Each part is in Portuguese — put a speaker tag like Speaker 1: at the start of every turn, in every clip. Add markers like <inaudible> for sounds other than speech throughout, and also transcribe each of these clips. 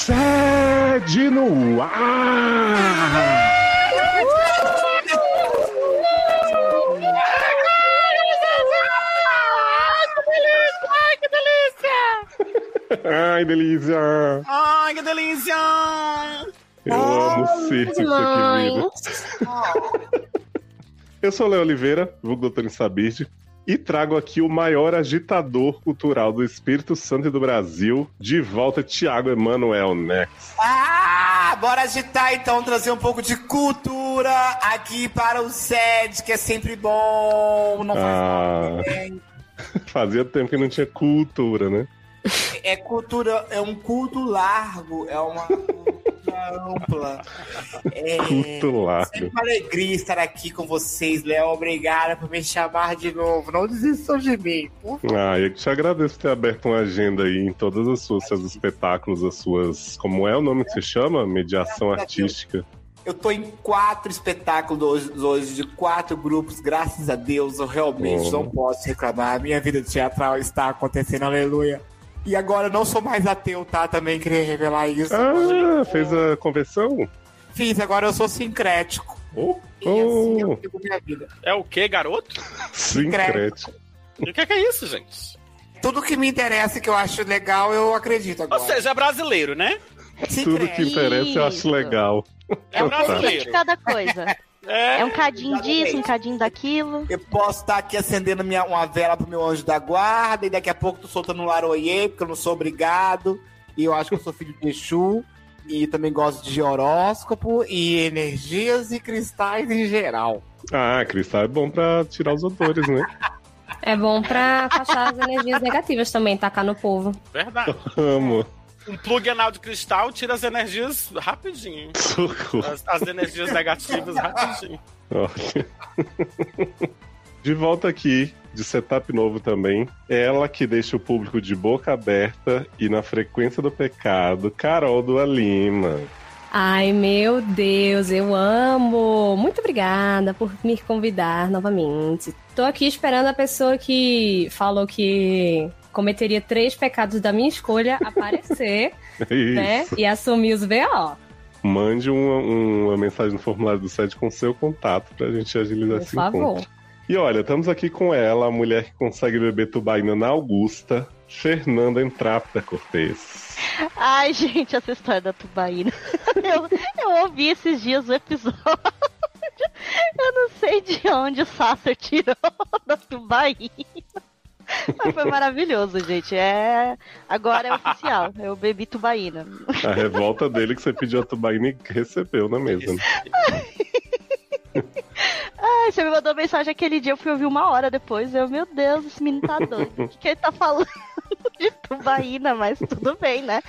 Speaker 1: Sede no ar!
Speaker 2: Ai, que delícia!
Speaker 1: Ai, delícia!
Speaker 2: Ai, que delícia!
Speaker 1: Eu amo o circo que aqui vive. Eu sou Léo Oliveira, vulgo Tony Sabide, e trago aqui o maior agitador cultural do Espírito Santo e do Brasil, de volta Tiago Emanuel né? Nex.
Speaker 3: Ah, bora agitar então, trazer um pouco de cultura aqui para o SED, que é sempre bom. Não faz mal
Speaker 1: Ah, <laughs>
Speaker 3: pra ninguém.
Speaker 1: fazia tempo que não tinha cultura, né?
Speaker 3: É cultura, é um culto largo, é uma cultura ampla. É,
Speaker 1: Culto
Speaker 3: sempre
Speaker 1: largo.
Speaker 3: uma alegria estar aqui com vocês, Léo. Obrigada por me chamar de novo. Não desistam de mim. por favor.
Speaker 1: Ah, eu que te agradeço por ter aberto uma agenda aí em todas as suas, seus espetáculos, as suas. Como é o nome que se chama? Mediação artística.
Speaker 3: Eu tô em quatro espetáculos hoje, hoje, de quatro grupos, graças a Deus, eu realmente
Speaker 1: Oh.
Speaker 3: não posso reclamar. A minha vida teatral está acontecendo, aleluia. E agora eu não sou mais ateu, tá? Também queria revelar isso.
Speaker 1: Ah, fez a conversão?
Speaker 3: Fiz, agora eu sou sincrético.
Speaker 1: Oh,
Speaker 3: E assim eu <laughs>
Speaker 1: oh,
Speaker 3: sigo minha vida.
Speaker 4: É o quê, garoto?
Speaker 1: sincrético.
Speaker 4: E O que é, que é isso, gente?
Speaker 3: Tudo que me interessa, e que eu acho legal, eu acredito
Speaker 4: Ou
Speaker 3: agora.
Speaker 4: seja, é brasileiro, né?
Speaker 1: Tudo que
Speaker 3: Sincrético.
Speaker 1: interessa eu acho
Speaker 5: Isso.
Speaker 1: legal.
Speaker 4: É um
Speaker 1: Tá.
Speaker 5: Uma de
Speaker 4: brasileiro.
Speaker 5: cada coisa.
Speaker 4: É.
Speaker 5: É um cadinho disso, um cadinho daquilo.
Speaker 3: Eu posso estar aqui acendendo minha, uma vela pro meu anjo da guarda, e daqui a pouco tô soltando um laroyê, porque eu não sou obrigado. E eu acho que eu sou filho de Exu, e também gosto de horóscopo, e energias e cristais em geral.
Speaker 1: Ah, cristal é bom pra tirar os odores, né?
Speaker 6: É bom pra afastar as energias negativas também, tacar no povo.
Speaker 4: Verdade.
Speaker 1: Amo.
Speaker 4: Um plug anal de cristal tira as energias rapidinho.
Speaker 1: Socorro.
Speaker 4: As, as energias negativas rapidinho.
Speaker 1: Olha. De volta aqui, de setup novo também. Ela que deixa o público de boca aberta e na frequência do pecado, Carol do Lima.
Speaker 6: Ai, meu Deus, eu amo! Muito obrigada por me convidar novamente. Tô aqui esperando a pessoa que falou que cometeria três pecados da minha escolha aparecer,
Speaker 1: É <laughs> Isso.
Speaker 6: né? E assumir os BO.
Speaker 1: Mande uma, uma mensagem no formulário do site com seu contato pra gente agilizar
Speaker 6: Por
Speaker 1: esse
Speaker 6: favor.
Speaker 1: encontro. E olha, estamos aqui com ela, a mulher que consegue beber tubaína na Augusta, Fernanda Entrapta Cortez.
Speaker 5: Ai, gente, essa história da tubaína. <laughs> Eu, eu ouvi esses dias o episódio. Eu não sei de onde o Sasser tirou <laughs> da tubaína. Mas foi maravilhoso, gente. É... Agora é oficial. Eu bebi tubaína.
Speaker 1: A revolta dele que você pediu a tubaína e recebeu na mesa. né?
Speaker 5: Ai, você me mandou mensagem aquele dia, eu fui ouvir uma hora depois. Eu, meu Deus, esse menino tá doido. O que, que ele tá falando <laughs> de tubaína? Mas tudo bem, né?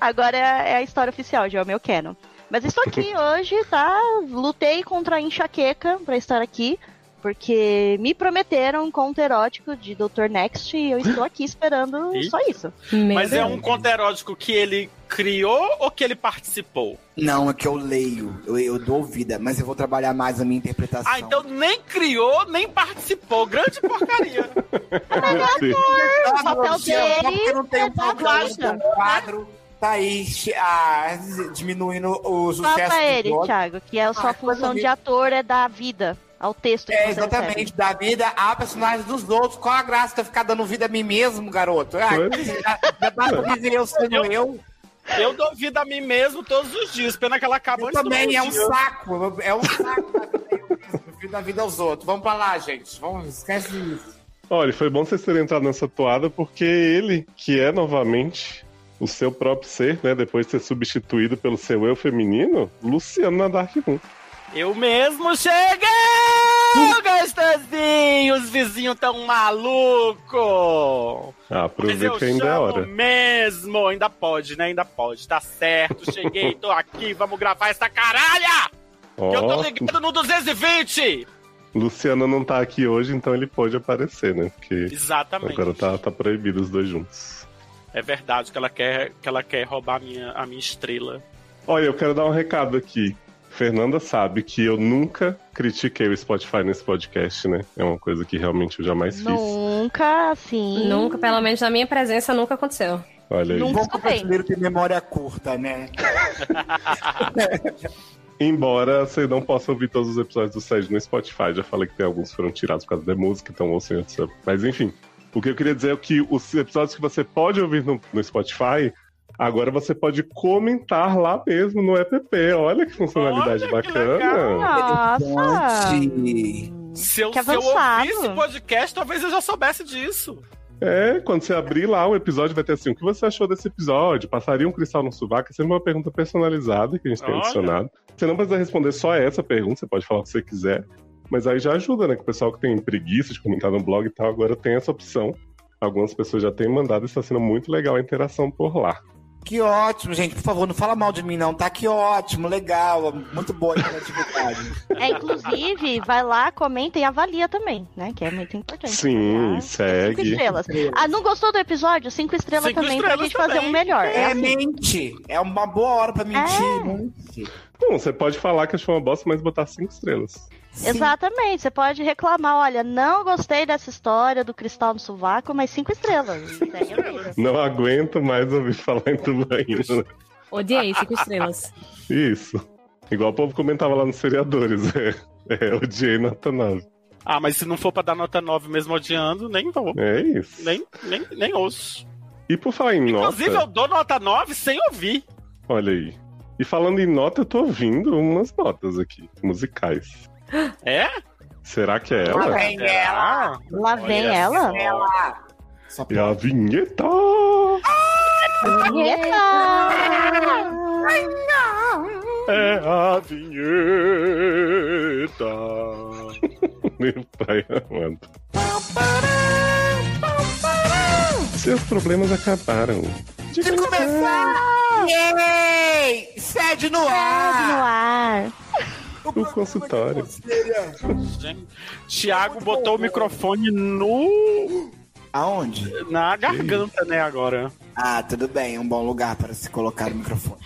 Speaker 5: Agora é, é a história oficial, já é o meu canon. Mas estou
Speaker 3: <laughs>
Speaker 5: aqui hoje, tá? Lutei contra a enxaqueca pra estar aqui, porque me prometeram um conto erótico de Dr. Next e eu estou aqui esperando
Speaker 4: Ih.
Speaker 5: só isso.
Speaker 6: Meu
Speaker 4: Mas é
Speaker 6: Deus.
Speaker 4: um conto erótico que ele criou ou que ele participou?
Speaker 3: Não, é que eu leio, eu, eu dou vida, mas eu vou trabalhar mais a minha interpretação.
Speaker 4: Ah, então nem criou, nem participou. Grande porcaria.
Speaker 1: Meu
Speaker 4: É
Speaker 1: Deus.
Speaker 3: Ah,
Speaker 5: o papel
Speaker 3: não, Jean, só
Speaker 5: dele
Speaker 3: porque não tem
Speaker 5: é
Speaker 3: um papel,
Speaker 5: da
Speaker 3: não tem um quadro, tá aí che- ah, diminuindo o
Speaker 5: Só
Speaker 3: sucesso
Speaker 5: pra
Speaker 3: do
Speaker 5: ele,
Speaker 3: blog.
Speaker 5: Thiago, que é a sua
Speaker 3: Ah,
Speaker 5: função
Speaker 3: coisa
Speaker 5: de ator é dar vida ao texto que
Speaker 3: É,
Speaker 5: você recebe.
Speaker 3: exatamente, da vida a personagens dos outros. Qual a graça de eu ficar dando vida a mim mesmo, garoto? Ah,
Speaker 1: Pois.
Speaker 3: já, já basta dizer eu sendo eu.
Speaker 4: Eu dou vida a mim mesmo todos os dias. Pena que ela acaba
Speaker 3: Eu
Speaker 4: antes do
Speaker 3: também,
Speaker 4: meu
Speaker 3: é um
Speaker 4: dia.
Speaker 3: saco. É um saco da vida eu mesmo, vida a vida aos outros. Vamos pra lá, gente. Vamos, esquece isso.
Speaker 1: Olha, foi bom vocês terem entrado nessa toada, porque ele, que é novamente o seu próprio ser, né? Depois de ser substituído pelo seu eu feminino, Luciano na Dark Room.
Speaker 4: Eu mesmo
Speaker 1: Hum.
Speaker 4: cheguei, Gastanzinho! Os vizinhos tão maluco!
Speaker 1: Ah,
Speaker 4: Mas
Speaker 1: aproveita
Speaker 4: eu
Speaker 1: que ainda é
Speaker 4: chamo
Speaker 1: hora.
Speaker 4: mesmo! Ainda pode, né? Ainda pode. Tá certo, cheguei, tô aqui, vamos gravar essa caralha! Que eu tô
Speaker 1: Ó,
Speaker 4: ligado no 220!
Speaker 1: Luciano não tá aqui hoje, então ele pode aparecer, né? Porque
Speaker 4: Exatamente.
Speaker 1: agora tá, tá proibido os dois juntos.
Speaker 4: É verdade que ela quer, que ela quer roubar a minha, a minha estrela.
Speaker 1: Olha, eu quero dar um recado aqui. Fernanda sabe que eu nunca critiquei o Spotify nesse podcast, né? É uma coisa que realmente eu jamais fiz.
Speaker 5: Nunca, assim.
Speaker 6: Nunca, pelo menos na minha presença, nunca aconteceu.
Speaker 1: Olha aí.
Speaker 5: Não-
Speaker 3: Bom que o
Speaker 5: Desculpa aí.
Speaker 3: brasileiro tem memória curta, né?
Speaker 1: Embora você não possa ouvir todos os episódios do Sérgio no Spotify, já falei que tem alguns que foram tirados por causa da música, então ouçam em outros. Mas enfim, o que eu queria dizer é que os episódios que você pode ouvir no, no Spotify, agora você pode comentar lá mesmo no app. Olha que funcionalidade
Speaker 4: Olha que
Speaker 1: bacana.
Speaker 4: legal.
Speaker 5: Nossa!
Speaker 3: Elefante.
Speaker 4: Se eu,
Speaker 5: Que
Speaker 4: se eu
Speaker 5: avançado.
Speaker 4: ouvisse podcast, talvez eu já soubesse disso.
Speaker 1: É, quando você abrir lá o episódio, vai ter assim: o que você achou desse episódio? Passaria um cristal no sovaco? É sempre uma pergunta personalizada que a gente tem
Speaker 4: Olha.
Speaker 1: adicionado. Você não precisa responder só essa pergunta, você pode falar o que você quiser. Mas aí já ajuda, né? Que o pessoal que tem preguiça de comentar no blog e tal, agora tem essa opção. Algumas pessoas já têm mandado, está sendo muito legal a interação por lá.
Speaker 3: Que ótimo, gente. Por favor, não fala mal de mim, não, tá? Que ótimo, legal. Muito boa a interatividade.
Speaker 5: É, inclusive, vai lá, comenta e avalia também, né? Que é muito importante.
Speaker 1: Sim,
Speaker 5: Tá? Cinco
Speaker 1: segue.
Speaker 5: estrelas. Ah, não gostou do episódio? Cinco estrelas
Speaker 4: Cinco
Speaker 5: também pra
Speaker 4: estrelas
Speaker 5: gente
Speaker 4: também.
Speaker 5: fazer um melhor.
Speaker 3: É, mente. É uma boa hora pra mentir. né? Mente.
Speaker 1: Não, você pode falar que achou uma bosta, mas botar cinco estrelas.
Speaker 3: Sim.
Speaker 5: Exatamente, você pode reclamar, olha, não gostei dessa história do cristal no sovaco, mas cinco estrelas. Segue a vida.
Speaker 1: Não aguento mais ouvir <laughs> falar em tubaína.
Speaker 6: Odiei, cinco estrelas.
Speaker 1: Isso. Igual o povo comentava lá nos seriadores. <laughs> É, é odiei nota 9.
Speaker 4: Ah, mas se não for pra dar nota 9 mesmo odiando, nem vou.
Speaker 1: É isso.
Speaker 4: Nem, nem, nem ouço.
Speaker 1: E por falar em
Speaker 4: Inclusive, eu
Speaker 1: nota,
Speaker 4: dou nota 9 sem ouvir.
Speaker 1: olha aí. E falando em nota, eu tô ouvindo umas notas aqui, musicais.
Speaker 4: É?
Speaker 1: Será que é
Speaker 3: Lá
Speaker 1: ela?
Speaker 3: vem
Speaker 4: Será?
Speaker 3: ela.
Speaker 5: Lá vem
Speaker 4: Olha
Speaker 5: ela.
Speaker 4: só.
Speaker 3: Ela. Só
Speaker 1: É a vinheta!
Speaker 5: Eita!
Speaker 1: É a vinheta! <laughs> Meu pai amado. Seus problemas acabaram.
Speaker 3: De começar! Yay! Sede no
Speaker 5: Tá No
Speaker 3: ar!
Speaker 5: ar.
Speaker 1: O consultório.
Speaker 4: Gente, Thiago botou o microfone no
Speaker 3: Aonde?
Speaker 4: na garganta, né, agora.
Speaker 3: Ah, tudo bem, um bom lugar para se colocar o microfone.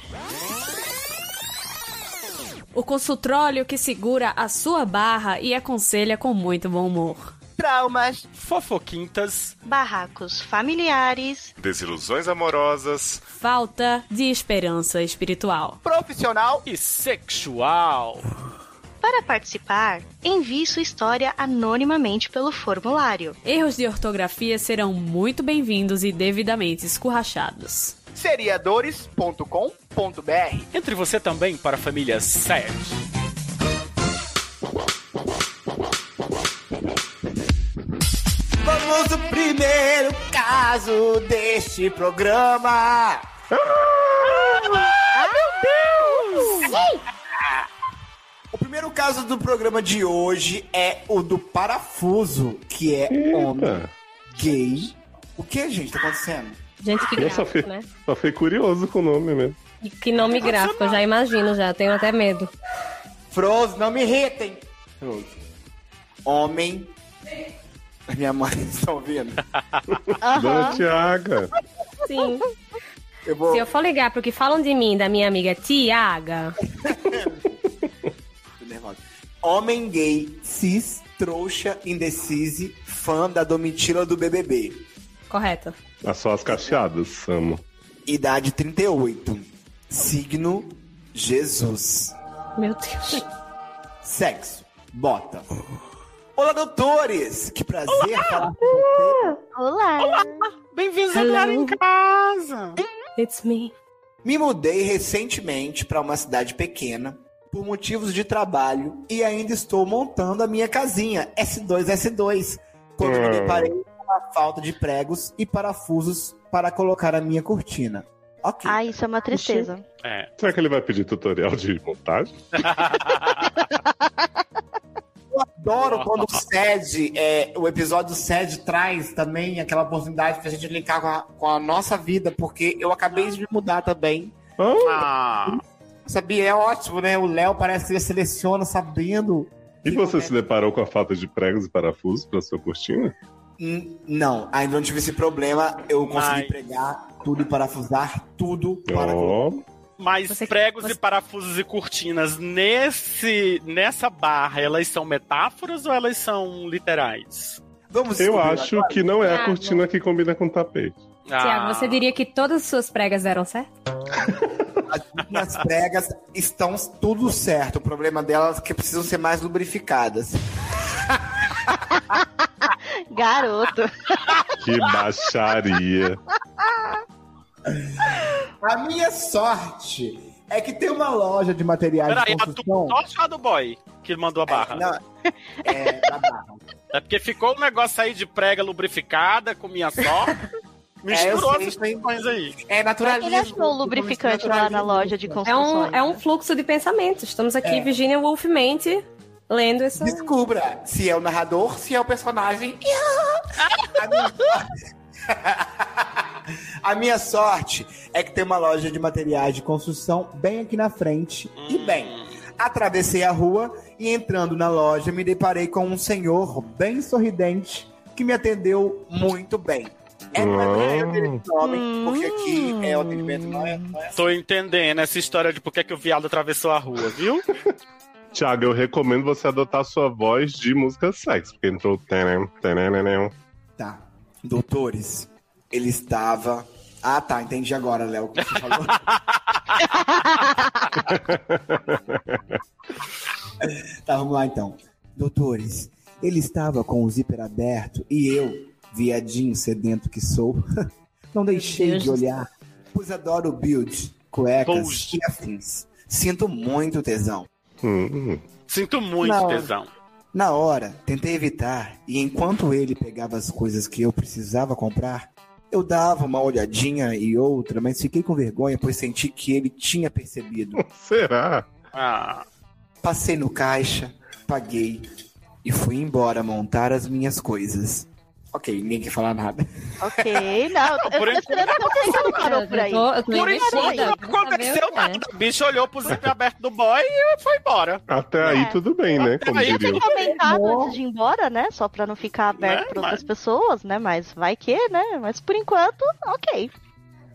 Speaker 7: O consultróleo que segura a sua barra e aconselha com muito bom humor.
Speaker 5: Traumas,
Speaker 4: Fofoquintas,
Speaker 5: barracos familiares,
Speaker 8: Desilusões amorosas.
Speaker 7: Falta de esperança espiritual.
Speaker 3: Profissional.
Speaker 4: e sexual.
Speaker 5: Para participar, envie sua história anonimamente pelo formulário.
Speaker 7: Erros de ortografia serão muito bem-vindos e devidamente escorrachados.
Speaker 3: Seriadores.com.br
Speaker 4: Entre você também para a família Sede.
Speaker 3: Vamos o primeiro caso deste programa. Ah, O primeiro caso do programa de hoje é o do parafuso, que é homem
Speaker 1: Eita!
Speaker 3: gay. O que, gente, tá acontecendo?
Speaker 6: Gente, que
Speaker 1: Eu só fui,
Speaker 6: gráfico, né?
Speaker 1: só fui curioso com o nome mesmo.
Speaker 6: E que nome gráfico, eu já imagino, já. Tenho até medo.
Speaker 3: Frozen, não me irritem. Frozen. Homem. Minha mãe está ouvindo.
Speaker 1: Dona
Speaker 5: Aham.
Speaker 1: Tiaga!
Speaker 6: Sim.
Speaker 3: Eu vou.
Speaker 6: Se eu for ligar pro que falam de mim, da minha amiga Tiaga,
Speaker 3: Tô nervosa. Homem gay, cis, trouxa, indecise, fã da domitila do BBB.
Speaker 6: correto.
Speaker 1: As suas cacheadas, amo.
Speaker 3: Idade 38. Signo Jesus.
Speaker 6: Meu Deus.
Speaker 3: Sexo. Bota. Olá, doutores! Que prazer falar com você.
Speaker 5: Olá.
Speaker 4: Bem-vindos
Speaker 6: Hello.
Speaker 4: agora em casa.
Speaker 6: It's me.
Speaker 3: Me mudei recentemente para uma cidade pequena por motivos de trabalho e ainda estou montando a minha casinha S2S2 quando me
Speaker 1: Hum.
Speaker 3: deparei com a falta de pregos e parafusos para colocar a minha cortina. Ok.
Speaker 5: Ah, isso é uma tristeza.
Speaker 4: É.
Speaker 1: Será que ele vai pedir tutorial de montagem?
Speaker 3: Eu adoro quando o SED, é, o episódio SED traz também aquela oportunidade pra gente linkar com a, com a nossa vida, porque eu acabei de me mudar também.
Speaker 1: Ah,
Speaker 4: Ah,
Speaker 3: Sabia? É ótimo, né? O Léo parece que ele seleciona sabendo.
Speaker 1: e você se deparou com a falta de pregos e parafusos para sua cortina?
Speaker 3: Hum, Não, ainda não tive esse problema. Eu consegui
Speaker 4: Ai.
Speaker 3: pregar tudo e parafusar tudo para
Speaker 1: Ó,
Speaker 4: mas
Speaker 6: Você-
Speaker 4: pregos
Speaker 6: você-
Speaker 4: e parafusos e cortinas nesse nessa barra, elas são metáforas ou elas são literais?
Speaker 3: Vamos
Speaker 1: Eu
Speaker 3: descobrir
Speaker 1: acho que não é a
Speaker 6: Ah,
Speaker 1: cortina que combina com o tapete.
Speaker 6: Tiago,
Speaker 4: Ah.
Speaker 6: você diria que todas as suas pregas deram certo?
Speaker 3: As minhas pregas estão tudo certo. O problema delas é que precisam ser mais lubrificadas.
Speaker 5: Garoto.
Speaker 1: Que baixaria. <laughs>
Speaker 3: A minha sorte é que tem uma loja de materiais
Speaker 4: Peraí,
Speaker 3: Tá de
Speaker 4: a tu
Speaker 3: construção.
Speaker 4: sorte ou a do boy que mandou a barra?
Speaker 3: É, não, é, da barra.
Speaker 4: É porque ficou um negócio aí de prega lubrificada com
Speaker 3: <laughs>
Speaker 4: minha só. <laughs>
Speaker 3: É,
Speaker 4: Misturou
Speaker 3: eu sei,
Speaker 4: essas questões aí.
Speaker 3: é naturalismo.
Speaker 5: Ele achou o lubrificante lá na loja de
Speaker 6: É um,
Speaker 5: construção.
Speaker 6: é um fluxo de pensamentos. Estamos aqui,
Speaker 3: É.
Speaker 6: Virginia Woolf mente, lendo essa.
Speaker 3: Descubra se é o narrador, se é o personagem. <laughs> A minha sorte- <laughs> A minha sorte é que tem uma loja de materiais de construção bem aqui na frente. E bem, atravessei a rua e entrando na loja me deparei com um senhor bem sorridente que me atendeu muito bem. É
Speaker 1: Hum.
Speaker 3: hum. homem, porque aqui é o atendimento não é, não é
Speaker 4: Tô entendendo essa história de por que, que o viado atravessou a rua, viu?
Speaker 1: Tiago, eu recomendo você adotar a sua voz de música sexy, porque entrou. tenem, tenenenem.
Speaker 3: Tá. Doutores, ele estava. Ah, tá, entendi agora, Léo, o que você falou. <laughs> tá, vamos lá então. Doutores, ele estava com o zíper aberto e eu, viadinho sedento que sou, <laughs> não deixei
Speaker 6: Deus
Speaker 3: de
Speaker 6: do
Speaker 3: olhar, pois adoro build, cuecas
Speaker 4: Build.
Speaker 3: e afins. Sinto muito tesão.
Speaker 1: Hum, hum.
Speaker 4: Sinto muito
Speaker 3: Não.
Speaker 4: tesão.
Speaker 3: Na hora, tentei evitar, e enquanto ele pegava as coisas que eu precisava comprar, eu dava uma olhadinha e outra, mas fiquei com vergonha, pois senti que ele tinha percebido.
Speaker 1: <laughs> Será?
Speaker 4: Ah,
Speaker 3: Passei no caixa, paguei e fui embora montar as minhas coisas. Ok, ninguém quer falar nada.
Speaker 5: Ok, não. Eu
Speaker 4: Por
Speaker 5: tô esperando que alguém <laughs> que parou por aí.
Speaker 6: Eu tô- eu tô
Speaker 4: por enquanto
Speaker 6: investida.
Speaker 4: não
Speaker 6: Quero saber
Speaker 4: aconteceu
Speaker 6: o que é.
Speaker 4: nada. O bicho olhou pro zíper aberto do boy e foi embora.
Speaker 1: Até
Speaker 5: É.
Speaker 1: aí tudo bem, né?
Speaker 4: Até
Speaker 1: Como
Speaker 4: aí,
Speaker 1: diriam.
Speaker 5: Tinha comentado
Speaker 3: Bom.
Speaker 5: antes de ir embora, né? Só pra não ficar aberto
Speaker 4: Né,
Speaker 5: pra outras pessoas, né? Mas vai que, né? Mas por enquanto, ok.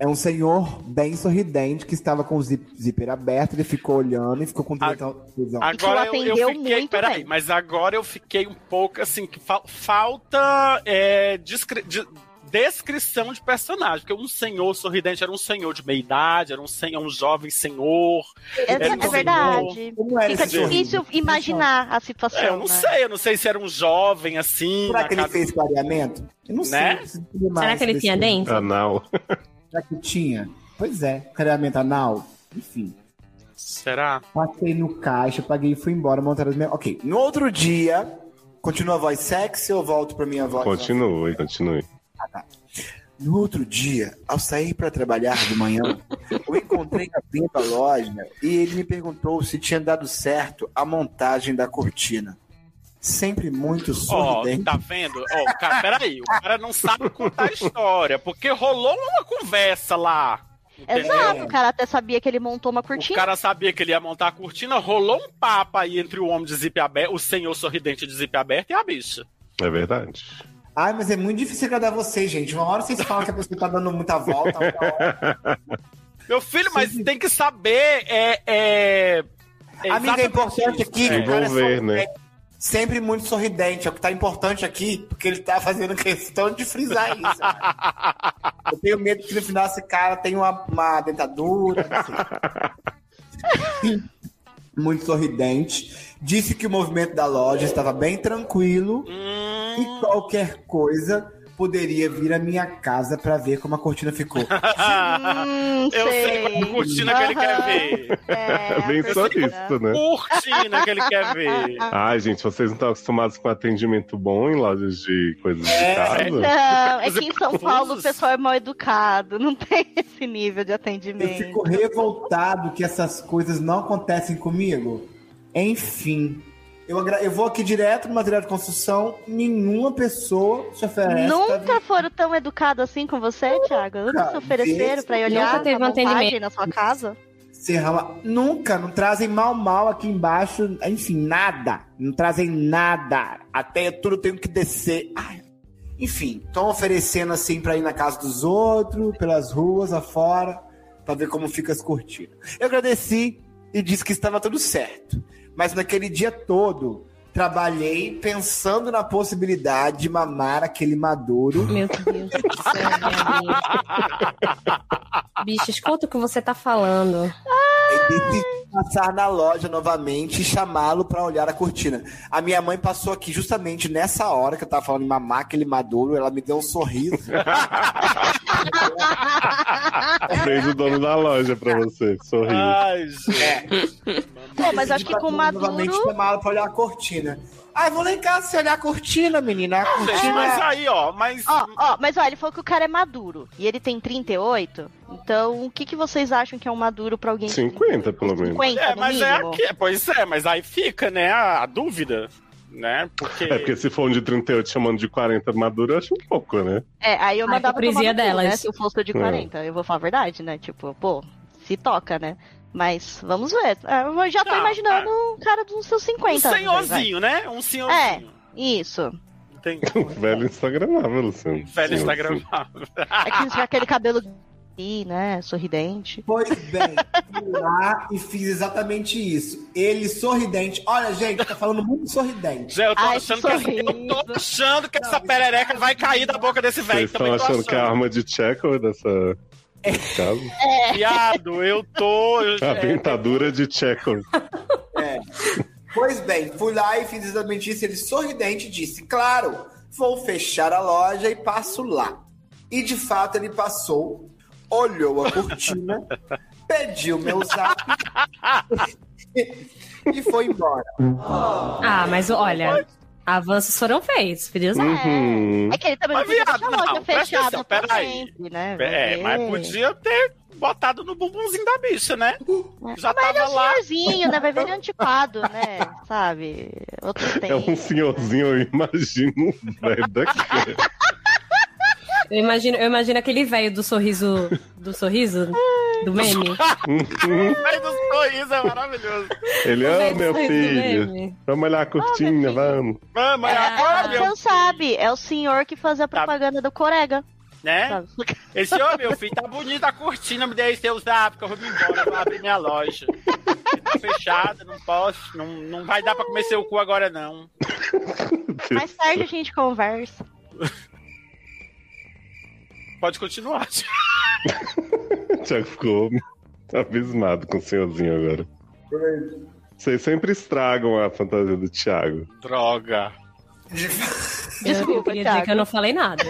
Speaker 3: É um senhor bem sorridente que estava com o zip- zíper aberto, ele ficou olhando e ficou com tanta tesão.
Speaker 4: Agora
Speaker 5: que o
Speaker 4: eu,
Speaker 5: atendeu
Speaker 4: eu fiquei.
Speaker 5: muito
Speaker 4: Peraí,
Speaker 5: bem.
Speaker 4: mas agora eu fiquei um pouco assim, que fal- falta é, descri- de- descrição de personagem. Porque um senhor sorridente era um senhor de meia idade, era um, senhor, um jovem senhor.
Speaker 5: É,
Speaker 4: Ele
Speaker 5: é
Speaker 4: não
Speaker 5: verdade.
Speaker 3: Como era
Speaker 5: Fica
Speaker 3: esse sorriso?
Speaker 5: difícil imaginar a situação.
Speaker 4: É, eu não
Speaker 5: né?
Speaker 4: sei, eu não sei se era um jovem assim.
Speaker 3: Será
Speaker 4: na
Speaker 3: que ele
Speaker 4: casa-
Speaker 3: fez clareamento? Eu não sei.
Speaker 4: Né?
Speaker 3: eu preciso entender
Speaker 5: É.
Speaker 6: Será
Speaker 3: mais
Speaker 6: que ele
Speaker 3: desse
Speaker 6: tinha
Speaker 3: homem.
Speaker 6: dente?
Speaker 1: Anal.
Speaker 3: Já que tinha. Pois é, clareamento anal. Enfim,
Speaker 4: Será?
Speaker 3: passei no caixa, paguei e fui embora montar as minhas. Ok, no outro dia. Continua a voz sexy ou volto pra minha voz?
Speaker 1: Continue, continue.
Speaker 3: No outro dia, ao sair para trabalhar de manhã, eu encontrei a dentro da loja e ele me perguntou se tinha dado certo a montagem da cortina. Sempre muito
Speaker 4: Ó,
Speaker 3: sorridente.
Speaker 4: tá vendo? Ó, o cara, peraí, o cara não sabe contar a história, porque rolou uma conversa lá. entendeu?
Speaker 5: É Exato, o cara até sabia que ele montou uma
Speaker 4: O
Speaker 5: cortina.
Speaker 4: cara sabia que ele ia montar a cortina, rolou um papo aí entre o homem de zip aberto, o senhor sorridente de zip aberto e a bicha.
Speaker 1: É verdade.
Speaker 3: Ai, mas é muito difícil agradar vocês, gente. Uma hora vocês falam que a pessoa tá dando muita volta,
Speaker 4: <laughs>
Speaker 3: outra hora
Speaker 4: Meu filho, mas tem que saber. É, é, é
Speaker 3: Amiga, é importante
Speaker 4: exatamente isso.
Speaker 3: aqui que
Speaker 4: É.
Speaker 3: o cara é
Speaker 1: Envolver,
Speaker 3: sorridente. Sempre muito sorridente. É o que tá importante aqui, porque ele tá fazendo questão de frisar isso. Eu tenho medo que no final esse cara tem uma, uma dentadura. assim. muito sorridente. Disse que o movimento da loja estava bem tranquilo e
Speaker 4: Hum,
Speaker 3: qualquer coisa poderia vir à minha casa pra ver como a cortina ficou.
Speaker 5: Hum,
Speaker 4: eu sei qual
Speaker 1: <laughs>
Speaker 4: é a cortina que ele quer
Speaker 5: Aham.
Speaker 4: ver.
Speaker 5: É,
Speaker 1: Bem
Speaker 5: a
Speaker 1: só
Speaker 5: cortina.
Speaker 1: isso, né?
Speaker 4: Cortina que ele quer ver.
Speaker 1: Ai, gente, vocês não estão acostumados com atendimento bom em lojas de coisas de
Speaker 3: É.
Speaker 1: casa?
Speaker 5: Não, é
Speaker 4: Mas
Speaker 5: que em
Speaker 4: é
Speaker 5: São Paulo o
Speaker 4: confuso.
Speaker 5: pessoal é mal educado, não tem <laughs> esse nível de
Speaker 3: Eu
Speaker 5: atendimento.
Speaker 3: fico revoltado que essas coisas não acontecem comigo. Enfim. Eu, agra- eu vou aqui direto no material de construção, nenhuma pessoa se oferece. tá pra
Speaker 5: Nunca foram tão educados assim com você, Thiago? Nunca se ofereceram pra ir olhar
Speaker 6: Nunca teve
Speaker 5: na
Speaker 6: um atendimento.
Speaker 5: montagem na sua casa?
Speaker 3: vir ser rala- Nunca, não trazem mal mal aqui embaixo, enfim, nada. Não trazem nada. Até tudo eu tenho que descer. Ai. Enfim, estão oferecendo assim pra ir na casa dos outros, pelas ruas afora, pra ver como fica as cortinas. Eu agradeci e disse que estava tudo certo. Mas naquele dia todo, Trabalhei pensando na possibilidade de mamar aquele maduro.
Speaker 6: Meu Deus
Speaker 5: <laughs>
Speaker 6: do céu, minha vida. Bicho, escuta o que você tá falando.
Speaker 3: E decidi passar na loja novamente e chamá-lo pra olhar a cortina. A minha mãe passou aqui justamente nessa hora que eu tava falando em mamar aquele maduro. Ela me deu um
Speaker 5: <laughs>
Speaker 3: sorriso.
Speaker 5: Ah,
Speaker 1: Fez o dono da loja pra você. Sorri.
Speaker 4: Ai, gente.
Speaker 5: Pô, mas acho que com o
Speaker 3: Tá Novamente
Speaker 5: Maduro.
Speaker 3: chamá-lo pra olhar a cortina. Ai, vou lá em casa se olhar a cortina,
Speaker 5: Ah,
Speaker 3: menina. A
Speaker 4: Gente,
Speaker 3: cortina.
Speaker 4: mas aí, ó, mas.
Speaker 5: Ó, ó, mas ó, ele falou que o cara é maduro. E ele tem 38. Então, o que, que vocês acham que é um maduro pra alguém? de
Speaker 1: 50, pelo menos.
Speaker 5: 50,
Speaker 4: É,
Speaker 5: no
Speaker 4: mas é
Speaker 5: mínimo?
Speaker 4: aqui. Pois é, mas aí fica, né, a, a dúvida, né? Porque.
Speaker 1: É porque se for um de 38 chamando de 40 maduro, eu acho um pouco, né?
Speaker 5: É, aí eu
Speaker 6: A
Speaker 5: mandava tomar
Speaker 6: hipocrisia
Speaker 5: no cu,
Speaker 6: delas.
Speaker 5: né? Se eu fosse o
Speaker 1: É.
Speaker 5: de 40, eu vou falar a verdade, né? Tipo, pô, se toca, né? Mas vamos ver. Ah, Eu já tô
Speaker 4: Não,
Speaker 5: imaginando um cara dos seus
Speaker 4: Tá. um
Speaker 5: 50. anos, vai. É.
Speaker 4: senhorzinho, né? Um senhorzinho.
Speaker 5: Isso.
Speaker 4: Entendi.
Speaker 1: Velho instagramável, Luciano.
Speaker 4: Um velho
Speaker 1: Sim,
Speaker 4: Instagram.
Speaker 1: sim.
Speaker 4: <laughs>
Speaker 5: Aqueles É com aquele cabelo assim, né? Sorridente.
Speaker 3: Pois bem, fui lá e fiz exatamente isso. Ele sorridente. Olha, gente, tá falando muito sorridente.
Speaker 4: Gente, eu tô
Speaker 5: Ai,
Speaker 4: achando
Speaker 5: que
Speaker 4: que, essa,
Speaker 5: sorriso.
Speaker 4: eu tô achando que
Speaker 3: Não,
Speaker 4: essa
Speaker 3: isso
Speaker 4: perereca
Speaker 3: é-
Speaker 4: vai cair da boca desse velho.
Speaker 1: Vocês
Speaker 4: Também
Speaker 1: estão
Speaker 4: tô
Speaker 1: achando
Speaker 4: achando. É.
Speaker 1: que é a arma de Chekhov dessa
Speaker 4: <laughs>
Speaker 1: casa?
Speaker 4: Viado, eu tô. Eu,
Speaker 1: É
Speaker 4: é,
Speaker 1: A dentadura de Chekhov.
Speaker 3: Pois bem, fui lá e fiz exatamente isso. Ele sorridente disse: Claro, vou fechar a loja e passo lá. E de fato ele passou, olhou a cortina, pediu meu zap <laughs> e foi embora.
Speaker 6: Ah, mas olha, avanços foram feitos, filhos.
Speaker 1: Uhum.
Speaker 5: É que ele também
Speaker 4: Mas,
Speaker 5: não podia
Speaker 4: viado,
Speaker 5: deixar a loja
Speaker 4: não, presta
Speaker 5: fechada
Speaker 4: atenção,
Speaker 5: pra
Speaker 4: peraí.
Speaker 5: sempre, né?
Speaker 4: É,
Speaker 5: Vai
Speaker 4: mas
Speaker 5: ver.
Speaker 4: podia ter botado no bumbumzinho da bicha, né? Já
Speaker 5: Mas ele é
Speaker 4: tava
Speaker 5: um
Speaker 4: lá.
Speaker 5: senhorzinho, né? Vai ver ele antipado, né?
Speaker 4: <laughs>
Speaker 5: Sabe? Outro tempo.
Speaker 1: É um senhorzinho, eu imagino um velho
Speaker 5: <laughs>
Speaker 1: daquele.
Speaker 6: Eu imagino, eu imagino aquele velho do sorriso. Do sorriso? Do meme?
Speaker 1: Uhum.
Speaker 4: <laughs> Ai, do sorriso é maravilhoso.
Speaker 1: Ele
Speaker 6: O velho
Speaker 1: ama,
Speaker 6: do
Speaker 1: meu
Speaker 6: sorriso do
Speaker 1: filho.
Speaker 6: meme.
Speaker 1: Vamos olhar a cortina, vamos.
Speaker 4: Mama,
Speaker 5: Ah,
Speaker 4: ah,
Speaker 5: você
Speaker 4: meu,
Speaker 5: não sabe, é o senhor que fazia a
Speaker 4: Tá.
Speaker 5: propaganda do Corega.
Speaker 4: né?
Speaker 5: sabe?
Speaker 4: Esse, ô, meu filho, tá bonita a cortina, me deixa eu usar, porque eu vou me embora, eu vou abrir minha loja. Tá fechada, não posso, não, não vai dar pra comer seu cu agora, não.
Speaker 5: Mais tarde a gente conversa.
Speaker 4: Pode continuar. <laughs>
Speaker 1: O Thiago ficou abismado com o senhorzinho agora. Vocês sempre estragam a fantasia do Thiago.
Speaker 4: Droga.
Speaker 3: De fato,
Speaker 6: Eu, eu
Speaker 5: Desculpa,
Speaker 6: queria dizer
Speaker 5: Thiago.
Speaker 6: que eu não falei nada.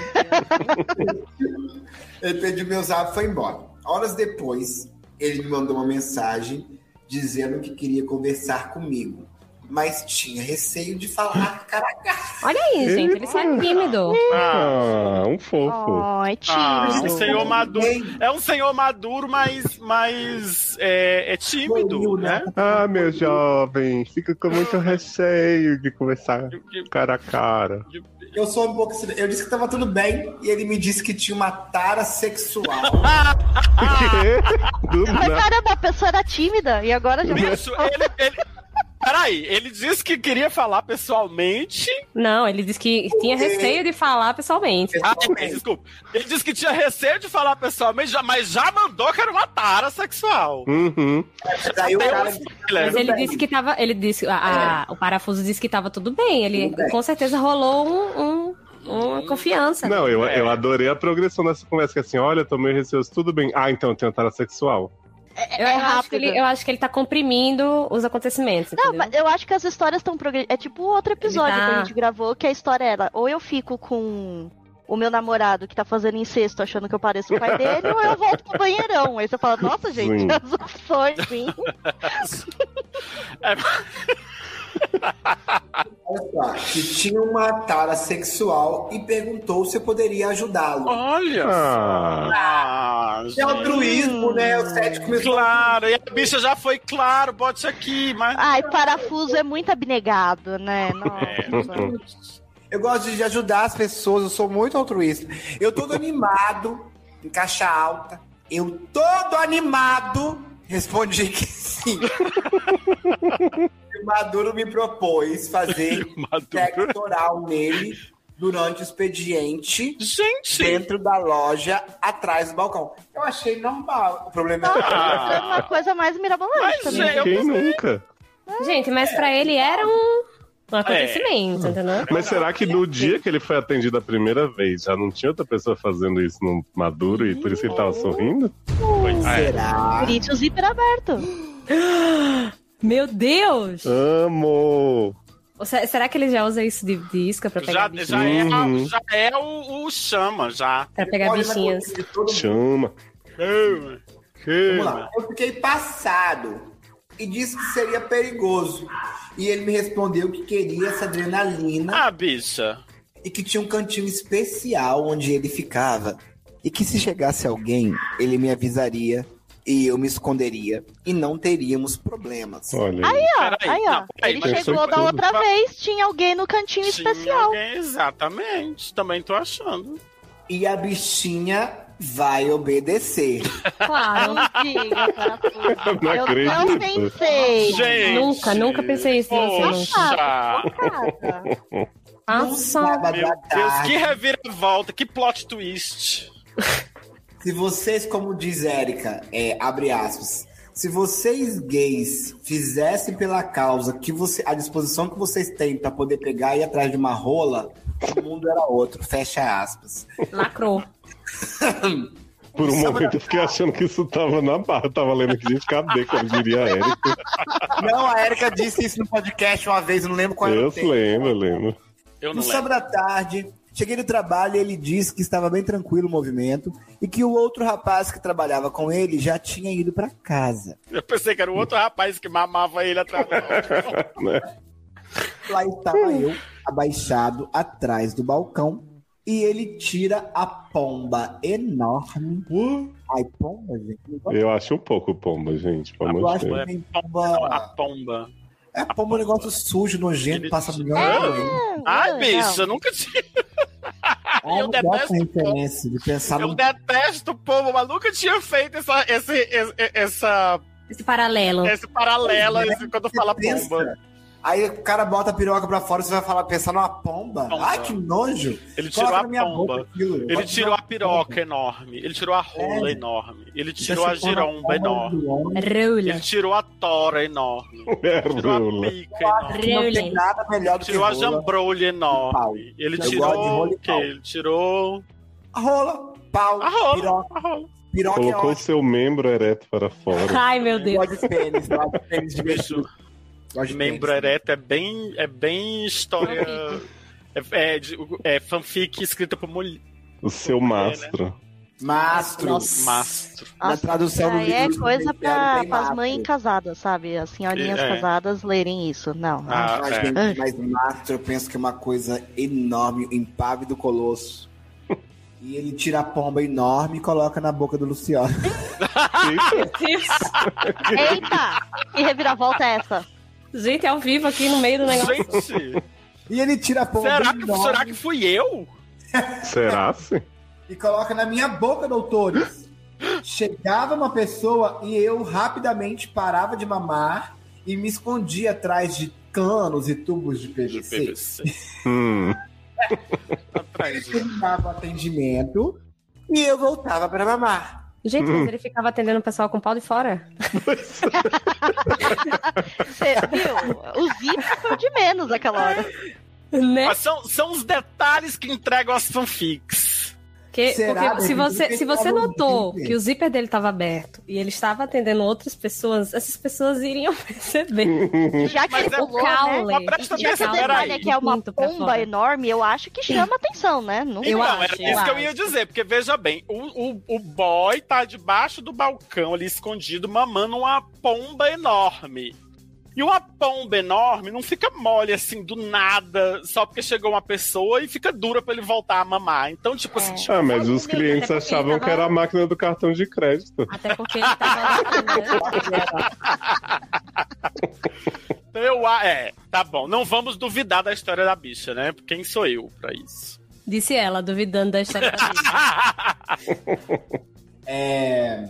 Speaker 3: ele pediu meu zap e foi embora. Horas depois, ele me mandou uma mensagem dizendo que queria conversar comigo, mas tinha receio de falar cara a cara.
Speaker 6: Olha aí, gente, ele só é tímido.
Speaker 4: Ah,
Speaker 1: Ah, um fofo.
Speaker 5: Ai, tio.
Speaker 4: Ah, um senhor maduro.
Speaker 3: Bem,
Speaker 4: É um senhor maduro, mas, mas é, é tímido,
Speaker 3: Boiu,
Speaker 4: né?
Speaker 3: né?
Speaker 1: Ah, meu jovem, fica com muito receio de conversar cara a cara.
Speaker 3: Eu sou um pouco. silen- Eu disse que tava tudo bem e ele me disse que tinha uma tara sexual.
Speaker 1: Quê? Do
Speaker 5: Mas
Speaker 1: nada.
Speaker 5: caramba, a pessoa era tímida e agora já. tá-
Speaker 1: é-
Speaker 4: Bicho, ele, ele. Peraí, ele disse que queria falar pessoalmente.
Speaker 6: Não, ele disse que tinha receio de falar pessoalmente.
Speaker 4: Ah, desculpa. Ele disse que tinha receio de falar pessoalmente, já- mas já mandou que era uma tara sexual. é-
Speaker 1: Uhum.
Speaker 3: Daí o
Speaker 4: Tem
Speaker 3: cara.
Speaker 4: uma
Speaker 6: Mas
Speaker 4: filha.
Speaker 6: ele
Speaker 3: bem.
Speaker 6: disse que tava. Ele disse. a- a- o parafuso disse que tava tudo bem. Ele
Speaker 3: Tudo bem.
Speaker 6: com certeza rolou um- um- uma confiança.
Speaker 1: Não, eu, eu adorei a progressão dessa conversa, que assim, olha, tô meio receoso, tudo bem. Ah, então eu tenho tara sexual.
Speaker 6: eu,
Speaker 5: é
Speaker 6: acho que
Speaker 5: rápido.
Speaker 6: ele, eu acho que ele tá comprimindo os acontecimentos.
Speaker 5: Não,
Speaker 6: entendeu?
Speaker 5: mas eu acho que as histórias estão progredindo. É tipo outro episódio
Speaker 6: Ele tá-
Speaker 5: que
Speaker 4: Ah.
Speaker 5: a gente gravou, que a história era: ou eu fico com o meu namorado que tá fazendo incesto, achando que eu pareço o pai dele, ou eu volto pro banheirão. Aí você fala, nossa, gente, <laughs>
Speaker 1: Sim.
Speaker 5: as assim." opções, sim.
Speaker 3: Olha só, assim, que tinha uma tara sexual e perguntou se eu poderia ajudá-lo.
Speaker 4: Olha
Speaker 1: Ah.
Speaker 4: só. Ah,
Speaker 3: É
Speaker 4: gente.
Speaker 3: altruísmo, né? O cético começou
Speaker 4: Claro, e a bicha já foi, claro, bote aqui, mas.
Speaker 5: Ai, parafuso é muito abnegado, né?
Speaker 1: É.
Speaker 5: Nossa.
Speaker 3: Eu gosto de ajudar as pessoas, eu sou muito altruísta. Eu todo animado, em caixa alta. Eu todo animado, respondi que sim. <laughs> o Maduro me propôs fazer
Speaker 4: Maduro.
Speaker 3: sexo oral nele durante o expediente
Speaker 4: Gente!
Speaker 3: dentro da loja, atrás do balcão. Eu achei normal. O problema é
Speaker 5: Nossa,
Speaker 4: Ah.
Speaker 5: isso é uma coisa mais mirabolante
Speaker 4: Mas, é,
Speaker 5: também.
Speaker 4: gente, eu
Speaker 1: Quem nunca?
Speaker 6: Gente, mas pra ele era um, Um
Speaker 4: É.
Speaker 6: acontecimento, entendeu?
Speaker 1: Mas será que no dia que ele foi atendido a primeira vez, já não tinha outra pessoa fazendo isso no Maduro e por isso ele tava sorrindo?
Speaker 4: é.
Speaker 3: Será?
Speaker 5: Por isso o zíper aberto.
Speaker 6: Meu Deus!
Speaker 1: É. Amo!
Speaker 6: Ou se- será que ele já usa isso de, de isca pra pegar
Speaker 4: Já,
Speaker 6: bichinhos?
Speaker 4: já é, a-
Speaker 1: Uhum.
Speaker 4: já é o, o chama, já.
Speaker 6: Pra pegar
Speaker 3: Olha na
Speaker 6: bichinhas.
Speaker 3: <laughs> boca de todo mundo.
Speaker 1: Chama!
Speaker 4: Chama.
Speaker 3: Vamos lá. Eu fiquei passado e disse que seria perigoso. E ele me respondeu que queria essa adrenalina
Speaker 4: Ah, bicha.
Speaker 3: e que tinha um cantinho especial onde ele ficava. E que se chegasse alguém, ele me avisaria e eu me esconderia e não teríamos problemas.
Speaker 1: Olha.
Speaker 5: Aí, ó.
Speaker 4: Peraí,
Speaker 5: aí, ó.
Speaker 4: não, peraí,
Speaker 5: ele
Speaker 1: mas-
Speaker 5: chegou da outra
Speaker 4: Mas-
Speaker 5: vez, tinha alguém no cantinho
Speaker 4: Tinha
Speaker 5: especial.
Speaker 4: alguém- Exatamente. Também tô achando.
Speaker 3: E a bichinha vai obedecer.
Speaker 6: Claro.
Speaker 5: Ah, Não diga, cara, puta.
Speaker 1: Não
Speaker 5: Eu não
Speaker 1: acredito.
Speaker 5: pensei.
Speaker 4: Gente.
Speaker 6: Nunca, nunca pensei isso, não sei, não.
Speaker 5: Ah,
Speaker 4: Poxa.
Speaker 5: Cara,
Speaker 6: Ah,
Speaker 3: No
Speaker 6: Nossa,
Speaker 3: sábado
Speaker 4: Meu
Speaker 3: à
Speaker 4: Deus,
Speaker 3: tarde,
Speaker 4: que reviravolta, que plot twist.
Speaker 3: se vocês, como diz Érica, é, abre aspas, se vocês gays fizessem pela causa que você, a disposição que vocês têm para poder pegar e ir atrás de uma rola, o mundo era outro. Fecha aspas.
Speaker 6: lacrou.
Speaker 1: Por um momento eu fiquei achando que isso tava na barra, tava lendo que de cadê, como diria a
Speaker 3: <laughs>
Speaker 1: Erika.
Speaker 3: Não, a Erika disse isso no podcast uma vez, eu não lembro qual era
Speaker 1: Eu
Speaker 3: o tema.
Speaker 1: lembro, eu lembro.
Speaker 4: Eu
Speaker 3: No
Speaker 4: não lembro.
Speaker 3: sábado à tarde, cheguei do trabalho e ele disse que estava bem tranquilo o movimento e que o outro rapaz que trabalhava com ele já tinha ido para casa.
Speaker 4: Eu pensei que era o outro rapaz que mamava ele através.
Speaker 3: Lá estava eu, abaixado atrás do balcão, e ele tira a pomba enorme. Ai, pomba, gente. não gosto.
Speaker 1: Eu acho um pouco pomba, gente, pelo
Speaker 3: Eu
Speaker 1: amor de
Speaker 3: acho que
Speaker 1: Deus.
Speaker 3: tem
Speaker 4: a
Speaker 3: pomba.
Speaker 4: pomba.
Speaker 3: É pomba um negócio sujo, nojento,
Speaker 4: Ele-
Speaker 3: passa milhão
Speaker 4: É?
Speaker 3: de anos.
Speaker 4: Ai,
Speaker 5: não,
Speaker 4: bicha, nunca tinha.
Speaker 3: Ai,
Speaker 4: Eu
Speaker 3: não gosto
Speaker 4: detesto
Speaker 3: dessa referência de pensar
Speaker 4: Eu
Speaker 3: Tá no
Speaker 4: detesto pomba, mas nunca tinha feito essa, esse, esse, essa,
Speaker 6: Esse paralelo.
Speaker 4: esse paralelo
Speaker 3: Pois é,
Speaker 4: esse- quando fala
Speaker 3: pensa.
Speaker 4: pomba.
Speaker 3: Aí o cara bota a piroca pra fora, você vai falar, pensar numa pomba.
Speaker 4: Pomba.
Speaker 3: Ai, que nojo.
Speaker 4: Ele
Speaker 3: Coloca
Speaker 4: tirou a
Speaker 3: na minha boca
Speaker 4: pomba.
Speaker 3: aquilo.
Speaker 4: Ele
Speaker 3: Bota
Speaker 4: tirou a
Speaker 3: na
Speaker 4: piroca enorme. Ele tirou a rola
Speaker 3: É.
Speaker 4: enorme. Ele
Speaker 3: boca.
Speaker 4: tirou a
Speaker 3: Você põe na
Speaker 4: giromba é
Speaker 3: palma
Speaker 4: enorme.
Speaker 3: do homem.
Speaker 4: Ele
Speaker 6: Rula.
Speaker 4: tirou a tora enorme.
Speaker 1: É,
Speaker 4: Tirou a
Speaker 1: Lula.
Speaker 4: pica enorme.
Speaker 3: Não tem
Speaker 6: Rula.
Speaker 3: nada melhor do que
Speaker 4: Tirou a
Speaker 3: rola.
Speaker 4: jambrolha
Speaker 3: Pau.
Speaker 4: enorme. Ele
Speaker 3: Eu gosto de
Speaker 4: tirou
Speaker 3: rola e
Speaker 4: o quê?
Speaker 3: pau.
Speaker 4: Ele tirou
Speaker 3: A rola, pau,
Speaker 4: a Ah, rola.
Speaker 3: piroca.
Speaker 4: A rola.
Speaker 3: Piroca
Speaker 1: Colocou
Speaker 3: é
Speaker 1: seu membro ereto para fora.
Speaker 6: Ai, meu
Speaker 3: ótimo.
Speaker 6: Deus.
Speaker 3: Gosto de pênis, gosto de pênis de
Speaker 4: Bicho,
Speaker 3: beijo. Gosto de
Speaker 4: Membro
Speaker 3: pênis.
Speaker 4: ereto é bem, é bem história. É, é de- é fanfic escrita por mulher.
Speaker 1: O seu mastro.
Speaker 3: Mastro.
Speaker 6: Nossa.
Speaker 4: Mastro.
Speaker 3: Na
Speaker 5: Nossa,
Speaker 3: tradução do
Speaker 5: Aí é
Speaker 3: livro do
Speaker 5: coisa
Speaker 3: Império
Speaker 5: pra,
Speaker 3: tem
Speaker 5: pras
Speaker 3: mastro.
Speaker 5: mães casadas, sabe? As senhorinhas
Speaker 4: É.
Speaker 5: casadas lerem isso. Não.
Speaker 4: Ah,
Speaker 3: Mas, um
Speaker 4: é.
Speaker 3: gente, mas mastro, eu penso que é uma coisa enorme, o impávido do
Speaker 6: <laughs>
Speaker 3: colosso. E ele tira a pomba enorme e coloca na boca do Luciano.
Speaker 1: Eita,
Speaker 5: Eita! Que reviravolta é essa?
Speaker 6: Gente, ao vivo aqui no meio do negócio.
Speaker 4: Gente,
Speaker 3: E ele tira a pomba
Speaker 4: será que,
Speaker 3: enorme
Speaker 4: será que fui eu?
Speaker 1: será assim?
Speaker 3: e coloca na minha boca, doutores. Chegava uma pessoa e eu rapidamente parava de mamar e me escondia atrás de canos e tubos de
Speaker 4: De
Speaker 3: PVC.
Speaker 4: PVC.
Speaker 1: Hum.
Speaker 4: Atrás de-
Speaker 3: Terminava o um atendimento e eu voltava para mamar.
Speaker 6: Gente, mas ele ficava atendendo o pessoal com pau de fora.
Speaker 5: Você viu? O zíper foi o de menos aquela hora.
Speaker 6: Né?
Speaker 4: Mas são, são os detalhes que entregam as fanfics.
Speaker 6: Que-
Speaker 3: Será,
Speaker 6: porque
Speaker 3: David?
Speaker 6: se você,
Speaker 3: Porque
Speaker 6: se você
Speaker 3: tava um
Speaker 6: notou
Speaker 3: zíper.
Speaker 6: que o zíper dele estava aberto e ele estava atendendo outras pessoas, essas pessoas iriam <laughs> perceber.
Speaker 5: Já que
Speaker 4: Mas
Speaker 5: ele
Speaker 4: é-
Speaker 5: pulou,
Speaker 6: o caule.
Speaker 5: né?
Speaker 4: Mas
Speaker 5: Já
Speaker 4: presta
Speaker 5: que o
Speaker 4: atenção,
Speaker 5: detalhe
Speaker 4: peraí.
Speaker 5: é que é uma
Speaker 6: Pinto pra
Speaker 5: pomba
Speaker 6: fora.
Speaker 5: enorme, eu acho que chama atenção, né? Não
Speaker 6: Eu
Speaker 5: sei.
Speaker 4: então,
Speaker 6: acho,
Speaker 4: era isso
Speaker 6: eu
Speaker 4: que eu ia
Speaker 6: acho.
Speaker 4: dizer, porque veja bem, o, o, o boy tá debaixo do balcão ali escondido, mamando uma pomba enorme. E uma pomba enorme não fica mole assim do nada, só porque chegou uma pessoa e fica dura pra ele voltar a mamar. Então, tipo assim,
Speaker 5: É.
Speaker 4: tipo,
Speaker 1: Ah, mas os clientes achavam que era a máquina do cartão de crédito.
Speaker 6: <laughs> Até porque ele estava lá atendendo.
Speaker 4: eu. a- É, tá bom. Não vamos duvidar da história da bicha, né? Quem sou eu pra isso?
Speaker 6: Disse ela, duvidando da história da vida.
Speaker 3: <laughs> É.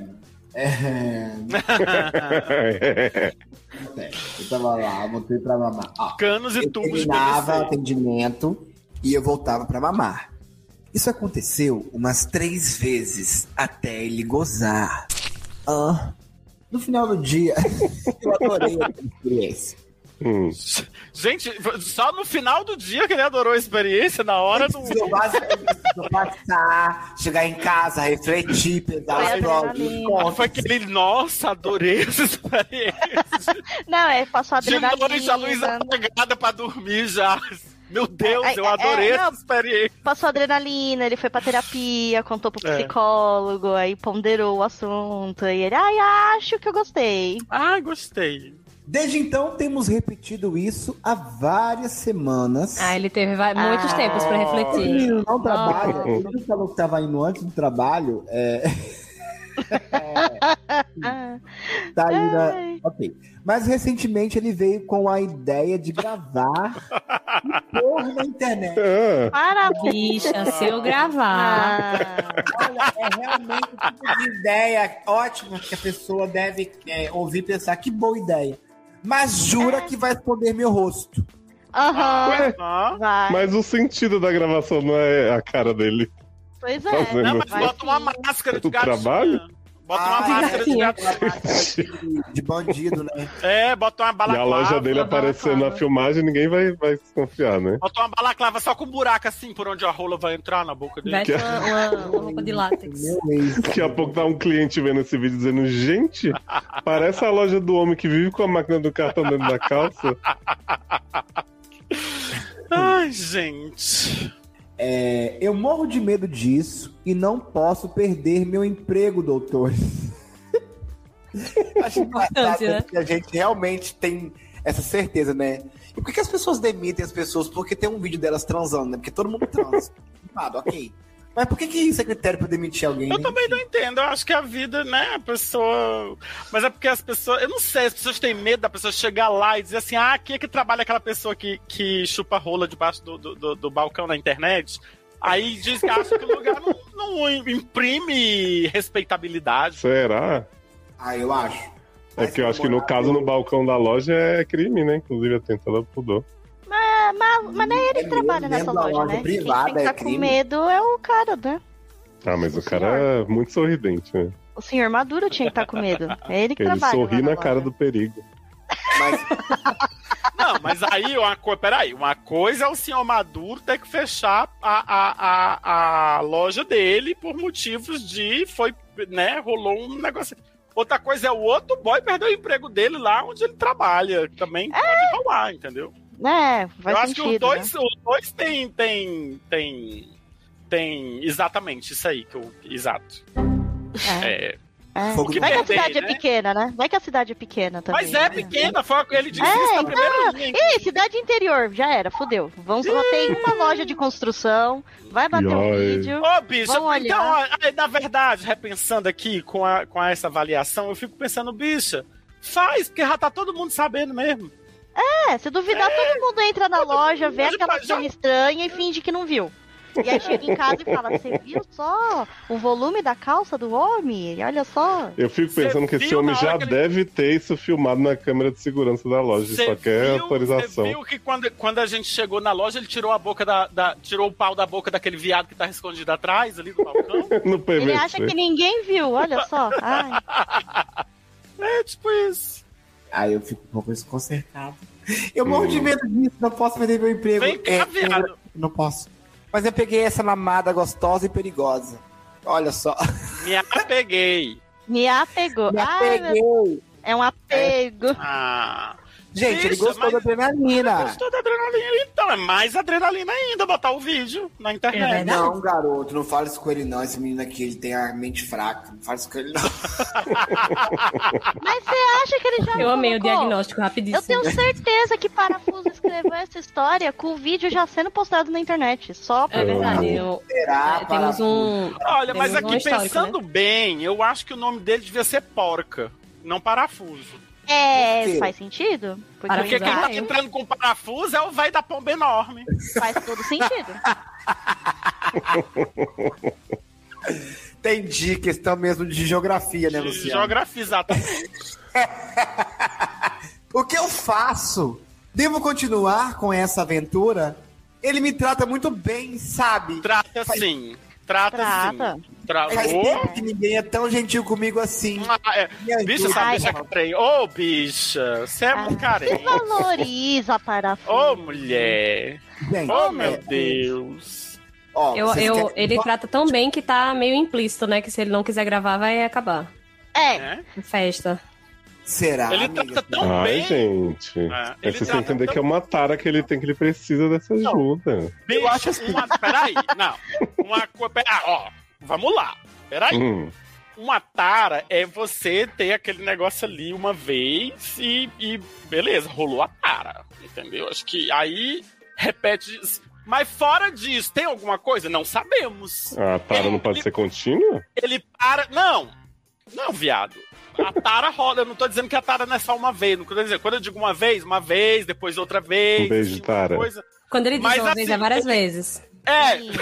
Speaker 3: é...
Speaker 5: Ah.
Speaker 3: Eu tava lá, voltei pra mamar. Ó,
Speaker 4: <laughs> Canos e
Speaker 3: eu
Speaker 4: tubos de
Speaker 3: terminava o
Speaker 4: PVC.
Speaker 3: atendimento e eu voltava pra mamar. Isso aconteceu umas três vezes até ele gozar. <laughs> Ah, no final do dia, eu adorei a experiência.
Speaker 1: <laughs> Hum.
Speaker 4: Gente, só no final do dia que ele adorou a experiência, na hora do.
Speaker 3: Se eu passo- se eu passar, chegar em casa, refletir, pesar
Speaker 5: Foi
Speaker 3: as provas.
Speaker 5: adrenalina.
Speaker 3: os
Speaker 4: Foi
Speaker 3: pontos.
Speaker 4: aquele, nossa, adorei essa
Speaker 5: Tá
Speaker 4: experiência.
Speaker 5: Não, é passou
Speaker 4: De
Speaker 5: adrenalina.
Speaker 4: noite, a luz apagada pra dormir já. Meu Deus,
Speaker 5: né? É, é,
Speaker 4: eu
Speaker 5: é,
Speaker 4: adorei essa
Speaker 5: não.
Speaker 4: experiência.
Speaker 5: Passou adrenalina, ele foi pra terapia, contou pro
Speaker 4: É.
Speaker 5: psicólogo, aí ponderou o assunto. E ele, ai, acho que eu gostei.
Speaker 4: Ah, gostei.
Speaker 9: Desde então, temos repetido isso há várias semanas.
Speaker 6: Ah, ele teve vai- muitos
Speaker 5: Ah.
Speaker 6: tempos pra refletir.
Speaker 9: Ele não trabalha.
Speaker 5: Ah.
Speaker 9: Ele não falou que estava indo antes do trabalho. É,
Speaker 5: Ah,
Speaker 9: tá aí na-
Speaker 5: ai.
Speaker 9: Ok. Mas recentemente ele veio com a ideia de gravar um porno na internet.
Speaker 1: Ah,
Speaker 5: Parabéns.
Speaker 6: Bicha, se eu gravar.
Speaker 5: Ah,
Speaker 9: Olha, é realmente
Speaker 3: Realmente, que ideia ótima que a pessoa deve é, ouvir e pensar. Que boa ideia.
Speaker 9: Mas jura que vai esconder meu rosto.
Speaker 5: Aham.
Speaker 1: ué,
Speaker 5: Vai.
Speaker 1: mas o sentido da gravação não é a
Speaker 5: <laughs>
Speaker 1: cara dele.
Speaker 5: Pois
Speaker 1: Tá
Speaker 5: é.
Speaker 1: vendo?
Speaker 4: Não, mas
Speaker 5: Vai
Speaker 4: bota uma
Speaker 5: sim.
Speaker 4: máscara de
Speaker 1: O
Speaker 4: gatinha.
Speaker 1: trabalho?
Speaker 4: Bota uma
Speaker 3: Ah,
Speaker 4: máscara de
Speaker 6: gatinha.
Speaker 4: gatinha.
Speaker 9: De bandido, né?
Speaker 4: É, bota uma
Speaker 1: E a
Speaker 4: balaclava.
Speaker 1: loja dele
Speaker 5: balaclava.
Speaker 1: aparecendo na filmagem, ninguém vai, vai desconfiar, né?
Speaker 4: Bota uma balaclava só com um buraco assim, por onde a rola vai entrar na boca dele.
Speaker 6: Veste uma, uma- uma roupa de látex.
Speaker 9: Meu ex.
Speaker 1: Daqui a pouco tá um cliente vendo esse vídeo dizendo: Gente, parece a loja do homem que vive com a máquina do cartão dentro da calça.
Speaker 5: <laughs>
Speaker 4: Ai, gente.
Speaker 9: É, eu morro de medo disso e não posso perder meu emprego, doutor.
Speaker 3: Acho
Speaker 6: Importante, né?
Speaker 3: que a gente realmente tem essa certeza, né? E por que, que as pessoas demitem as pessoas? Porque tem um vídeo delas transando, né? Porque todo mundo transa. Claro, ok. Mas por que, que isso é critério pra demitir alguém?
Speaker 4: Eu
Speaker 3: né?
Speaker 4: também não entendo. Eu acho que a vida, né, a pessoa. Mas é porque as pessoas. Eu não sei, as pessoas têm medo da pessoa chegar lá e dizer assim: ah, aqui é que trabalha aquela pessoa que, que chupa rola debaixo do, do, do- do balcão na internet. Aí diz que acha que o lugar não, não imprime respeitabilidade.
Speaker 1: Será?
Speaker 3: Ah, eu acho.
Speaker 1: É
Speaker 3: Mas
Speaker 1: porque eu acho que no
Speaker 3: namorado-
Speaker 1: caso no balcão da loja é crime, né? Inclusive atentado pudor.
Speaker 5: Ah, mas, mas nem ele
Speaker 3: É
Speaker 5: trabalha
Speaker 3: mesmo,
Speaker 5: nessa
Speaker 3: dentro da
Speaker 5: loja,
Speaker 3: loja
Speaker 5: né?
Speaker 3: privada,
Speaker 5: Quem tem que
Speaker 3: é
Speaker 5: tá com
Speaker 3: crime.
Speaker 5: medo é o cara, né?
Speaker 1: Ah, mas o cara é muito sorridente, né?
Speaker 5: O senhor Maduro tinha que estar com medo. É ele que
Speaker 1: Ele
Speaker 5: trabalha.
Speaker 1: sorri
Speaker 5: lá
Speaker 1: na
Speaker 5: loja.
Speaker 1: cara do perigo.
Speaker 3: Mas
Speaker 4: Não, mas aí uma coisa. Peraí, uma coisa é o senhor Maduro ter que fechar a, a, a, a loja dele por motivos de. Foi, né? Rolou um negócio. Outra coisa é o outro boy perder o emprego dele lá onde ele trabalha. que Também pode rolar, entendeu?
Speaker 5: É, faz
Speaker 4: Eu acho
Speaker 5: sentido.
Speaker 4: que os
Speaker 5: né?
Speaker 4: dois, os dois tem, tem, tem, tem exatamente isso aí que eu. Exato.
Speaker 5: É,
Speaker 4: É.
Speaker 5: é.
Speaker 3: Fogo de
Speaker 5: Vai que a
Speaker 4: perder,
Speaker 5: cidade
Speaker 4: né?
Speaker 5: é pequena, né? Vai que a cidade é pequena também.
Speaker 4: Mas é
Speaker 5: né?
Speaker 4: pequena, foi, ele disse
Speaker 5: É,
Speaker 4: isso na
Speaker 5: então,
Speaker 4: primeira linha.
Speaker 5: Ih, cidade interior, já era, fudeu. Vamos só tem uma loja de construção, vai bater um
Speaker 1: Pior, é.
Speaker 5: vídeo.
Speaker 4: Ô, bicho,
Speaker 5: Vamos
Speaker 4: então, ó, aí, na verdade, repensando aqui com, a- com essa avaliação, eu fico pensando, bicha, faz, porque já tá todo mundo sabendo mesmo.
Speaker 5: É, se duvidar, todo mundo entra na loja, vê
Speaker 4: mundo
Speaker 5: aquela
Speaker 4: já-
Speaker 5: cena estranha e finge que não viu. E aí chega em casa e fala: Você viu só o volume da calça do homem? Olha só.
Speaker 1: Eu fico
Speaker 4: Cê
Speaker 1: pensando que esse
Speaker 4: viu
Speaker 1: homem
Speaker 4: na
Speaker 1: já
Speaker 4: hora que ele-
Speaker 1: deve ter isso filmado na câmera de segurança da loja.
Speaker 4: Cê
Speaker 1: só quer
Speaker 4: viu-
Speaker 1: autorização.
Speaker 4: cê viu que quando, quando a gente chegou na loja, ele tirou a boca da, da- tirou o pau da boca daquele viado que tá escondido atrás ali do balcão?
Speaker 1: <laughs> No PVC.
Speaker 5: Ele acha que ninguém viu, olha só. Ai,
Speaker 4: <laughs> é tipo isso.
Speaker 3: Aí eu fico um pouco desconcertado. Eu morro de medo disso, não posso perder meu emprego.
Speaker 4: Hum. Vem cá,
Speaker 3: É,
Speaker 4: viado.
Speaker 3: Não posso. Mas eu peguei essa mamada gostosa e perigosa. Olha
Speaker 6: <laughs>
Speaker 3: só.
Speaker 4: Me apeguei.
Speaker 5: me apegou.
Speaker 3: Me
Speaker 5: Ai, meu-
Speaker 3: apeguei.
Speaker 5: É um apego.
Speaker 4: Ah.
Speaker 3: Gente, ele
Speaker 4: Bicha,
Speaker 3: gostou
Speaker 4: mas-
Speaker 3: da adrenalina.
Speaker 4: Gostou da adrenalina? Então, é mais adrenalina ainda botar o vídeo na
Speaker 6: É
Speaker 4: internet.
Speaker 6: verdade.
Speaker 3: Não, garoto, não fale isso com ele, não. Esse menino aqui, ele tem a mente fraca. Não fale isso com ele, não. <laughs>
Speaker 5: Mas você acha que ele já.
Speaker 6: Eu amei o
Speaker 5: colocou?
Speaker 6: diagnóstico rapidíssimo.
Speaker 5: Eu tenho certeza que Parafuso escreveu essa história com o vídeo já sendo postado na internet. Só pra
Speaker 6: É verdade. eu-
Speaker 3: Será?
Speaker 6: é, temos um.
Speaker 4: Olha, mas
Speaker 6: Temos um
Speaker 4: aqui
Speaker 6: histórico,
Speaker 4: pensando bem, eu acho que o nome dele devia ser Porca, não Parafuso.
Speaker 5: É,
Speaker 3: Por quê?
Speaker 5: faz sentido? Porque,
Speaker 6: Parafuso
Speaker 4: Porque
Speaker 6: Exato.
Speaker 4: quem tá
Speaker 6: Ah, eu-
Speaker 4: entrando com parafuso é o velho da pomba enorme.
Speaker 5: faz todo
Speaker 4: <laughs>
Speaker 5: sentido.
Speaker 3: Entendi, questão então, mesmo de geografia, né,
Speaker 4: De
Speaker 3: Luciano?
Speaker 4: geografia, exatamente.
Speaker 3: O que eu faço? Devo continuar com essa aventura? Ele me trata muito bem, sabe?
Speaker 4: Trata assim. Trata,
Speaker 5: Trata.
Speaker 4: sim. Tra...
Speaker 3: Faz
Speaker 4: Ô,
Speaker 3: tempo que ninguém é tão gentil comigo assim.
Speaker 4: ah, é.
Speaker 3: Me ajuda.
Speaker 4: Bicho, essa
Speaker 5: Ai,
Speaker 4: bicha que trem. Ô, bicha, você é muito
Speaker 5: Se
Speaker 4: carente.
Speaker 5: valoriza a
Speaker 4: Ô, <laughs>
Speaker 5: parafuso.
Speaker 4: Oh, mulher.
Speaker 3: Gente,
Speaker 4: Ô, meu Deus.
Speaker 3: ó,
Speaker 6: Eu,
Speaker 3: vocês
Speaker 6: eu-
Speaker 3: querem-
Speaker 6: ele trata tão bem que tá meio implícito, né? Que se ele não quiser gravar, vai acabar.
Speaker 5: É,
Speaker 4: É.
Speaker 6: a Festa.
Speaker 3: Será,
Speaker 4: Ele
Speaker 3: Ah, amiga?
Speaker 4: trata tão
Speaker 1: Ai,
Speaker 4: bem.
Speaker 1: gente.
Speaker 4: Ah,
Speaker 1: Aí vocês
Speaker 4: ele
Speaker 1: têm
Speaker 4: trata
Speaker 1: que entender
Speaker 4: tão-
Speaker 1: que é uma tara que ele tem, que ele precisa dessa ajuda.
Speaker 4: Bicho,
Speaker 3: Eu acho assim.
Speaker 4: uma... um Peraí, não. Uma coisa... Ah, ó, vamos lá. Peraí.
Speaker 1: Hum.
Speaker 4: Uma tara é você ter aquele negócio ali uma vez e, e beleza, rolou a tara. Entendeu? Acho que aí repete... Mas fora disso, tem alguma coisa? Não sabemos.
Speaker 1: A tara não pode ser contínua?
Speaker 4: Ele para. Não! Não, viado. A tara roda. Eu não tô dizendo que a tara não é só uma vez. Não tô dizendo. Quando eu digo uma vez, uma vez, depois outra vez.
Speaker 1: Um beijo,
Speaker 4: assim, uma
Speaker 1: tara.
Speaker 4: Coisa.
Speaker 6: Quando ele diz
Speaker 4: Mas
Speaker 6: uma vez,
Speaker 4: assim,
Speaker 6: é várias vezes.
Speaker 4: É,
Speaker 5: isso.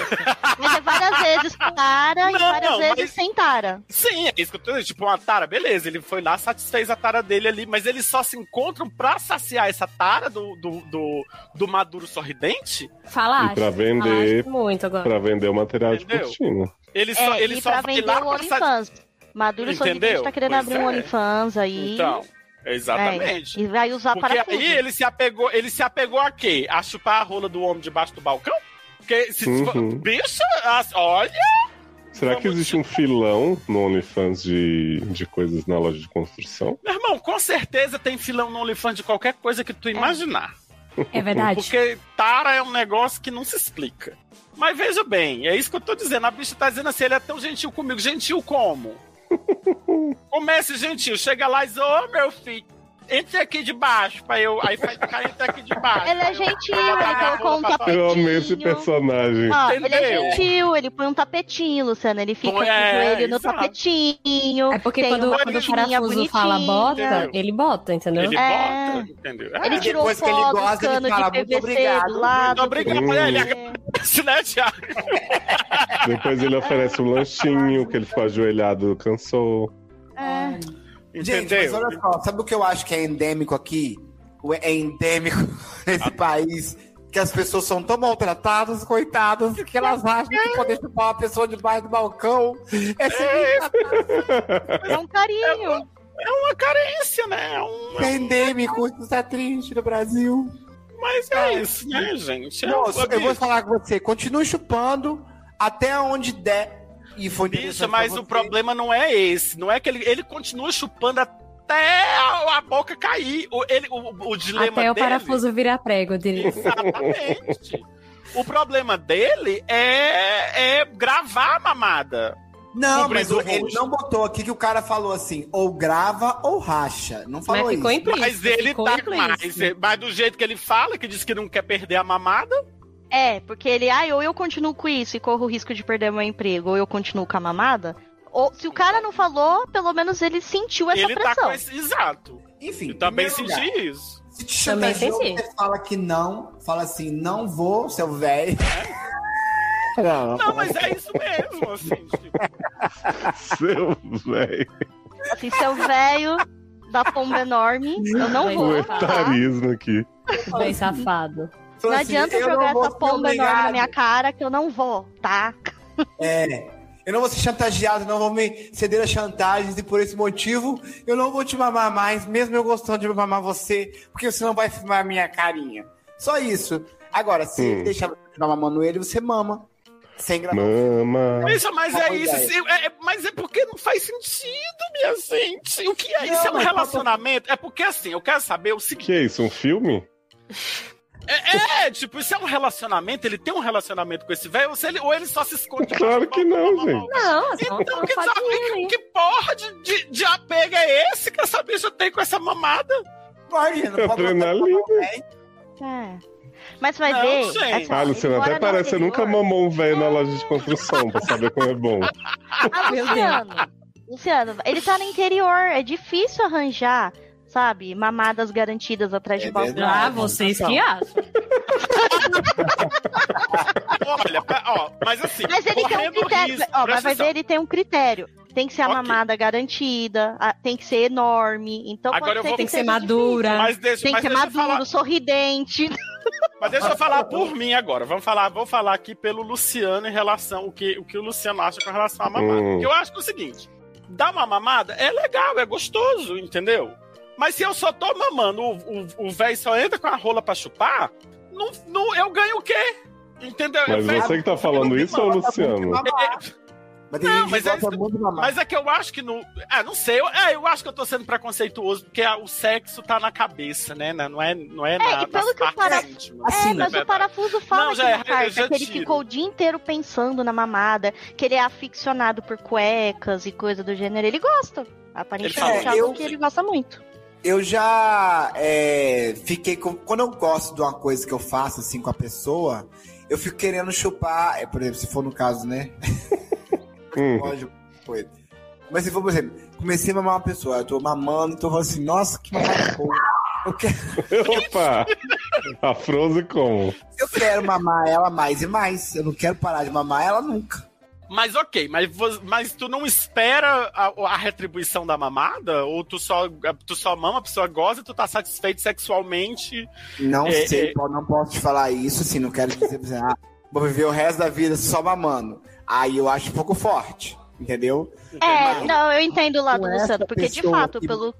Speaker 5: Mas é várias vezes com Tara e
Speaker 4: Não,
Speaker 5: várias
Speaker 4: não,
Speaker 5: vezes
Speaker 4: mas-
Speaker 5: sem Tara.
Speaker 4: sim, é isso que eu tô dizendo. Tipo, uma tara, beleza. Ele foi lá, satisfez a tara dele ali, mas eles só se encontram pra saciar essa tara do, do, do, do maduro sorridente.
Speaker 6: Falaste.
Speaker 1: E pra vender-
Speaker 6: falaste muito agora.
Speaker 1: Pra vender o material de
Speaker 4: Entendeu?
Speaker 1: cortina.
Speaker 4: Ele só,
Speaker 5: É,
Speaker 4: ele
Speaker 5: e
Speaker 4: só
Speaker 5: pra
Speaker 4: vai
Speaker 5: vender
Speaker 4: lá
Speaker 5: o
Speaker 4: pra sa-
Speaker 5: OnlyFans. Maduro
Speaker 4: Entendeu?
Speaker 5: Sorridente tá querendo
Speaker 4: Pois
Speaker 5: abrir um
Speaker 4: é.
Speaker 5: OnlyFans aí.
Speaker 4: Então, exatamente.
Speaker 5: É, e vai usar
Speaker 4: Porque
Speaker 5: parafuso.
Speaker 4: aí ele se apegou, ele se apegou a quê? A chupar a rola do homem debaixo do balcão? Porque se
Speaker 1: Uhum.
Speaker 4: bicho, as- olha,
Speaker 1: Será que
Speaker 4: Vamos-
Speaker 1: existe um filão no OnlyFans de, de coisas na loja de construção?
Speaker 4: meu irmão, com certeza tem filão no OnlyFans de qualquer coisa que tu imaginar.
Speaker 6: É verdade.
Speaker 4: Porque tara é um negócio que não se explica. Mas veja bem, é isso que eu tô dizendo. A bicha tá dizendo assim, ele é tão gentil comigo.
Speaker 3: <laughs>
Speaker 4: Gentil como? Comece gentil, chega lá e diz, ô meu filho, entre aqui de baixo, pra eu. Aí faz cara, entra aqui de baixo.
Speaker 5: Ele é
Speaker 4: Aí eu-
Speaker 5: gentil,
Speaker 4: eu vou
Speaker 5: ele
Speaker 4: botar a
Speaker 5: colocou um
Speaker 4: rola pra fora.
Speaker 5: tapetinho.
Speaker 1: Eu amei esse personagem.
Speaker 5: Ó, ele
Speaker 4: Entendeu?
Speaker 5: é gentil, ele põe um tapetinho, Luciana. Ele fica
Speaker 4: Põe-
Speaker 5: com o
Speaker 4: é,
Speaker 5: joelho no
Speaker 4: exato.
Speaker 5: tapetinho.
Speaker 6: É porque
Speaker 5: tem
Speaker 6: quando,
Speaker 5: uma
Speaker 6: quando o
Speaker 5: bonitinha,
Speaker 6: parafuso fala
Speaker 5: bonitinha.
Speaker 6: bota, ele bota, entendeu?
Speaker 4: Ele
Speaker 5: É.
Speaker 4: bota, entendeu? É.
Speaker 5: Ele tirou
Speaker 3: Depois que ele
Speaker 5: foto
Speaker 3: gosta,
Speaker 5: do
Speaker 3: ele
Speaker 5: cano
Speaker 3: fala,
Speaker 5: de
Speaker 3: "Muito
Speaker 5: PVC
Speaker 3: obrigado,
Speaker 5: do lado.
Speaker 4: muito obrigado,
Speaker 5: do
Speaker 1: mulher, ele
Speaker 5: PVC.
Speaker 4: Isso, né, Thiago?
Speaker 5: Ah.
Speaker 1: Depois ele oferece um lanchinho, que ele ficou ajoelhado, cansou.
Speaker 5: É.
Speaker 3: Gente, mas
Speaker 4: Entendeu?
Speaker 3: olha só, sabe o que eu acho que é endêmico aqui? O- É endêmico <laughs>
Speaker 4: Ah.
Speaker 3: nesse país que as pessoas são tão maltratadas, coitadas, que elas acham que poder chupar uma pessoa debaixo do balcão é ser
Speaker 5: É um carinho.
Speaker 4: É uma carência, né? É um-
Speaker 3: é endêmico. Isso é triste no Brasil.
Speaker 4: Mas é isso, né, gente? É
Speaker 3: Não,
Speaker 4: um-
Speaker 3: eu vou falar com você. Continue chupando até onde der. E foi
Speaker 4: Bicha,
Speaker 3: interessante
Speaker 4: mas
Speaker 3: pra
Speaker 4: o
Speaker 3: você.
Speaker 4: problema não é esse. Não é que ele, ele continua chupando até a, a boca cair. O, ele, o, o dilema
Speaker 6: Até o
Speaker 4: dele...
Speaker 6: parafuso virar prego, eu diria.
Speaker 4: Exatamente. o problema dele é, é gravar a mamada.
Speaker 3: Não,
Speaker 4: cobrir
Speaker 3: mas
Speaker 4: do
Speaker 3: ele
Speaker 4: rosto.
Speaker 3: não botou aqui que o cara falou assim: ou grava ou racha. Não falou
Speaker 6: Mas ficou
Speaker 3: isso.
Speaker 6: implícito.
Speaker 4: mas ele
Speaker 6: ficou
Speaker 4: tá mais.
Speaker 6: implícito.
Speaker 4: Mas do jeito que ele fala, que diz que não quer perder a mamada,
Speaker 5: É, porque ele, ai, ou eu continuo com isso e corro o risco de perder meu emprego, ou eu continuo com a mamada. Ou se o cara não falou, pelo menos ele sentiu essa
Speaker 4: ele tá
Speaker 5: pressão.
Speaker 4: com esse. Exato.
Speaker 3: Enfim,
Speaker 4: Eu também
Speaker 3: em primeiro
Speaker 4: senti
Speaker 3: lugar,
Speaker 4: isso.
Speaker 3: Se te chama
Speaker 6: Também
Speaker 3: de jogo,
Speaker 6: senti.
Speaker 3: você fala que não, fala assim, não vou, seu velho. Não.
Speaker 4: Não, mas é isso mesmo, assim. Tipo,
Speaker 1: Seu velho.
Speaker 5: Assim, seu velho da pomba enorme, eu não
Speaker 6: Vai
Speaker 5: vou.
Speaker 6: lá.
Speaker 5: Tá?
Speaker 1: Etarismo aqui.
Speaker 4: tá
Speaker 6: Bem safado.
Speaker 5: Não
Speaker 3: Fala assim,
Speaker 5: adianta
Speaker 3: eu não
Speaker 5: jogar
Speaker 3: vou
Speaker 5: essa
Speaker 3: ser
Speaker 5: pomba enorme na
Speaker 3: obrigado. É,
Speaker 5: minha cara que eu não vou, tá?
Speaker 3: Eu não vou ser chantageado, não vou me ceder a chantagens e por esse motivo eu não vou te mamar mais, mesmo eu gostando de mamar você, porque você não vai filmar minha carinha. Só isso. Agora, se
Speaker 1: Hum.
Speaker 3: ele deixar você continuar mamando ele, você mama. Sem gravar.
Speaker 1: Mama.
Speaker 4: Bicha, mas é
Speaker 3: Boa
Speaker 4: isso.
Speaker 3: ideia.
Speaker 4: se- é- é- mas é porque não faz sentido, minha gente. O que é isso?
Speaker 3: Não,
Speaker 4: É um
Speaker 3: mas-
Speaker 4: relacionamento? É porque assim, eu quero saber o seguinte.
Speaker 1: Que é isso? Um filme?
Speaker 4: É, tipo, isso é um relacionamento? Ele tem um relacionamento com esse velho? Ou, se ele- ou ele só se esconde?
Speaker 1: Claro que não, gente.
Speaker 6: Não, assim,
Speaker 4: Então,
Speaker 6: uma
Speaker 4: que,
Speaker 6: fotinha
Speaker 4: que,
Speaker 6: ali.
Speaker 4: que porra de, de, de apego é esse que essa bicha tem com essa mamada?
Speaker 3: Pode, não pode botar pra
Speaker 1: Adrenalina.
Speaker 3: mamar, hein?
Speaker 5: É. Mas você vai
Speaker 4: Não,
Speaker 5: ver.
Speaker 4: gente.
Speaker 5: assim,
Speaker 1: Ah, Luciana,
Speaker 5: embora
Speaker 1: até
Speaker 5: no
Speaker 1: parece. Você
Speaker 5: interior-
Speaker 1: nunca mamou um velho na loja de construção pra saber como é bom.
Speaker 5: Ah,
Speaker 6: Meu
Speaker 5: Luciano, Luciano, ele tá no interior, é difícil arranjar, sabe, mamadas garantidas atrás de
Speaker 3: É
Speaker 5: balcão.
Speaker 3: verdade.
Speaker 6: Ah, vocês que acham.
Speaker 4: Olha, pe- ó, mas assim.
Speaker 5: Mas ele tem um
Speaker 4: correndo
Speaker 5: critério,
Speaker 4: risco,
Speaker 5: ó, mas
Speaker 4: presta
Speaker 5: vai ver,
Speaker 4: atenção.
Speaker 5: ele tem um critério. Tem que ser a
Speaker 4: Ok.
Speaker 5: mamada garantida, a- tem que ser enorme, então
Speaker 4: Agora eu
Speaker 5: pode ser
Speaker 4: vou-
Speaker 5: que
Speaker 6: Tem que ser
Speaker 5: seja difícil.
Speaker 6: madura.
Speaker 4: Mas deixa,
Speaker 5: Tem que
Speaker 4: mas
Speaker 5: ser
Speaker 4: deixa eu
Speaker 5: maduro,
Speaker 4: falar.
Speaker 5: sorridente.
Speaker 4: Mas deixa eu falar por mim agora. Vamos falar, vou falar aqui pelo Luciano em relação o que o que o Luciano acha com relação à mamada.
Speaker 1: Hum.
Speaker 4: Porque Eu acho que é o seguinte, dar uma mamada é legal, é gostoso, entendeu? Mas se eu só tô mamando, o, o, o velho só entra com a rola pra chupar, não, não, eu ganho o quê? Entendeu? Eu
Speaker 1: Mas
Speaker 4: ganho-
Speaker 1: você que tá falando isso ou o Luciano?
Speaker 3: Mas tem
Speaker 4: Não,
Speaker 3: gente
Speaker 4: mas
Speaker 3: que
Speaker 4: é
Speaker 3: gosta
Speaker 4: isso-
Speaker 3: muito de mamar.
Speaker 4: Mas é que eu acho que no. Ah, não sei. Eu, é, eu acho que eu tô sendo preconceituoso, porque ah, o sexo tá na cabeça, né? na- Não é, não é, na,
Speaker 5: e pelo
Speaker 4: nas
Speaker 5: que o
Speaker 4: partes
Speaker 5: para-
Speaker 4: íntimas.
Speaker 5: É,
Speaker 3: Assim,
Speaker 5: mas
Speaker 4: é
Speaker 5: o parafuso fala
Speaker 4: Não,
Speaker 5: aqui
Speaker 4: já
Speaker 5: na
Speaker 4: é- eu
Speaker 5: carta
Speaker 4: já
Speaker 5: que ele
Speaker 4: tiro.
Speaker 5: ficou o dia inteiro pensando na mamada, que ele é aficionado por cuecas e coisa do gênero. Ele gosta.
Speaker 4: Ele
Speaker 5: Aparentemente
Speaker 4: fala,
Speaker 5: é algo
Speaker 3: eu-
Speaker 5: que ele gosta muito.
Speaker 3: Eu já é, fiquei com. Quando eu gosto de uma coisa que eu faço assim com a pessoa, eu fico querendo chupar. é, por exemplo, se for no caso, né?
Speaker 1: <laughs> Hum.
Speaker 3: Lógico, foi. Mas se for, por exemplo, comecei a mamar uma pessoa, eu tô mamando, tô falando assim, nossa, que mamada boa. Eu quero,
Speaker 1: <laughs> Opa! A Frozen como?
Speaker 3: eu quero mamar ela mais e mais. Eu não quero parar de mamar ela nunca.
Speaker 4: Mas ok, mas, vo- mas tu não espera a, a retribuição da mamada? Ou tu só, tu só mama, a pessoa goza e tu tá satisfeito sexualmente?
Speaker 3: Não
Speaker 4: É,
Speaker 3: sei,
Speaker 4: é.
Speaker 3: Paulo, não posso te falar isso, assim, não quero dizer, assim, ah, vou viver o resto da vida só mamando. Aí eu acho um pouco forte, entendeu?
Speaker 5: É, não, eu entendo o lado
Speaker 3: Com
Speaker 5: do
Speaker 3: essa
Speaker 5: Luciano, porque de
Speaker 3: pessoa
Speaker 5: fato,
Speaker 3: que-
Speaker 5: pelo,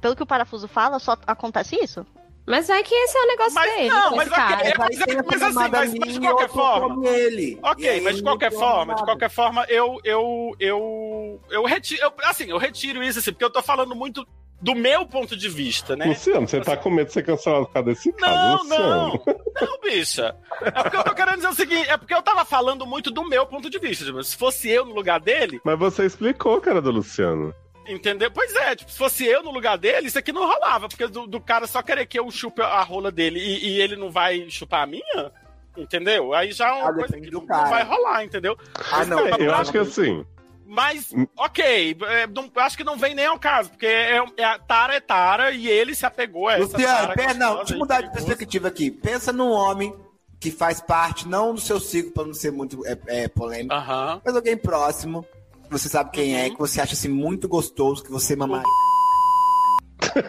Speaker 5: pelo que o parafuso fala, só acontece isso.
Speaker 6: Mas vai que esse é o negócio
Speaker 4: Mas
Speaker 6: dele.
Speaker 4: não,
Speaker 6: com
Speaker 4: mas
Speaker 6: esse cara.
Speaker 4: ok, É, mas é-
Speaker 3: Aí tem
Speaker 4: mas
Speaker 3: essa
Speaker 4: assim,
Speaker 3: mamada
Speaker 4: mas- mas de
Speaker 3: minha,
Speaker 4: qualquer
Speaker 3: outro
Speaker 4: forma.
Speaker 3: come Ele. E
Speaker 4: Ok,
Speaker 3: aí é
Speaker 4: mas de
Speaker 3: ele
Speaker 4: qualquer
Speaker 3: come
Speaker 4: forma, de
Speaker 3: nada.
Speaker 4: qualquer forma, eu, eu, eu, eu retiro, eu- assim, eu retiro isso, assim, porque eu tô falando muito do meu ponto de vista, né?
Speaker 1: Luciano, você tá com medo de ser cancelado por causa desse
Speaker 3: tá
Speaker 1: caso,
Speaker 4: Não,
Speaker 1: Luciano.
Speaker 4: não, não, bicha. É porque eu tô querendo dizer o seguinte, é porque eu tava falando muito do meu ponto de vista. Tipo, se fosse eu no lugar dele,
Speaker 1: Mas você explicou, cara, do Luciano.
Speaker 4: entendeu? Pois é, tipo, se fosse eu no lugar dele, isso aqui não rolava, porque do, do cara só querer que eu chupe a rola dele e, e ele não vai chupar a minha, entendeu? Aí já é uma
Speaker 3: Ah,
Speaker 4: coisa
Speaker 3: depende
Speaker 4: que
Speaker 3: do
Speaker 4: não
Speaker 3: cara.
Speaker 4: vai rolar, entendeu?
Speaker 3: Ah, não.
Speaker 4: Tá
Speaker 1: É, eu
Speaker 3: não,
Speaker 1: acho que assim,
Speaker 4: Mas,
Speaker 1: Hum.
Speaker 4: ok, é, não- acho que não vem nem ao caso, porque é, é a tara é tara e ele se apegou a essa
Speaker 3: Luciano,
Speaker 4: tara
Speaker 3: pera, não,
Speaker 4: gostosa
Speaker 3: deixa eu
Speaker 4: e
Speaker 3: mudar de
Speaker 4: perigosa.
Speaker 3: perspectiva aqui. Pensa num homem que faz parte, não do seu ciclo, pra não ser muito é, é, polêmico,
Speaker 4: Aham.
Speaker 3: mas alguém próximo, que você sabe quem é,
Speaker 4: Uhum.
Speaker 3: que você acha assim muito gostoso, que você
Speaker 4: <laughs>
Speaker 3: mamar.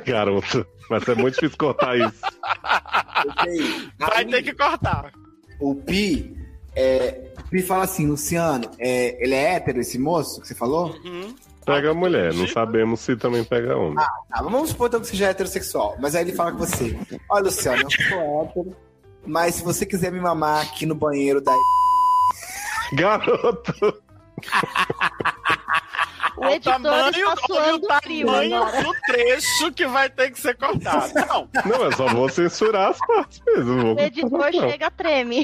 Speaker 1: garoto. Mas é muito difícil cortar isso.
Speaker 3: Ok?
Speaker 4: Vai
Speaker 3: Aí,
Speaker 4: ter que cortar.
Speaker 3: O Pi, é, o Pi fala assim, Luciano, é, ele é hétero esse moço que você falou?
Speaker 5: Hum.
Speaker 4: Uhum.
Speaker 1: Pega a mulher, não
Speaker 4: Tipo,
Speaker 1: sabemos se também pega homem.
Speaker 4: Ah.
Speaker 3: Tá, mas vamos supor então que você já é heterossexual. Mas aí ele fala com você: Olha, Luciano, eu sou hétero, mas se você quiser me mamar aqui no banheiro da. <laughs>
Speaker 1: Garoto!
Speaker 5: O editor está
Speaker 4: É olha o
Speaker 5: suando frio
Speaker 4: tamanho
Speaker 5: agora.
Speaker 4: do trecho que vai ter que
Speaker 5: <laughs>
Speaker 4: ser cortado. Não,
Speaker 1: Não, eu só vou censurar as partes mesmo. não Vou
Speaker 5: O editor
Speaker 1: cortar, não.
Speaker 5: chega, treme.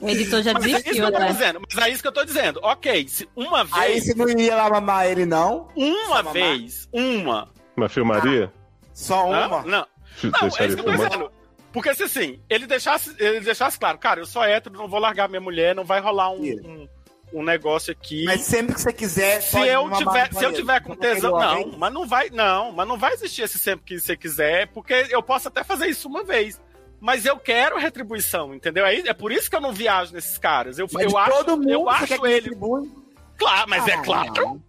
Speaker 6: O editor já
Speaker 4: mas é isso que
Speaker 6: desistiu,
Speaker 4: eu tô
Speaker 6: né?
Speaker 4: dizendo. Mas é isso que eu tô dizendo. Ok, se uma
Speaker 3: Aí
Speaker 4: vez,
Speaker 3: você não iria lá mamar ele, não?
Speaker 4: uma
Speaker 3: mamar?
Speaker 4: vez, uma.
Speaker 1: Mas filmaria?
Speaker 3: Só
Speaker 4: Hã?
Speaker 3: uma?
Speaker 4: Não,
Speaker 1: Fi-
Speaker 4: Ah. não, é
Speaker 1: Deixaria
Speaker 4: isso que eu tô
Speaker 1: filmar?
Speaker 4: dizendo. Porque se assim, ele deixasse, ele deixasse claro, cara, eu sou hétero, não vou largar minha mulher, não vai rolar um,
Speaker 3: Isso.
Speaker 4: um, um negócio aqui.
Speaker 3: Mas sempre que você quiser.
Speaker 4: se
Speaker 3: pode
Speaker 4: eu
Speaker 3: mamar no
Speaker 4: tiver, se eu
Speaker 3: banheiro.
Speaker 4: tiver com
Speaker 3: Aquele
Speaker 4: tesão,
Speaker 3: homem,
Speaker 4: não, mas não vai, não, mas não vai existir esse sempre que você quiser, porque eu posso até fazer isso uma vez. Mas eu quero retribuição, entendeu? É, é por isso que eu não viajo nesses caras. Eu,
Speaker 3: Mas
Speaker 4: eu acho,
Speaker 3: todo mundo
Speaker 4: eu
Speaker 3: você
Speaker 4: acho
Speaker 3: quer que
Speaker 4: ele.
Speaker 3: distribui?
Speaker 4: Claro, mas é
Speaker 3: Ah,
Speaker 4: claro.
Speaker 3: não.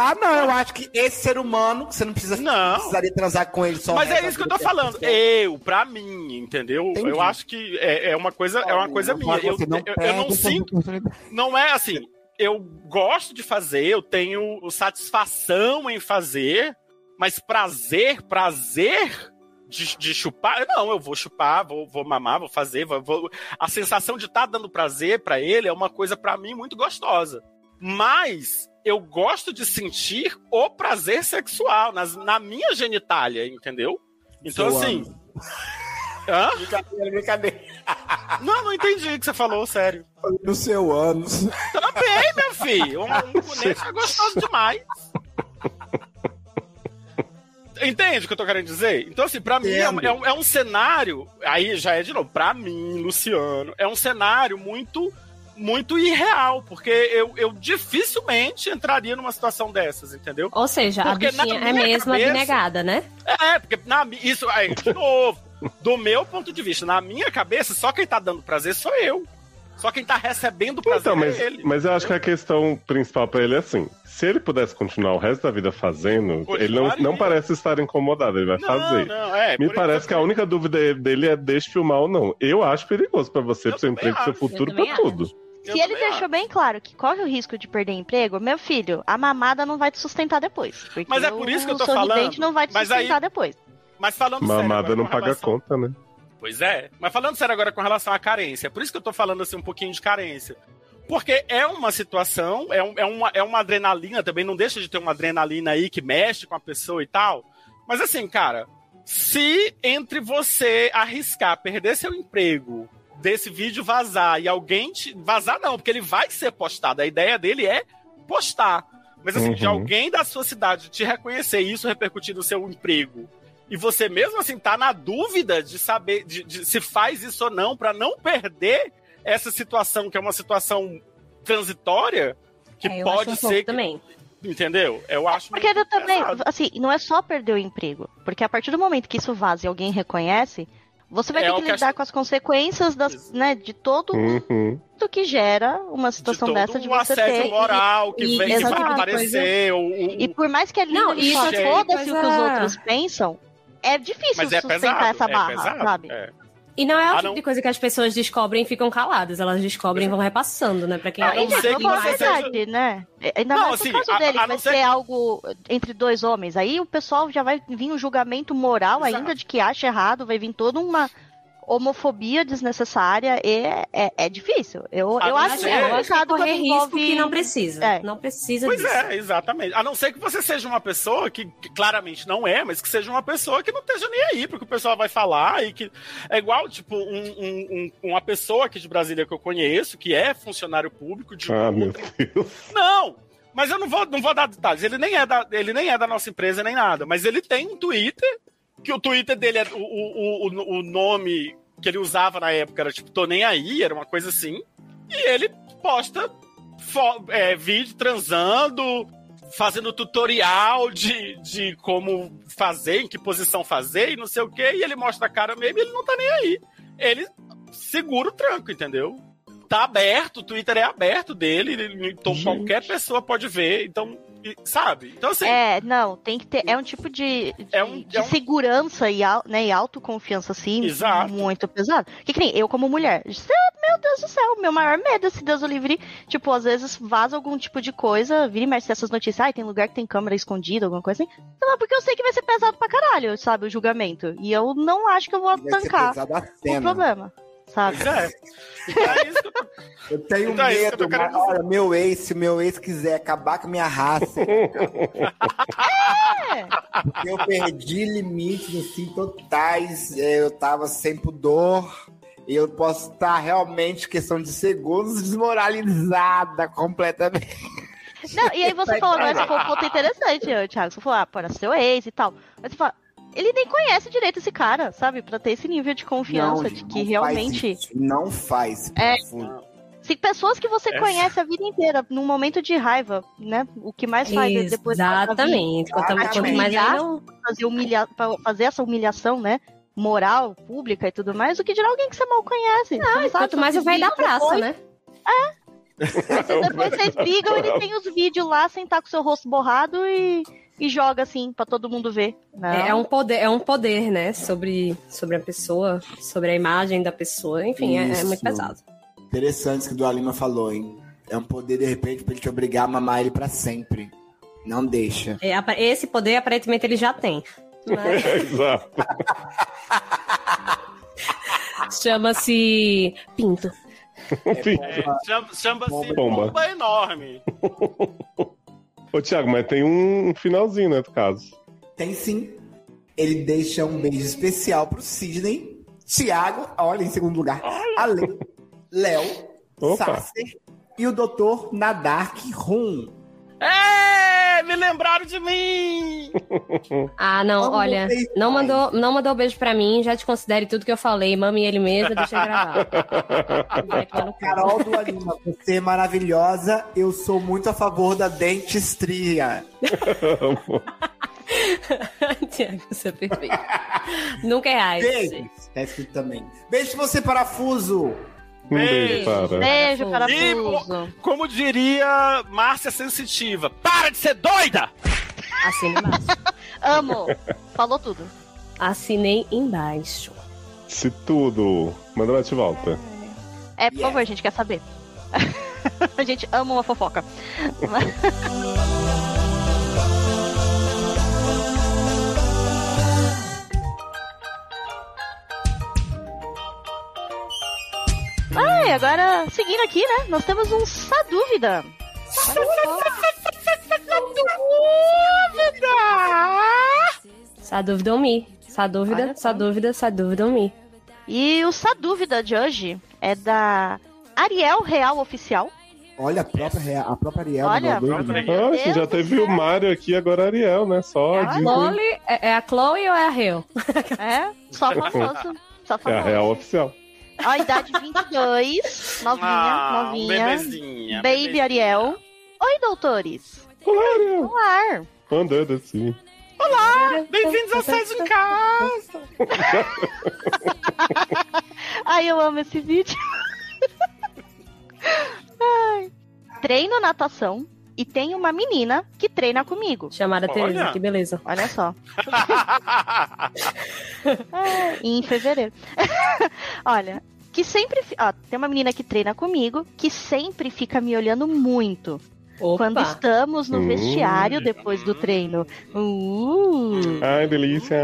Speaker 3: Ah, não, eu acho que esse ser humano, que você não precisa
Speaker 4: Não.
Speaker 3: precisaria transar com ele só.
Speaker 4: Mas
Speaker 3: o resto
Speaker 4: é isso que eu
Speaker 3: da
Speaker 4: tô
Speaker 3: vida,
Speaker 4: falando. Eu, pra mim, entendeu?
Speaker 3: é Entendi.
Speaker 4: Eu acho que é, é uma coisa, é uma coisa minha.
Speaker 3: Mas
Speaker 4: Eu,
Speaker 3: você não um
Speaker 4: eu- eu
Speaker 3: perde
Speaker 4: não
Speaker 3: essas
Speaker 4: sinto.
Speaker 3: oportunidades.
Speaker 4: Não é assim. Eu gosto de fazer, eu tenho satisfação em fazer, mas prazer, prazer de, de chupar. Não, eu vou chupar, vou, vou mamar, vou fazer. Vou, vou- A sensação de estar dando prazer pra ele é uma coisa pra mim muito gostosa. Mas eu gosto de sentir o prazer sexual nas- na minha genitália, entendeu? Então,
Speaker 3: Seu
Speaker 4: assim. Hã?
Speaker 3: Brincadeira, brincadeira.
Speaker 4: Não, não entendi o que você falou, sério.
Speaker 3: No seu ânus.
Speaker 4: Também, meu filho. Um, um cunete é gostoso demais. Entende o que eu tô querendo dizer? Então, assim, pra mim é, um- é um, é um cenário. Aí já é de novo, pra mim, Luciano, é um cenário muito muito irreal, porque eu, eu dificilmente entraria numa situação dessas, entendeu?
Speaker 6: Ou seja,
Speaker 4: Porque
Speaker 6: a
Speaker 4: na
Speaker 6: bichinha é
Speaker 4: minha
Speaker 6: mesmo
Speaker 4: cabeça-
Speaker 6: abnegada, né?
Speaker 4: É, porque na, mi- isso aí, de novo, do meu ponto de vista, na minha cabeça, só quem tá dando prazer sou eu. Só quem tá recebendo o prazer
Speaker 1: Então, mas,
Speaker 4: é ele.
Speaker 1: mas eu acho que a questão principal pra ele é assim: se ele pudesse continuar o resto da vida fazendo,
Speaker 4: Continuaria.
Speaker 1: ele não, não parece estar incomodado, ele vai fazer.
Speaker 4: não, é.
Speaker 1: Me
Speaker 4: por
Speaker 1: parece que a única dúvida dele é deixe filmar ou não. Eu acho perigoso pra você,
Speaker 4: Eu
Speaker 1: pro seu
Speaker 4: também
Speaker 1: emprego, pro seu
Speaker 4: acho.
Speaker 1: futuro,
Speaker 6: Eu
Speaker 1: pra
Speaker 6: também
Speaker 1: tudo.
Speaker 4: Eu
Speaker 5: <laughs> Se ele
Speaker 4: também
Speaker 5: deixou bem claro que corre o risco de perder emprego, meu filho, a mamada não vai te sustentar depois. porque
Speaker 4: Mas é por isso que eu tô
Speaker 5: o sorridente
Speaker 4: falando.
Speaker 5: não vai te
Speaker 4: Mas aí-
Speaker 5: sustentar depois.
Speaker 4: Mas falando sério
Speaker 1: Mamada
Speaker 4: agora
Speaker 1: não
Speaker 4: com
Speaker 1: paga
Speaker 4: relação-
Speaker 1: conta, né?
Speaker 4: Pois é. Mas falando sério agora com relação à carência, por isso que eu tô falando assim um pouquinho de carência. Porque é uma situação, é, um- é uma, é uma adrenalina também, não deixa de ter uma adrenalina aí que mexe com a pessoa e tal. Mas assim, cara, se entre você arriscar perder seu emprego, desse vídeo vazar e alguém te. Vazar não, porque ele vai ser postado. A ideia dele é postar. Mas assim, de
Speaker 1: Uhum.
Speaker 4: alguém da sua cidade te reconhecer e isso repercutir no seu emprego. E você mesmo assim tá na dúvida de saber de, de se faz isso ou não, pra não perder essa situação, que é uma situação transitória, que
Speaker 6: É, eu
Speaker 4: pode
Speaker 6: acho um
Speaker 4: ser.
Speaker 6: pouco
Speaker 4: que-
Speaker 6: também.
Speaker 4: Entendeu? Eu acho.
Speaker 5: É Porque
Speaker 4: muito
Speaker 5: ele também,
Speaker 4: pesado.
Speaker 5: assim, não é só perder o emprego. Porque a partir do momento que isso vaza e alguém reconhece, você vai
Speaker 4: É,
Speaker 5: ter
Speaker 4: o
Speaker 5: que
Speaker 4: que
Speaker 5: lidar
Speaker 4: acho-
Speaker 5: com as consequências das,
Speaker 4: Isso.
Speaker 5: né, de todo
Speaker 1: Uhum.
Speaker 5: o que gera uma situação
Speaker 4: de todo
Speaker 5: dessa de
Speaker 4: um
Speaker 5: você
Speaker 4: assédio
Speaker 5: ter. e-
Speaker 4: moral que
Speaker 6: e-
Speaker 4: vem que vai
Speaker 5: exato, é.
Speaker 4: aparecer. ou- um, ou-
Speaker 5: E por mais que a
Speaker 6: Não,
Speaker 5: Lina
Speaker 6: e
Speaker 5: só
Speaker 4: isso é-
Speaker 5: foda-se o que os
Speaker 6: coisa-
Speaker 5: outros pensam, é difícil
Speaker 4: mas é
Speaker 5: sustentar
Speaker 4: pesado.
Speaker 5: essa barra,
Speaker 4: é pesado,
Speaker 5: sabe?
Speaker 4: é.
Speaker 6: E não é o
Speaker 4: Ah,
Speaker 6: tipo
Speaker 4: não.
Speaker 6: de coisa que as pessoas descobrem e ficam caladas. Elas descobrem e vão repassando, né? Pra quem
Speaker 5: Não,
Speaker 4: Ah, A não
Speaker 5: então,
Speaker 4: ser que
Speaker 5: vamos falar a
Speaker 4: você seja-
Speaker 5: verdade, né? É, Ainda
Speaker 4: Não,
Speaker 5: mais no
Speaker 4: assim,
Speaker 5: caso
Speaker 4: a- a-
Speaker 5: dele,
Speaker 4: a
Speaker 5: que vai
Speaker 4: não ser-
Speaker 5: ser algo entre dois homens. Aí o pessoal já vai vir um julgamento moral
Speaker 4: Exato.
Speaker 5: ainda de que acha errado, vai vir toda uma homofobia desnecessária. E é, é, é difícil. Eu,
Speaker 4: A
Speaker 5: eu
Speaker 4: não
Speaker 5: acho
Speaker 4: ser-
Speaker 5: que é
Speaker 6: eu acho que
Speaker 5: complicado quando
Speaker 6: correr risco
Speaker 5: envolve...
Speaker 6: que não precisa.
Speaker 5: É.
Speaker 6: Não precisa
Speaker 4: Pois
Speaker 6: disso.
Speaker 4: é, exatamente. A não ser que você seja uma pessoa que, que claramente não é, mas que seja uma pessoa que não esteja nem aí, porque o pessoal vai falar e que. É igual, tipo, um- um- um- uma pessoa aqui de Brasília que eu conheço, que é funcionário público de um
Speaker 1: Ah, meu
Speaker 4: outra-
Speaker 1: Deus.
Speaker 4: Não! Mas eu não vou, não vou dar detalhes. Ele nem, é da, ele nem é da nossa empresa nem nada. Mas ele tem um Twitter, que o Twitter dele é. O, o, o, o nome que ele usava na época era tipo, tô nem aí, era uma coisa assim. E ele posta fo- é, vídeo transando, fazendo tutorial de, de como fazer, em que posição fazer e não sei o quê. E ele mostra a cara mesmo e ele não tá nem aí. Ele segura o tranco, entendeu? tá aberto, o Twitter é aberto dele, ele- então
Speaker 1: Gente.
Speaker 4: qualquer pessoa pode ver, então, e- sabe? Então, assim,
Speaker 5: É, não, tem que ter. É um tipo de, de-
Speaker 4: É um-
Speaker 5: de
Speaker 4: é um-
Speaker 5: segurança e, au- né, e autoconfiança, assim,
Speaker 4: Exato.
Speaker 5: muito pesado. Que, que nem eu, como mulher. se- Meu Deus do céu, meu maior medo, é se Deus o livre. Tipo, às vezes vaza algum tipo de coisa, vira e mexe essas notícias. Ai, tem lugar que tem câmera escondida, alguma coisa assim. Sei lá, porque eu sei que vai ser pesado pra caralho, sabe? O julgamento. E eu não acho que eu vou
Speaker 9: Vai ser
Speaker 5: tancar
Speaker 9: pesada a
Speaker 5: o
Speaker 9: cena.
Speaker 5: problema, sabe?
Speaker 4: pois é. Então é isso que eu tô-
Speaker 9: Eu tenho
Speaker 4: Então é isso que
Speaker 9: medo,
Speaker 4: eu tô querendo
Speaker 9: mas olha, meu ex, se meu ex quiser acabar com a
Speaker 5: <laughs>
Speaker 9: minha raça,
Speaker 5: É.
Speaker 9: eu perdi limites assim totais, É, eu tava sem pudor. E eu posso estar realmente, questão de segundos, desmoralizada completamente.
Speaker 5: Não, e aí você falou, mas pô, ponto interessante, ô, Thiago. Você falou, ah, para seu ex e tal. Mas você fala, ele nem conhece direito esse cara, sabe? Pra ter esse nível de confiança de
Speaker 9: gente,
Speaker 5: que
Speaker 9: não
Speaker 5: realmente.
Speaker 9: faz isso, não faz.
Speaker 5: É.
Speaker 9: profundo.
Speaker 5: Se pessoas que você
Speaker 9: É.
Speaker 4: Essa-
Speaker 5: conhece a vida inteira, num momento de raiva, né? O que mais faz é depois da- da vida,
Speaker 6: Exatamente. Quanto,
Speaker 9: Exatamente.
Speaker 6: quanto mais ele não.
Speaker 5: fazer, humilha... pra fazer essa humilhação, né? Moral, pública e tudo mais, do que de alguém que você mal conhece. Você Não, sabe
Speaker 6: Quanto mais
Speaker 5: sobre
Speaker 6: vai
Speaker 5: isso,
Speaker 6: da praça,
Speaker 5: depois-
Speaker 6: né?
Speaker 9: né?
Speaker 5: Depois vocês brigam, ele tem os vídeos lá, sentar com seu rosto borrado e, e joga assim, pra todo mundo ver. né? Não.
Speaker 6: É, é um poder, é um poder, né? Sobre, sobre a pessoa, sobre a imagem da pessoa. Enfim, é- é,
Speaker 9: Isso.
Speaker 6: muito pesado.
Speaker 9: Interessante isso que o Dualima falou, hein? É um poder, de repente, pra ele te obrigar a mamar ele pra sempre. Não deixa.
Speaker 6: É, apa- esse poder, aparentemente, ele
Speaker 4: <laughs>
Speaker 6: já tem. Mas
Speaker 1: <laughs> Exato.
Speaker 6: Chama-se Pinto.
Speaker 1: Enfim.
Speaker 4: é, chama- Chama-se
Speaker 1: Bomba.
Speaker 4: bomba. enorme.
Speaker 1: Ô, Thiago, mas tem um finalzinho, né, do caso.
Speaker 9: Tem sim. Ele deixa um beijo especial pro Sidney, Tiago, olha em segundo lugar, Ale, Léo,
Speaker 1: Opa.
Speaker 9: Sasser e o Doutor Nadark Rum.
Speaker 4: É, me lembraram de mim!
Speaker 6: Ah, não,
Speaker 9: Como
Speaker 6: olha.
Speaker 9: vocês
Speaker 6: Não
Speaker 9: fazem?
Speaker 6: mandou, não mandou beijo pra mim, já desconsidere tudo que eu falei. Mame ele mesmo, deixa eu
Speaker 4: <laughs>
Speaker 6: gravar. Vai tomar no cu.
Speaker 9: Carol do Alima, você é maravilhosa. Eu sou muito a favor da dentistria.
Speaker 6: Tiago, você é perfeito. Nunca errar.
Speaker 9: Beijo. Tá escrito também. Beijo pra você, parafuso.
Speaker 1: <laughs> Um beijo,
Speaker 4: Beijo.
Speaker 1: para.
Speaker 5: Beijo,
Speaker 6: Parafuso.
Speaker 5: parafuso.
Speaker 4: Como diria Márcia Sensitiva, para de ser doida!
Speaker 6: Assine embaixo.
Speaker 5: Amo. <laughs> Falou tudo.
Speaker 6: Assinei embaixo.
Speaker 1: Se tudo. Manda lá de volta.
Speaker 5: É, por favor, a gente quer saber. <laughs> a gente ama uma fofoca. <laughs> Ai, agora, seguindo aqui, né? Nós temos um Sá Dúvida.
Speaker 6: Só dúvida ou me. Só dúvida,
Speaker 5: Olha
Speaker 6: só dúvida, só dúvida ou me.
Speaker 5: E o Sá Dúvida de hoje é da Ariel Real Oficial.
Speaker 9: Olha, a própria, Rea- a própria Ariel
Speaker 5: Olha,
Speaker 9: mandou
Speaker 4: a própria
Speaker 9: dúvida.
Speaker 1: Ah,
Speaker 5: Deus
Speaker 1: que já
Speaker 5: do
Speaker 1: teve
Speaker 5: céu.
Speaker 1: o Mário aqui, agora a Ariel, né? Só a
Speaker 5: Ah,
Speaker 1: Disney.
Speaker 6: Chloe, é, é a Chloe ou é a Hale?
Speaker 5: É,
Speaker 1: <laughs>
Speaker 5: só famoso. Só
Speaker 1: É a
Speaker 5: famoso.
Speaker 1: real oficial.
Speaker 5: Ó, idade 22, novinha,
Speaker 4: Ah,
Speaker 5: novinha.
Speaker 4: bebezinha.
Speaker 5: Baby
Speaker 4: bebezinha.
Speaker 5: Ariel. Oi, doutores.
Speaker 1: Olá, Ariel.
Speaker 5: Olá.
Speaker 1: Andando assim.
Speaker 4: Ah, Bem-vindos ao Sérgio em Casa.
Speaker 5: Ai, eu amo esse vídeo. <laughs> Ai. Treino natação e tem uma menina que treina comigo.
Speaker 6: Chamaram a
Speaker 4: Olha.
Speaker 6: Teresa, que beleza.
Speaker 5: Olha só. em fevereiro. <laughs> Olha, que sempre. fi- Ó, tem uma menina que treina comigo que sempre fica me olhando muito.
Speaker 6: Opa.
Speaker 5: Quando estamos no
Speaker 1: Hum.
Speaker 5: vestiário depois do treino. Uh,
Speaker 1: Ai, delícia.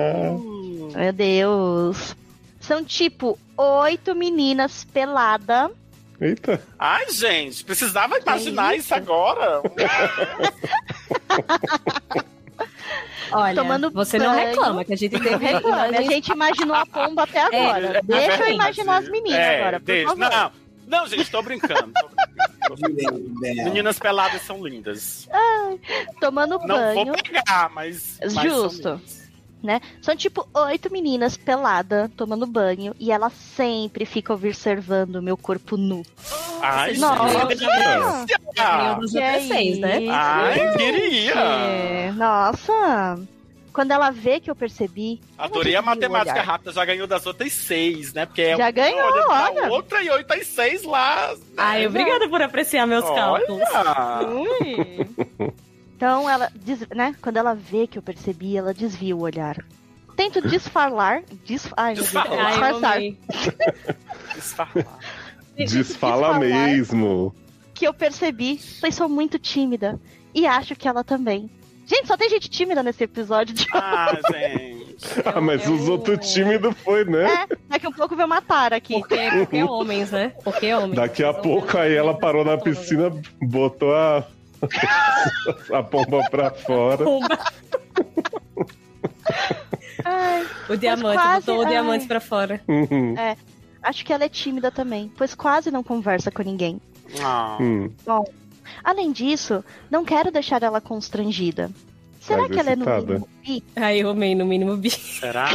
Speaker 5: meu Deus. São tipo oito meninas pelada.
Speaker 1: Eita.
Speaker 4: <laughs> Ai, gente, precisava imaginar
Speaker 5: É
Speaker 4: isso? agora.
Speaker 6: Olha,
Speaker 5: tomando
Speaker 6: você não
Speaker 5: banho.
Speaker 6: reclama, né? que a gente
Speaker 5: <laughs> Não
Speaker 6: teve
Speaker 4: né?
Speaker 5: reclame, a
Speaker 6: imagens-
Speaker 5: gente imaginou a pomba até agora. Deixa eu
Speaker 6: verdade.
Speaker 5: imaginar as meninas
Speaker 4: É,
Speaker 5: agora, por
Speaker 4: deixa-
Speaker 5: favor.
Speaker 4: Não, não, gente,
Speaker 5: <laughs>
Speaker 4: tô brincando. tô brincando.
Speaker 9: Linda.
Speaker 4: Meninas peladas são lindas.
Speaker 5: Tomando
Speaker 4: Não
Speaker 5: banho.
Speaker 4: vou pegar, mas. mas são
Speaker 5: Justo.
Speaker 4: lindas.
Speaker 5: São tipo oito meninas pelada, tomando banho. E ela sempre fica observando o meu corpo nu.
Speaker 4: Ai,
Speaker 5: Nossa.
Speaker 4: gente, que delícia.
Speaker 6: Dos
Speaker 5: Que é
Speaker 6: vocês, né?
Speaker 5: isso?
Speaker 4: Ai, ah. queria.
Speaker 5: É, nossa. Quando ela vê que eu percebi,
Speaker 4: Adorei a
Speaker 5: Como diria o
Speaker 4: matemática
Speaker 5: olhar?
Speaker 4: rápida, já ganhou das outras seis, né? Porque é
Speaker 5: já ganhou,
Speaker 4: olha pra
Speaker 5: olha.
Speaker 4: outra e oito às seis lá.
Speaker 6: Ai, obrigada por apreciar meus cálculos.
Speaker 4: Olha.
Speaker 5: Ui. Então ela des- né? Quando ela vê que eu percebi, ela desvia o olhar. Tento desfalar, dis... Ai, meu Deus,
Speaker 4: Desfalar.
Speaker 6: Ai, eu
Speaker 5: disfarçar,
Speaker 6: amei.
Speaker 4: Disfarçar.
Speaker 1: Desfala
Speaker 5: desfalar.
Speaker 1: mesmo.
Speaker 5: que eu percebi, pois sou muito tímida e acho que ela também. Gente, só tem gente tímida nesse episódio. <laughs> De...
Speaker 4: Ah, gente.
Speaker 6: É
Speaker 1: Ah, mas os outros tímidos foi, né?
Speaker 5: É, daqui a pouco vai matar aqui.
Speaker 6: Porque, é
Speaker 4: <laughs>
Speaker 6: porque homens, né? Porque homens.
Speaker 1: Daqui a
Speaker 6: São
Speaker 1: pouco aí
Speaker 6: homens,
Speaker 1: ela
Speaker 6: né?
Speaker 1: parou na
Speaker 6: São
Speaker 1: piscina, botou a, <laughs> a pomba pra fora.
Speaker 6: Pumba.
Speaker 5: Ai,
Speaker 6: O diamante,
Speaker 5: quase-
Speaker 6: botou o
Speaker 5: ai.
Speaker 6: diamante pra fora.
Speaker 1: Uhum.
Speaker 5: acho que ela é tímida também, pois quase não conversa com ninguém.
Speaker 4: Ah.
Speaker 1: Hum.
Speaker 5: Além disso, não quero deixar ela constrangida. Será
Speaker 1: Mas
Speaker 5: que ela é no
Speaker 1: excitada.
Speaker 5: mínimo bi?
Speaker 6: Ai, eu amei, no mínimo, bi.
Speaker 4: Será?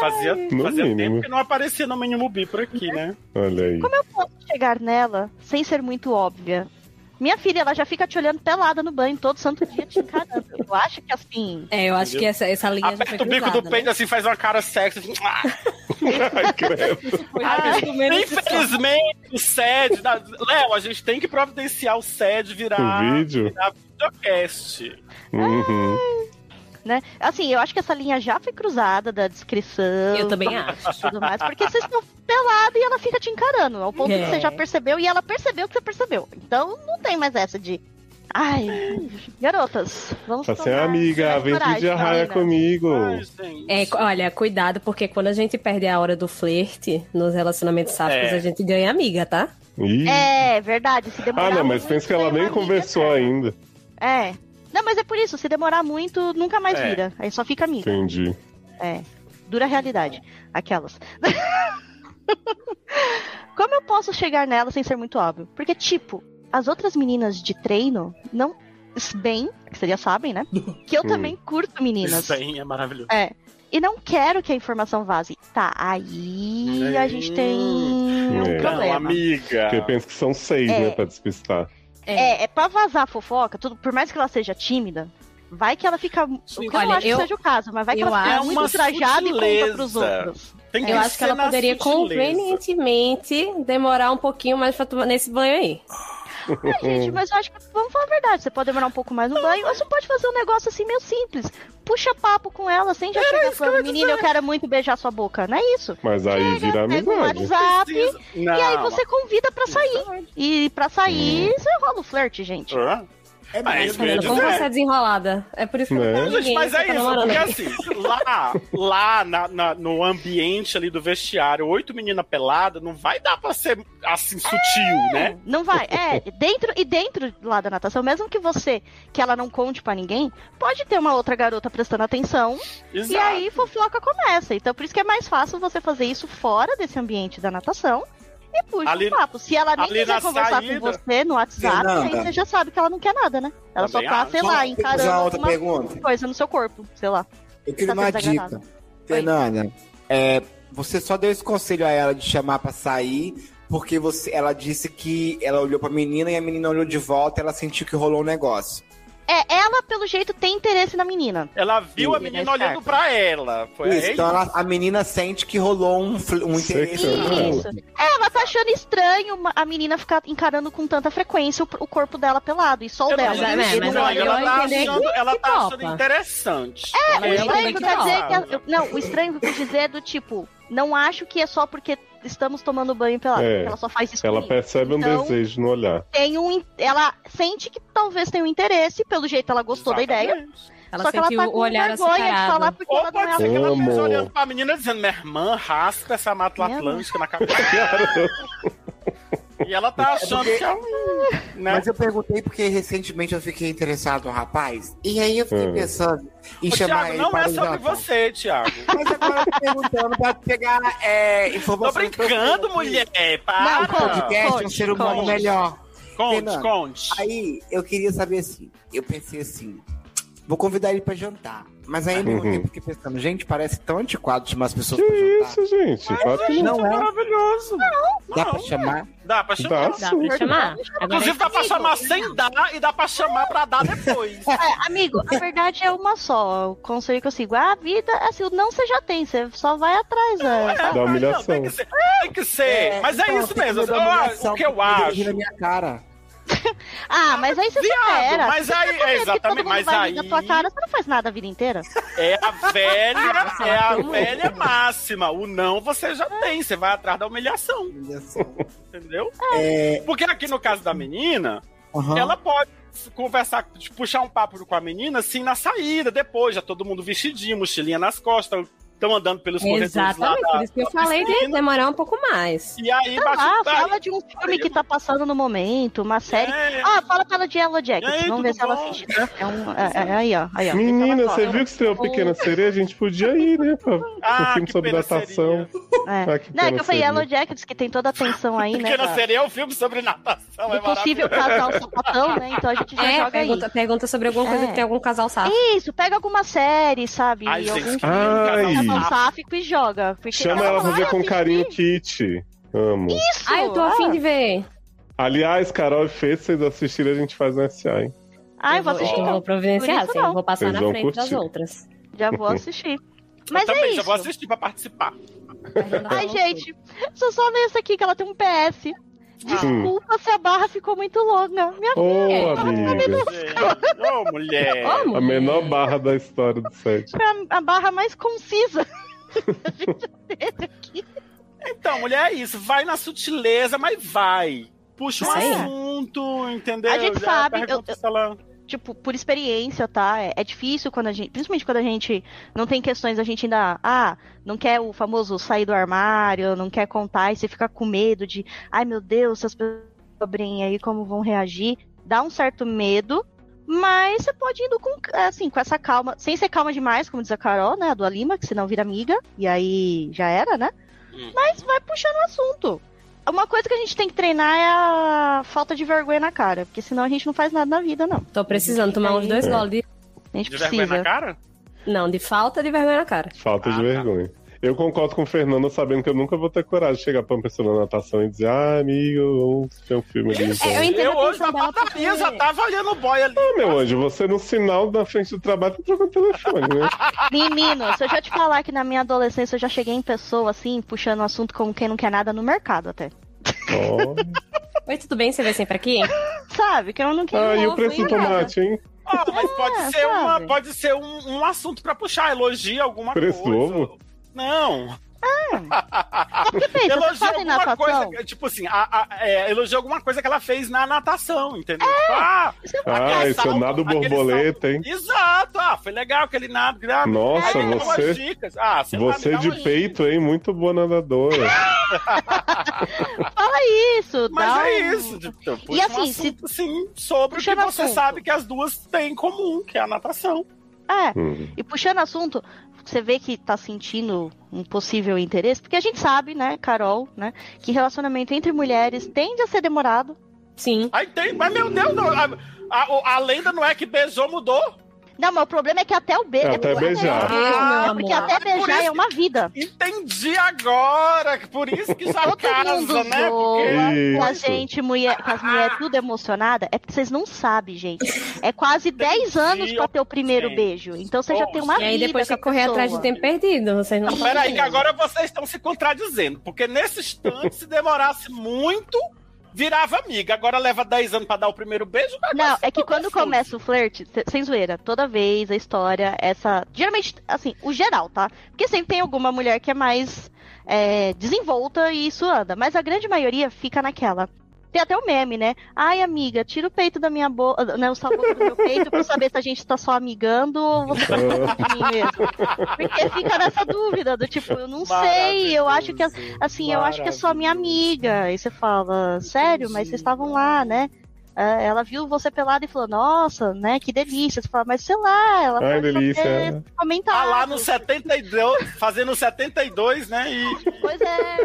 Speaker 4: fazia
Speaker 1: No
Speaker 4: fazia
Speaker 1: mínimo.
Speaker 4: tempo que não aparecia no mínimo bi por aqui, né?
Speaker 1: Olha aí.
Speaker 5: Como eu posso chegar nela sem ser muito óbvia? Minha filha, ela já fica te olhando pelada no banho todo santo dia te encarando. Eu acho que assim.
Speaker 6: É, eu acho que essa, essa linha já foi
Speaker 4: Aperta o bico
Speaker 6: cruzada,
Speaker 4: do
Speaker 6: né?
Speaker 4: peito assim, faz uma cara sexy. Assim, ah,
Speaker 1: Ai, credo.
Speaker 6: Foi mais ou menos isso.
Speaker 4: infelizmente, o SED. da- Léo, a gente tem que providenciar o SED virar.
Speaker 1: O vídeo?
Speaker 4: Virar videocast.
Speaker 1: Uhum.
Speaker 5: né? Assim, eu acho que essa linha já foi cruzada da descrição.
Speaker 6: Eu também acho.
Speaker 5: e Tudo mais, porque vocês estão pelado e ela fica te encarando. Ao ponto que
Speaker 6: É.
Speaker 5: você já percebeu e ela percebeu que você percebeu. Então não tem mais essa de. Ai, garotas, vamos
Speaker 1: Tá sem
Speaker 5: tomar-
Speaker 1: amiga,
Speaker 5: tomar
Speaker 1: vem
Speaker 5: coragem,
Speaker 1: pedir a raia
Speaker 5: menina.
Speaker 1: comigo.
Speaker 4: Ai, gente.
Speaker 6: É, olha, cuidado, porque quando a gente perde a hora do flerte nos relacionamentos sáficos,
Speaker 4: É.
Speaker 6: a gente ganha amiga, tá?
Speaker 1: Ih.
Speaker 5: É, verdade, se demorar.
Speaker 1: Ah, não, mas
Speaker 5: muito,
Speaker 1: pensa que ela
Speaker 5: tem uma
Speaker 1: nem
Speaker 5: amiga,
Speaker 1: conversou
Speaker 5: cara.
Speaker 1: ainda.
Speaker 5: É. Não, mas é por isso, se demorar muito, nunca mais
Speaker 4: É.
Speaker 5: vira. Aí só fica amiga.
Speaker 1: Entendi.
Speaker 5: É. Dura realidade. Aquelas. <laughs> Como eu posso chegar nela sem ser muito óbvio? Porque, tipo, as outras meninas de treino não. Bem, que vocês já sabem, né? Que eu
Speaker 1: Hum.
Speaker 5: também curto meninas.
Speaker 4: Isso aí é maravilhoso.
Speaker 5: É. E não quero que a informação vaze. Tá, aí a gente tem um
Speaker 1: É.
Speaker 4: Não,
Speaker 5: problema.
Speaker 4: amiga.
Speaker 1: Porque pensa que são seis,
Speaker 5: É.
Speaker 1: né, pra despistar.
Speaker 5: É, é pra vazar a fofoca, tudo, por mais que ela seja tímida, vai que ela fica. o que eu
Speaker 6: Olha,
Speaker 5: não acho
Speaker 6: eu-
Speaker 5: que seja o caso, mas vai que
Speaker 6: eu
Speaker 5: ela fica
Speaker 6: acho
Speaker 5: muito
Speaker 4: uma
Speaker 5: trajada e conta
Speaker 4: sutileza.
Speaker 5: pros outros.
Speaker 4: Tem
Speaker 6: Eu acho que ela
Speaker 4: ser é na
Speaker 6: poderia
Speaker 4: sutileza.
Speaker 6: convenientemente demorar um pouquinho mais pra tomar nesse banho aí.
Speaker 5: Ai, É, gente, mas eu acho que vamos falar a verdade. Você pode demorar um pouco mais no banho, ou você pode fazer um negócio assim meio simples. Puxa papo com ela sem já chegar falando, menina, eu quero muito beijar sua boca. Não é isso?
Speaker 1: Mas aí vira
Speaker 5: Pega um
Speaker 1: amizade.
Speaker 5: WhatsApp
Speaker 4: Precisa-
Speaker 5: e aí
Speaker 4: Não.
Speaker 5: você convida pra sair. E pra sair, você rola o flerte, gente.
Speaker 4: Hã?
Speaker 9: É
Speaker 4: Ah, isso
Speaker 9: mesmo.
Speaker 4: que eu ia
Speaker 6: Vendo como
Speaker 4: dizer.
Speaker 6: você é desenrolada. É por isso que eu
Speaker 1: Né?
Speaker 6: não
Speaker 4: Não,
Speaker 6: tenho
Speaker 4: gente,
Speaker 6: ninguém
Speaker 4: mas
Speaker 6: que
Speaker 4: é
Speaker 6: tá
Speaker 4: isso,
Speaker 6: namorando.
Speaker 4: porque assim, lá, lá na- na- no ambiente ali do vestiário, oito meninas peladas, não vai dar pra ser
Speaker 6: É.
Speaker 4: assim sutil, né?
Speaker 5: Não vai. É, dentro e dentro lá da natação, mesmo que você, que ela não conte pra ninguém, pode ter uma outra garota prestando atenção
Speaker 4: Exato.
Speaker 5: e aí fofoca começa. Então por isso que é mais fácil você fazer isso fora desse ambiente da natação e puxa
Speaker 4: Ali-
Speaker 5: o papo. Se ela nem
Speaker 4: ali na
Speaker 5: quiser conversar
Speaker 4: saída-
Speaker 5: com você no WhatsApp,
Speaker 9: Fernanda.
Speaker 5: aí você já sabe que ela não quer nada, né? Ela
Speaker 4: Também
Speaker 5: só tá,
Speaker 4: acho.
Speaker 5: sei lá,
Speaker 9: Posso fazer
Speaker 5: encarando
Speaker 9: uma outra
Speaker 5: alguma
Speaker 9: pergunta?
Speaker 5: coisa no seu corpo, sei lá.
Speaker 9: Eu queria
Speaker 5: Tá
Speaker 9: uma
Speaker 5: sendo
Speaker 9: dica.
Speaker 5: agradável.
Speaker 9: Fernanda, é, você só deu esse conselho a ela de chamar pra sair, porque você, ela disse que ela olhou pra menina e a menina olhou de volta ela sentiu que rolou um negócio.
Speaker 5: É, ela, pelo jeito, tem interesse na menina.
Speaker 4: Ela viu a menina
Speaker 6: é
Speaker 5: Menina
Speaker 4: olhando pra ela. Foi é
Speaker 9: Isso,
Speaker 3: tá.
Speaker 9: então ela- a menina sente que rolou um, fl- um interesse.
Speaker 1: Sexo, né?
Speaker 9: nela.
Speaker 5: Isso. É, ela tá achando estranho uma- a menina ficar encarando com tanta frequência o, o corpo dela pelado e só o
Speaker 4: Eu
Speaker 5: dela.
Speaker 4: não
Speaker 6: Mas é,
Speaker 4: disse
Speaker 6: né, mas
Speaker 4: não,
Speaker 6: olha,
Speaker 4: ela
Speaker 6: eu
Speaker 4: tá
Speaker 6: entendi
Speaker 4: achando, ela
Speaker 6: que
Speaker 4: tá
Speaker 6: topa.
Speaker 4: achando interessante.
Speaker 5: É,
Speaker 6: Ela
Speaker 5: o
Speaker 6: entendeu
Speaker 5: estranho
Speaker 6: que tá.
Speaker 5: quer
Speaker 6: não.
Speaker 5: dizer que. a- eu- não, o estranho que eu quis dizer é do tipo, não acho que é só porque estamos tomando banho pelado.
Speaker 1: É.
Speaker 5: porque Ela só faz isso.
Speaker 1: Ela
Speaker 5: comigo.
Speaker 1: percebe um
Speaker 5: Então-
Speaker 1: desejo no olhar.
Speaker 5: Tem um, in- ela sente que talvez tenha um interesse, pelo jeito ela gostou da ideia.
Speaker 6: Ela
Speaker 5: só que ela
Speaker 6: sentiu
Speaker 5: tá
Speaker 6: o
Speaker 5: com
Speaker 6: olhar
Speaker 5: vergonha de falar
Speaker 6: açucarado.
Speaker 5: porque
Speaker 4: Ou
Speaker 5: ela não é
Speaker 4: pode
Speaker 5: a
Speaker 4: ser que ela
Speaker 1: Amo.
Speaker 4: esteja olhando pra menina dizendo: minha irmã, raspa essa Mata
Speaker 5: Minha
Speaker 4: Atlântica na cabeça. e ela tá achando
Speaker 9: porque-
Speaker 4: que é um. Né?
Speaker 9: Mas eu perguntei porque recentemente eu fiquei interessado no rapaz. E aí eu fiquei
Speaker 1: Hum.
Speaker 9: pensando em
Speaker 4: Ô,
Speaker 9: chamar
Speaker 4: Thiago,
Speaker 9: ele
Speaker 4: não
Speaker 9: para
Speaker 4: é
Speaker 9: o
Speaker 4: sobre
Speaker 9: jantar.
Speaker 4: você, Thiago.
Speaker 9: Mas agora eu tô perguntando pra pegar é,
Speaker 4: Tô
Speaker 9: informações.
Speaker 4: brincando, mulher. Para.
Speaker 5: Não,
Speaker 9: O podcast é um
Speaker 5: Conte,
Speaker 9: ser humano
Speaker 4: conte.
Speaker 9: melhor.
Speaker 4: Conte,
Speaker 9: Fernanda.
Speaker 4: conte.
Speaker 9: Aí eu queria saber assim, eu pensei assim, vou convidar ele pra jantar. Mas aí
Speaker 1: Uhum.
Speaker 9: eu tempo fiquei pensando, gente, parece tão antiquado chamar as pessoas
Speaker 1: Que
Speaker 9: pra jantar.
Speaker 1: isso, gente? Claro que não.
Speaker 9: não é.
Speaker 4: Maravilhoso.
Speaker 9: Dá
Speaker 4: Não, é.
Speaker 9: pra chamar?
Speaker 4: Dá pra chamar.
Speaker 1: Dá.
Speaker 6: Dá pra chamar? Agora
Speaker 4: Inclusive, dá pra chamar sem dar e dá pra chamar pra dar depois.
Speaker 5: É, amigo, a verdade é uma só. O conselho que eu sigo, a vida, assim, o não você já tem, você só vai atrás. né?
Speaker 1: Da humilhação.
Speaker 4: Não, é. tem que ser. Tem que ser. Mas é
Speaker 9: então,
Speaker 4: isso
Speaker 9: tem
Speaker 4: mesmo.
Speaker 9: medo da
Speaker 4: Eu-
Speaker 9: humilhação,
Speaker 4: o que eu
Speaker 9: porque ele ri
Speaker 4: acho.
Speaker 9: na minha cara.
Speaker 5: Ah, mas aí você supera.
Speaker 4: Viado, mas
Speaker 5: Você tá
Speaker 4: aí- é,
Speaker 5: sabendo que todo
Speaker 4: exatamente,
Speaker 5: mundo
Speaker 4: mas
Speaker 5: vai rir
Speaker 4: aí-
Speaker 5: Da tua cara, você não faz nada a vida inteira.
Speaker 4: É
Speaker 5: <laughs>
Speaker 4: a velha, é a velha máxima. O não você já
Speaker 5: É.
Speaker 4: tem, você vai atrás da humilhação,
Speaker 9: Humilhação.
Speaker 4: entendeu?
Speaker 5: É.
Speaker 4: Porque aqui no caso da menina,
Speaker 9: Aham.
Speaker 4: ela pode conversar, tipo, puxar um papo com a menina assim na saída, depois, já todo mundo vestidinho, mochilinha nas costas, estão andando pelos corredores lá.
Speaker 6: Exatamente,
Speaker 4: da-
Speaker 6: por isso que eu
Speaker 4: da
Speaker 6: falei de
Speaker 4: piscina.
Speaker 6: demorar um pouco mais.
Speaker 4: E aí
Speaker 5: Sei Tá lá,
Speaker 4: bate
Speaker 5: fala de um filme que tá passando no momento, uma série.
Speaker 4: É.
Speaker 5: Ah, fala pra ela de Yellow
Speaker 4: E aí,
Speaker 5: Jacket. Vamos ver
Speaker 4: tudo
Speaker 5: se ela
Speaker 4: bom?
Speaker 5: finge. É um, é- é- aí, ó. Aí, ó.
Speaker 1: Menina,
Speaker 5: Vê se
Speaker 1: você
Speaker 5: ela
Speaker 1: viu que estreou Pequena Sereia? A gente podia ir, né? Pra um
Speaker 4: Ah,
Speaker 1: filme
Speaker 4: que
Speaker 1: sobre
Speaker 4: pena
Speaker 1: natação.
Speaker 5: gosta. É.
Speaker 1: Ah, que
Speaker 5: Não, é que
Speaker 1: pena
Speaker 5: eu falei
Speaker 1: seria.
Speaker 5: Yellow Jackets, que tem toda a tensão aí, né?
Speaker 4: Porque não
Speaker 5: da-
Speaker 4: seria um filme sobre natação, é
Speaker 5: Do possível
Speaker 4: maravilhoso.
Speaker 5: casal sapatão, né? Então a gente já
Speaker 6: É,
Speaker 5: joga
Speaker 6: pergunta, pergunta sobre alguma coisa
Speaker 5: É.
Speaker 6: que tem algum casal safado.
Speaker 5: aí. Isso, pega alguma série, sabe?
Speaker 4: Ai, gente,
Speaker 5: algum
Speaker 4: que lindo,
Speaker 1: Ai.
Speaker 4: casal
Speaker 5: casal
Speaker 4: safado.
Speaker 5: sáfico e joga. Porque
Speaker 1: Chama ela pra
Speaker 5: vai
Speaker 1: ver com
Speaker 5: assistir
Speaker 1: carinho Kit. Amo.
Speaker 5: isso,
Speaker 6: Ah, eu tô afim de ver.
Speaker 1: Aliás, Carol e Fê, se vocês assistirem, a gente faz um SA, hein?
Speaker 5: Ah, eu vou assistir
Speaker 6: Eu
Speaker 5: então.
Speaker 6: vou providenciar,
Speaker 5: Por isso
Speaker 6: assim,
Speaker 5: não.
Speaker 6: vou passar
Speaker 1: Vocês
Speaker 6: na
Speaker 1: vão
Speaker 6: frente das
Speaker 1: curtir.
Speaker 6: outras.
Speaker 5: Já vou assistir.
Speaker 4: eu
Speaker 5: Mas
Speaker 4: também
Speaker 5: é
Speaker 4: já vou
Speaker 5: isso.
Speaker 4: assistir pra participar.
Speaker 6: Fernanda
Speaker 5: Ai,
Speaker 6: falou tudo.
Speaker 5: gente, sou só nesse aqui que ela tem um PS. Desculpa se a barra ficou muito longa. Minha
Speaker 1: Ô, amiga.
Speaker 4: Gente, Ô, mulher.
Speaker 6: Ô,
Speaker 1: A
Speaker 6: mulher.
Speaker 1: menor barra da história do set.
Speaker 5: foi a, a barra mais concisa. A gente teve aqui.
Speaker 4: Então, mulher, é isso. Vai na sutileza, mas vai. Puxa um
Speaker 5: Isso aí. é.
Speaker 4: assunto, entendeu?
Speaker 5: A gente sabe, eu-
Speaker 4: pergunta se ela-
Speaker 5: Tipo, por experiência, tá? É, é difícil quando a gente. Principalmente quando a gente não tem questões, a gente ainda. Ah, não quer o famoso sair do armário, não quer contar, e você fica com medo de. Ai, meu Deus, se as pessoas descobrirem aí como vão reagir. Dá um certo medo. Mas você pode indo com, assim, com essa calma, sem ser calma demais, como diz a Carol, né, a Dua Lima, que senão vira amiga, e aí já era, né?
Speaker 4: Hum.
Speaker 5: Mas vai puxando o assunto. Uma coisa que a gente tem que treinar é a falta de vergonha na cara, porque senão a gente não faz nada na vida, não.
Speaker 6: Tô precisando tomar uns
Speaker 4: É.
Speaker 6: dois goles de...
Speaker 5: A gente
Speaker 4: De vergonha na
Speaker 5: precisa.
Speaker 4: cara?
Speaker 6: Não, de falta de vergonha na cara.
Speaker 1: Falta
Speaker 4: Ah,
Speaker 1: de
Speaker 4: tá.
Speaker 1: vergonha. Eu concordo com o Fernando, sabendo que eu nunca vou ter coragem de chegar pra uma pessoa na natação e dizer, ah, amigo, vamos ter um filme ali. então."
Speaker 5: É,
Speaker 6: eu entendo
Speaker 4: É, Eu
Speaker 6: a
Speaker 4: hoje
Speaker 6: atenção
Speaker 4: na
Speaker 6: dela
Speaker 5: Tá,
Speaker 4: padaria
Speaker 6: porque-
Speaker 4: já tava olhando o boy ali.
Speaker 1: Ah, meu anjo, você no sinal na frente do trabalho tá trocando telefone,
Speaker 4: <laughs>
Speaker 1: né?
Speaker 5: Menino, se eu já te falar que na minha adolescência eu já cheguei em pessoa, assim, puxando assunto com quem não quer nada no mercado até.
Speaker 1: Ó.
Speaker 6: Oi, tudo bem? Você veio sempre aqui?
Speaker 5: Sabe? Que eu não queria.
Speaker 1: Ah, e
Speaker 6: Não,
Speaker 1: o preço do
Speaker 6: foi nada.
Speaker 1: tomate, hein?
Speaker 4: Ah, mas pode
Speaker 5: É,
Speaker 4: ser, uma,
Speaker 5: sabe?
Speaker 4: pode ser um, um assunto pra puxar, elogia alguma
Speaker 1: Preço do
Speaker 4: coisa.
Speaker 1: ovo?
Speaker 4: Não.
Speaker 5: que fez? Ah.
Speaker 4: <laughs>
Speaker 5: Vocês
Speaker 4: Elogia
Speaker 5: fazem
Speaker 4: alguma
Speaker 5: natação?
Speaker 4: coisa. que- Tipo assim, a, a- é, elogia alguma coisa que ela fez na natação, entendeu? Tipo, ah,
Speaker 5: Isso é
Speaker 1: Ah,
Speaker 4: aquele
Speaker 1: esse é
Speaker 4: salto-
Speaker 1: o nado
Speaker 4: aquele
Speaker 1: borboleta, hein?
Speaker 4: exato, ah, foi legal aquele nada. grave.
Speaker 1: Nossa,
Speaker 4: Aí me dá umas
Speaker 1: você,
Speaker 4: dicas. Ah, sei lá, me
Speaker 1: você
Speaker 4: dá
Speaker 1: de
Speaker 4: umas-
Speaker 1: peito, hein? Muito boa nadadora.
Speaker 5: Fala isso,
Speaker 4: Mas
Speaker 5: dá
Speaker 4: é
Speaker 5: um-
Speaker 4: isso. Tipo, puxa
Speaker 5: E assim,
Speaker 4: um assunto, assim, sobre o que
Speaker 5: puxando
Speaker 4: você
Speaker 5: assunto.
Speaker 4: sabe que as duas têm em comum, que é a natação.
Speaker 5: É.
Speaker 1: Hum.
Speaker 5: E puxando assunto, você vê que tá sentindo um possível interesse, porque a gente sabe, né, Carol, né, que relacionamento entre mulheres tende a ser demorado.
Speaker 6: Sim.
Speaker 4: Aí tem, mas meu Deus, não, a, a- o- a lenda não é que beijou, mudou.
Speaker 5: Não, mas o problema é que até o beijo.
Speaker 1: Até beijar.
Speaker 5: É
Speaker 6: Ah,
Speaker 5: porque
Speaker 6: amor.
Speaker 5: até
Speaker 4: Por
Speaker 5: beijar
Speaker 4: isso
Speaker 5: é uma vida.
Speaker 4: Entendi agora, que por isso que
Speaker 5: <laughs>
Speaker 4: já
Speaker 5: Todo
Speaker 4: casa,
Speaker 5: mundo zoa
Speaker 4: né? Porque...
Speaker 1: Porque-
Speaker 5: com a
Speaker 1: Isso.
Speaker 5: gente, mulher, com as mulheres tudo emocionada, é porque vocês não sabem, gente. É
Speaker 4: <laughs>
Speaker 5: quase 10 anos pra ter o primeiro
Speaker 4: Sim.
Speaker 5: beijo. Então você já
Speaker 4: Bom,
Speaker 5: tem uma
Speaker 6: E
Speaker 5: vida.
Speaker 6: aí
Speaker 5: com
Speaker 6: depois tem
Speaker 5: a
Speaker 6: que correr atrás de
Speaker 5: pessoa.
Speaker 6: tempo perdido. Vocês não
Speaker 4: Não,
Speaker 6: estão
Speaker 4: peraí, que
Speaker 6: entendendo.
Speaker 4: agora vocês estão se contradizendo. Porque nesse instante, se demorasse muito, virava amiga. Agora leva 10 anos pra dar o primeiro beijo. mas
Speaker 5: Não,
Speaker 4: você
Speaker 5: é que
Speaker 4: tá
Speaker 5: quando
Speaker 4: confuso.
Speaker 5: começa o flerte, se- sem zoeira, toda vez a história, essa. Geralmente, assim, o geral, tá? Porque sempre tem alguma mulher que é mais é, desenvolta e isso anda. Mas a grande maioria fica naquela. Tem até o meme, né? Ai, amiga, tira o peito da minha boca. Não, salvo do meu peito pra eu saber se a gente tá só amigando ou você tá
Speaker 1: Ah,
Speaker 5: falando de mim mesmo. Porque fica nessa dúvida do tipo, eu não sei, eu acho que a Assim, eu acho que é só minha amiga. E você fala, sério, mas vocês estavam lá, né? Ah, Ela viu você pelada e falou, nossa, né? Que delícia. Você fala, mas sei lá, ela
Speaker 1: Ai,
Speaker 5: pode só
Speaker 1: delícia. né?
Speaker 5: ter
Speaker 4: Tá
Speaker 5: comentado.
Speaker 4: lá no 72, fazendo 72, né? E tá.
Speaker 5: Pois é.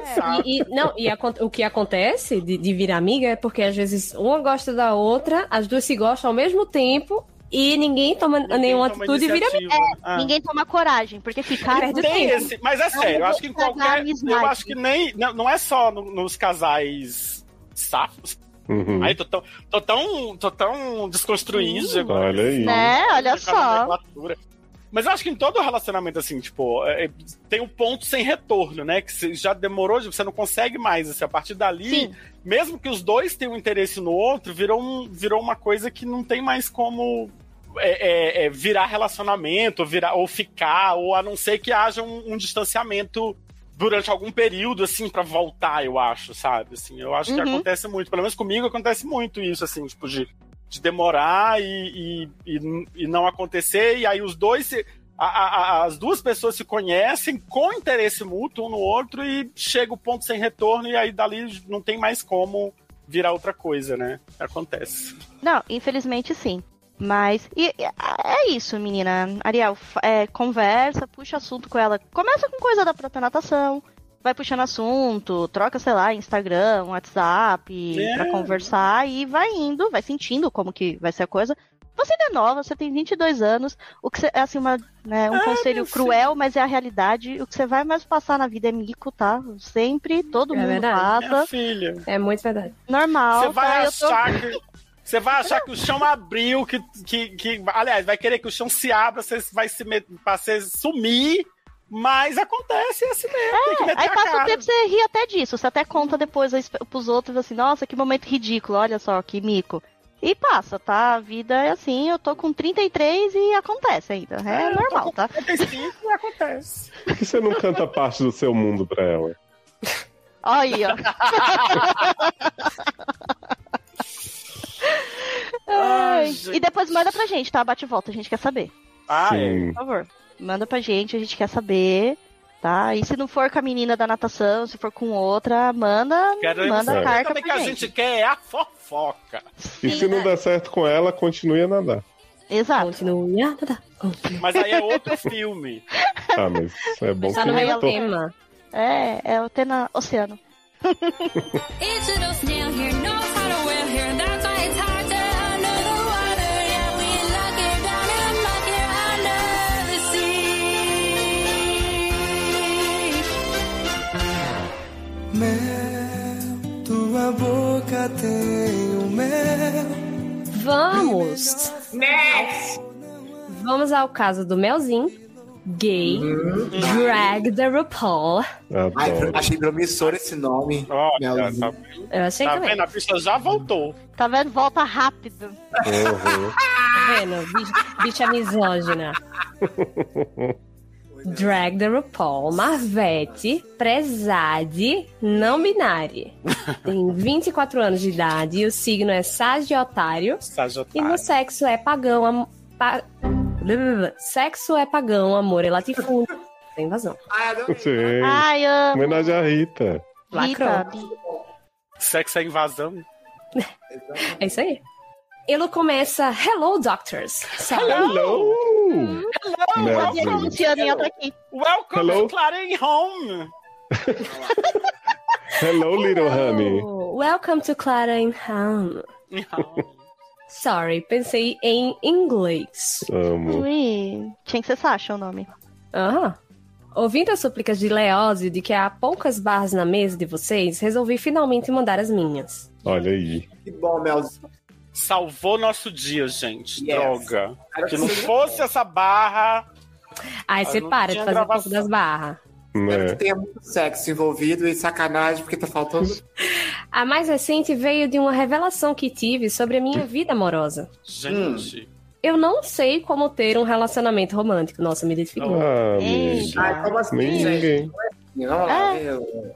Speaker 6: E, e- não, e acon- o que acontece de, de virar amiga é porque às vezes uma gosta da outra, as duas se gostam ao mesmo tempo e ninguém toma nenhuma atitude e vira amiga.
Speaker 4: amiga.
Speaker 5: <laughs> Ninguém toma coragem, porque ficar.
Speaker 6: Perde
Speaker 4: É, Tem
Speaker 6: tempo.
Speaker 4: esse, mas é sério, eu acho que em
Speaker 5: vou pegar
Speaker 4: qualquer.
Speaker 5: amizade.
Speaker 4: Eu acho que nem. Não, não é só no- nos casais safos.
Speaker 1: Uhum.
Speaker 4: Aí tô tão, tô tão, tô tão desconstruído. agora.
Speaker 1: Olha aí.
Speaker 5: Né? Hum. Olha
Speaker 4: Com a
Speaker 5: só.
Speaker 4: nomenclatura. Mas eu acho que em todo relacionamento, assim, tipo, é- é- tem um ponto sem retorno, né? Que você já demorou, tipo, você não consegue mais. Assim, a partir dali,
Speaker 5: Sim.
Speaker 4: mesmo que os dois tenham interesse no outro, virou, um, virou uma coisa que não tem mais como é, é, é, virar relacionamento, virar, ou ficar, ou a não ser que haja um, um distanciamento durante algum período, assim, pra voltar, eu acho, sabe? Assim, eu acho que
Speaker 5: Uhum.
Speaker 4: acontece muito. Pelo menos comigo acontece muito isso, assim, tipo, de, de demorar e, e, e, e não acontecer, e aí os dois se. a- a- a- as duas pessoas se conhecem com interesse mútuo um no outro e chega o ponto sem retorno, e aí dali não tem mais como virar outra coisa, né? Acontece.
Speaker 5: Não, infelizmente sim. Mas e- e- é isso, menina. Ariel, fa- é, conversa, puxa assunto com ela. Começa com coisa da própria natação. Vai puxando assunto, troca, sei lá, Instagram, WhatsApp,
Speaker 4: É.
Speaker 5: pra conversar e vai indo, vai sentindo como que vai ser a coisa. Você ainda é nova, você tem 22 anos. O que cê- é assim uma, né,
Speaker 4: Ah,
Speaker 5: um conselho
Speaker 4: sim.
Speaker 5: cruel, mas é a realidade. O que você vai mais passar na vida é mico, tá? Sempre, todo
Speaker 6: É
Speaker 5: mundo
Speaker 6: verdade.
Speaker 4: Minha
Speaker 5: passa.
Speaker 4: filha.
Speaker 6: É muito verdade.
Speaker 5: Normal.
Speaker 4: Você vai
Speaker 5: Ah, tá? Eu tô-
Speaker 4: achar que. Você vai achar que o chão abriu, que, que, que- Aliás, vai querer que o chão se abra, você vai se met... pra você sumir, mas acontece é assim mesmo. tem que meter
Speaker 5: Aí
Speaker 4: a
Speaker 5: passa
Speaker 4: cara.
Speaker 5: o tempo, você ri até disso. Você até conta depois as- pros outros assim, nossa, que momento ridículo, olha só, que mico. E passa, tá? A vida é assim, eu tô com 33 e acontece ainda. É,
Speaker 4: eu tô
Speaker 5: normal,
Speaker 4: com
Speaker 5: tá?
Speaker 4: 45 e acontece.
Speaker 1: Por que você não canta parte do seu mundo pra ela?
Speaker 5: Olha aí, ó.
Speaker 4: <laughs>
Speaker 5: Ai,
Speaker 4: gente.
Speaker 5: e depois manda pra gente, tá? Bate e volta, a gente quer saber.
Speaker 4: Ah, é.
Speaker 1: Sim.
Speaker 5: Por favor, manda pra gente, a gente quer saber, tá? E se não for com a menina da natação, se for com outra, manda,
Speaker 4: Quero
Speaker 5: manda
Speaker 1: saber
Speaker 5: carta
Speaker 4: também que
Speaker 5: pra
Speaker 4: a
Speaker 5: gente.
Speaker 4: gente quer é a fofoca.
Speaker 1: E se
Speaker 4: né?
Speaker 1: não der certo com ela, continue a nadar.
Speaker 5: Exato.
Speaker 6: Continua. tá, tá, continua.
Speaker 4: Mas aí é outro filme.
Speaker 1: Ah, mas é bom
Speaker 6: Tá no
Speaker 1: que
Speaker 6: mesmo
Speaker 1: eu tô...
Speaker 6: tema.
Speaker 5: É, é o Tena Oceano.
Speaker 10: Each little snail here knows how to whale here, and that's why it's hard to handle the water. Yeah, we lock her down and lock her under the sea.
Speaker 1: um
Speaker 11: o mel.
Speaker 6: Vamos! Vamos ao caso do Melzinho, gay, drag da RuPaul.
Speaker 1: Ah,
Speaker 3: Ai, achei promissor esse nome. Olha, tá,
Speaker 6: Eu achei
Speaker 4: Tá
Speaker 6: também.
Speaker 4: vendo? A bicha já voltou.
Speaker 5: Tá vendo? Volta rápido.
Speaker 6: Tá vendo? Bicha- Bicha misógina. Drag the RuPaul, Marvete, Presade, não binária. Tem 24 anos de idade e o signo é Sagitário.
Speaker 4: Tá,
Speaker 6: E no sexo é pagão, am... pa- blá, blá, blá. sexo é pagão, amor é latifúndio. Tem vazão.
Speaker 1: Sim.
Speaker 6: Ai, amo.
Speaker 1: Homenagem à Rita.
Speaker 6: Lacrou.
Speaker 4: Sexo é invasão.
Speaker 6: É isso aí. Ele começa Hello Doctors. Sabe?
Speaker 1: Hello!
Speaker 6: Meu
Speaker 5: Welcome,
Speaker 6: Deus.
Speaker 5: Tianinha tá aqui.
Speaker 4: Welcome,
Speaker 1: Hello?
Speaker 4: Clarin Home.
Speaker 1: Hello, little honey.
Speaker 6: Welcome to Clara in Home. Sorry, pensei em inglês.
Speaker 1: Amo.
Speaker 5: Ui, tinha que ser Sasha o nome.
Speaker 6: Aham. Ouvindo as súplicas de Leose de que há poucas barras na mesa de vocês, resolvi finalmente mandar as minhas.
Speaker 1: Olha aí.
Speaker 3: Que bom, Melzinho.
Speaker 4: <laughs> Salvou nosso dia, gente.
Speaker 6: Yes.
Speaker 4: Droga.
Speaker 6: Era
Speaker 4: Se
Speaker 6: que
Speaker 4: não
Speaker 6: seja
Speaker 4: fosse essa barra.
Speaker 6: Aí
Speaker 3: Ah,
Speaker 6: você
Speaker 3: não
Speaker 6: para de
Speaker 3: tinha
Speaker 6: fazer um pouco
Speaker 3: gravação.
Speaker 6: das barras.
Speaker 1: né?
Speaker 6: É.
Speaker 3: Espero que tenha muito sexo envolvido e sacanagem, porque tá faltando.
Speaker 6: A mais recente veio de uma revelação que tive sobre
Speaker 3: <laughs>
Speaker 6: a minha vida amorosa.
Speaker 4: Gente.
Speaker 6: Eu não sei como ter um relacionamento romântico. Nossa, me identificou.
Speaker 1: Ah,
Speaker 6: Eita.
Speaker 3: Ai, como assim,
Speaker 6: Nem
Speaker 3: gente?
Speaker 6: ninguém.
Speaker 3: Vamos lá,
Speaker 6: É.
Speaker 3: eu-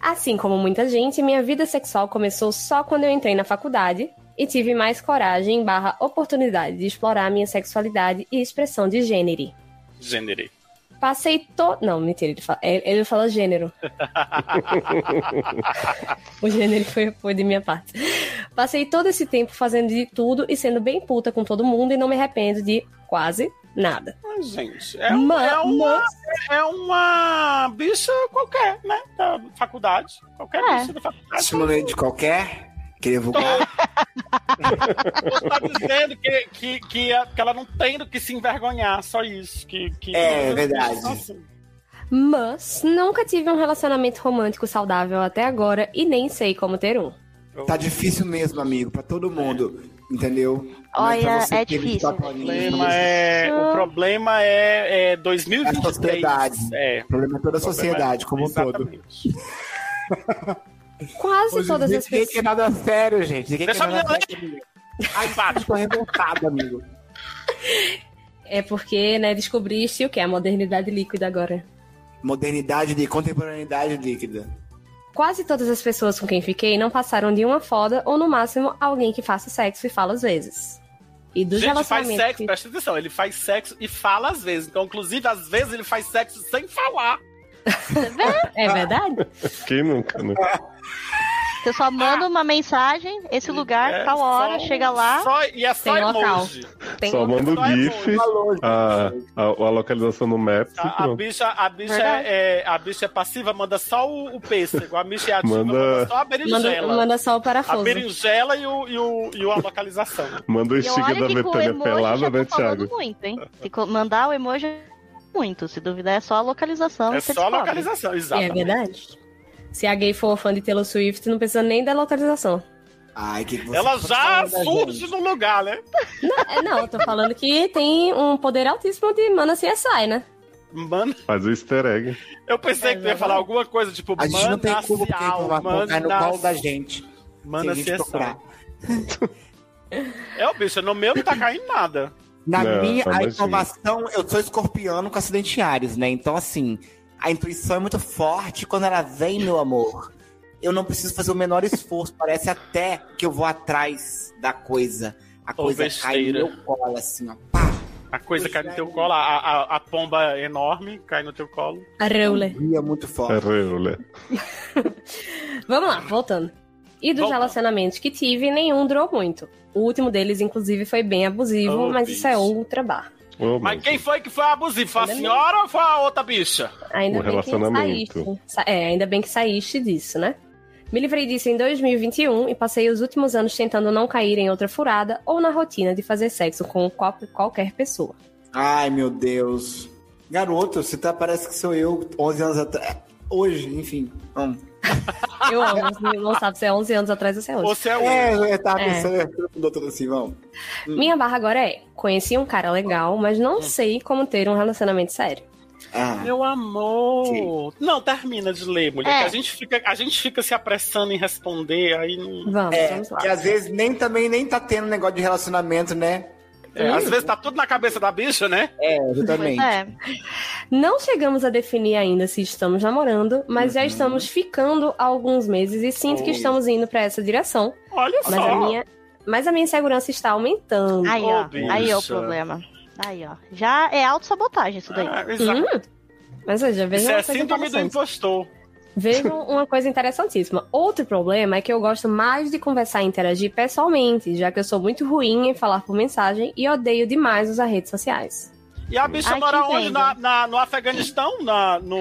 Speaker 6: Assim como muita gente, minha vida sexual começou só quando eu entrei na faculdade e tive mais coragem barra oportunidade de explorar a minha sexualidade e expressão de gênero.
Speaker 4: <laughs> Gênero.
Speaker 6: Passei todo... Não, mentira, ele fala, ele ele fala gênero. O gênero foi, foi de minha parte. Passei todo esse tempo fazendo de tudo e sendo bem puta com todo mundo e não me arrependo de quase nada.
Speaker 4: Ah, gente. É, um-
Speaker 6: Ma-
Speaker 4: é uma,
Speaker 6: ma-
Speaker 4: é uma bicha qualquer, né? Da faculdade. Qualquer
Speaker 6: É.
Speaker 4: bicha da faculdade.
Speaker 3: Estimulante de qualquer. Queria vulgar.
Speaker 4: <laughs> tá dizendo que, que, que, a- que ela não tem do que se envergonhar, só isso. Que, que
Speaker 3: É, verdade.
Speaker 4: Nossa.
Speaker 6: Mas nunca tive um relacionamento romântico saudável até agora e nem sei como ter um.
Speaker 3: Tá difícil mesmo, amigo, pra todo mundo. Entendeu?
Speaker 6: Olha, é difícil.
Speaker 4: O problema é, o problema é, é 2023.
Speaker 3: É a sociedade.
Speaker 4: É. O
Speaker 3: problema é toda a sociedade, como um todo.
Speaker 6: Quase
Speaker 3: Hoje em
Speaker 4: é,
Speaker 6: todas
Speaker 3: dia,
Speaker 6: as
Speaker 3: ninguém
Speaker 6: pessoas.
Speaker 3: quer nada sério, gente. Ninguém
Speaker 4: Deixa
Speaker 3: quer
Speaker 4: eu
Speaker 3: nada
Speaker 4: ler.
Speaker 3: Ai, eu tô revoltado, amigo.
Speaker 6: É porque, né, descobriste o que? A modernidade líquida agora.
Speaker 3: Modernidade de contemporaneidade líquida.
Speaker 6: Quase todas as pessoas com quem fiquei não passaram de uma foda ou, no máximo, alguém que faça sexo e fala às vezes. E dos
Speaker 4: Gente, faz
Speaker 6: relacionamentos.
Speaker 4: sexo, presta atenção, ele faz sexo e fala às vezes. Então, inclusive, às vezes ele faz sexo sem falar.
Speaker 6: É verdade?
Speaker 1: Quem nunca, né?
Speaker 5: Você só manda uma mensagem, esse lugar,
Speaker 4: É,
Speaker 5: tal hora,
Speaker 4: só-
Speaker 5: chega lá.
Speaker 4: só- e é só Tem local. emoji.
Speaker 6: um
Speaker 1: Só manda o GIF, a, a, a localização no Maps e
Speaker 4: A, a
Speaker 1: pronto.
Speaker 4: bicha, a bicha
Speaker 6: Verdade.
Speaker 4: é, a bicha é passiva, manda só o, o pêssego. A bicha é ativa,
Speaker 1: Manda-
Speaker 4: manda, só a berinjela.
Speaker 6: Manda- um manda só o
Speaker 4: A
Speaker 6: parafuso.
Speaker 4: berinjela e, o, e, o, e a localização.
Speaker 1: Manda o estiga da Betânia pelada,
Speaker 6: tá
Speaker 1: né, Thiago?
Speaker 5: tá falando muito, hein? Se co- mandar o emoji é muito, se duvidar é só a localização.
Speaker 4: É
Speaker 5: você
Speaker 4: só a
Speaker 5: descobre.
Speaker 4: localização, exato.
Speaker 6: É verdade. Se a gay for fã de Taylor Swift, não precisa nem da localização.
Speaker 3: Ai, que você tá
Speaker 4: Ela já
Speaker 3: falando da
Speaker 4: surge
Speaker 3: gente.
Speaker 4: no lugar, né?
Speaker 6: É, Não, eu tô falando que tem um poder altíssimo de mana CSI, né?
Speaker 4: Mano,
Speaker 1: Faz o easter egg.
Speaker 4: eu
Speaker 3: É
Speaker 4: pensei que tu ia falar alguma coisa tipo
Speaker 3: A gente não tem culpa porque
Speaker 4: manacial,
Speaker 3: vai colocar é no
Speaker 4: manas-
Speaker 3: colo da gente.
Speaker 4: Manda
Speaker 3: se a gente
Speaker 4: acessar.
Speaker 3: procurar.
Speaker 4: É, o bicho, no meu não tá caindo nada.
Speaker 3: Na
Speaker 4: Não,
Speaker 3: minha
Speaker 4: tá
Speaker 3: a
Speaker 4: mais
Speaker 3: informação, eu sou escorpiano com acidente em Ares, né? Então, assim, a intuição é muito forte quando ela vem, meu amor. Eu não preciso fazer o menor esforço, parece até que eu vou atrás da coisa. A
Speaker 4: Ou
Speaker 3: coisa cai no
Speaker 4: besteira.
Speaker 3: meu colo, assim, ó.
Speaker 4: A coisa cai no teu colo, a, a, a pomba enorme cai no teu colo.
Speaker 6: A Reuler.
Speaker 3: Guia é muito forte.
Speaker 1: É
Speaker 4: É.
Speaker 1: Reuler.
Speaker 6: Vamos lá, voltando. E dos relacionamentos que tive, nenhum durou muito. O último deles, inclusive, foi bem abusivo,
Speaker 4: Oh,
Speaker 6: mas
Speaker 4: bicho.
Speaker 6: isso é outra barra.
Speaker 4: Mas quem foi que foi abusivo? Foi a
Speaker 6: Ainda bem.
Speaker 4: senhora ou foi a outra bicha?
Speaker 6: Ainda bem que saíste. Sa- É, ainda bem que saíste disso, né? Me livrei disso em 2021 e passei os últimos anos tentando não cair em outra furada ou na rotina de fazer sexo com qual- qualquer pessoa.
Speaker 3: Ai, meu Deus. Garoto, você tá, parece que sou eu, 11 anos atrás. Hoje, enfim. Hum.
Speaker 6: Eu amo. Não sabe se é 11 anos atrás ou se é hoje.
Speaker 4: Você é
Speaker 9: É, eu
Speaker 3: tá,
Speaker 9: tava pensando, eu tô doutor
Speaker 3: assim,
Speaker 9: Simão.
Speaker 6: Minha barra agora é: conheci um cara legal, mas não sei como ter um relacionamento sério.
Speaker 3: Ah.
Speaker 4: Meu amor. Não, termina de ler, mulher.
Speaker 6: É.
Speaker 4: que A, gente fica, a gente fica se apressando em responder, aí não.
Speaker 9: é, Que às vezes nem também nem tá tendo negócio de relacionamento, né?
Speaker 3: Hum.
Speaker 4: É, às vezes tá tudo na cabeça da bicha, né?
Speaker 9: É,
Speaker 6: Não chegamos a definir ainda se estamos namorando, mas já estamos ficando há alguns meses e sinto que
Speaker 4: Olha.
Speaker 6: estamos indo pra essa direção.
Speaker 4: Olha
Speaker 6: mas
Speaker 5: só.
Speaker 6: A minha, mas a minha insegurança está aumentando.
Speaker 5: Aí, ó. aí é o problema. Aí, ó. Já é autossabotagem isso daí.
Speaker 4: Ah, É,
Speaker 6: exato. Mas eu já vejo
Speaker 5: Isso é
Speaker 6: Hum? uma coisa
Speaker 5: síndrome do
Speaker 6: interessante.
Speaker 4: Impostor.
Speaker 6: Vejam uma coisa interessantíssima. Outro problema é que eu gosto mais de conversar e interagir pessoalmente, já que eu sou muito ruim em falar por mensagem e odeio demais usar redes sociais.
Speaker 4: E a bicha
Speaker 6: Ai, que
Speaker 4: mora onde?
Speaker 6: entendo.
Speaker 4: Na, na- no Afeganistão? Na, no,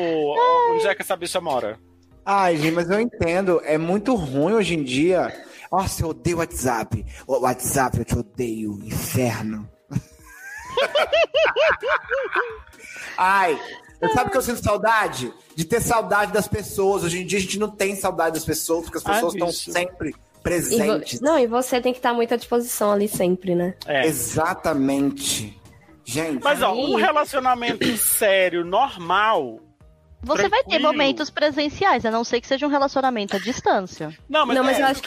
Speaker 4: onde é que essa bicha mora?
Speaker 9: Ai, gente, mas eu entendo. É muito ruim hoje em dia. Nossa, eu odeio WhatsApp. Ô, WhatsApp, eu te odeio. Inferno. <laughs> Ai, eu- sabe o que eu sinto saudade? De ter saudade das pessoas. Hoje em dia a gente não tem saudade das pessoas, porque as
Speaker 6: Ai,
Speaker 9: pessoas estão
Speaker 6: Ah, bicho.
Speaker 9: sempre
Speaker 6: E vo-
Speaker 9: presentes.
Speaker 6: Não, e você tem que estar muito à disposição ali sempre, né?
Speaker 9: Exatamente. Gente.
Speaker 4: É. Mas ó, um relacionamento sério, normal.
Speaker 5: Você vai ter
Speaker 4: tranquilo.
Speaker 5: momentos presenciais, a não ser que seja um relacionamento à distância.
Speaker 4: Não, mas, é, isso eu quero dizer.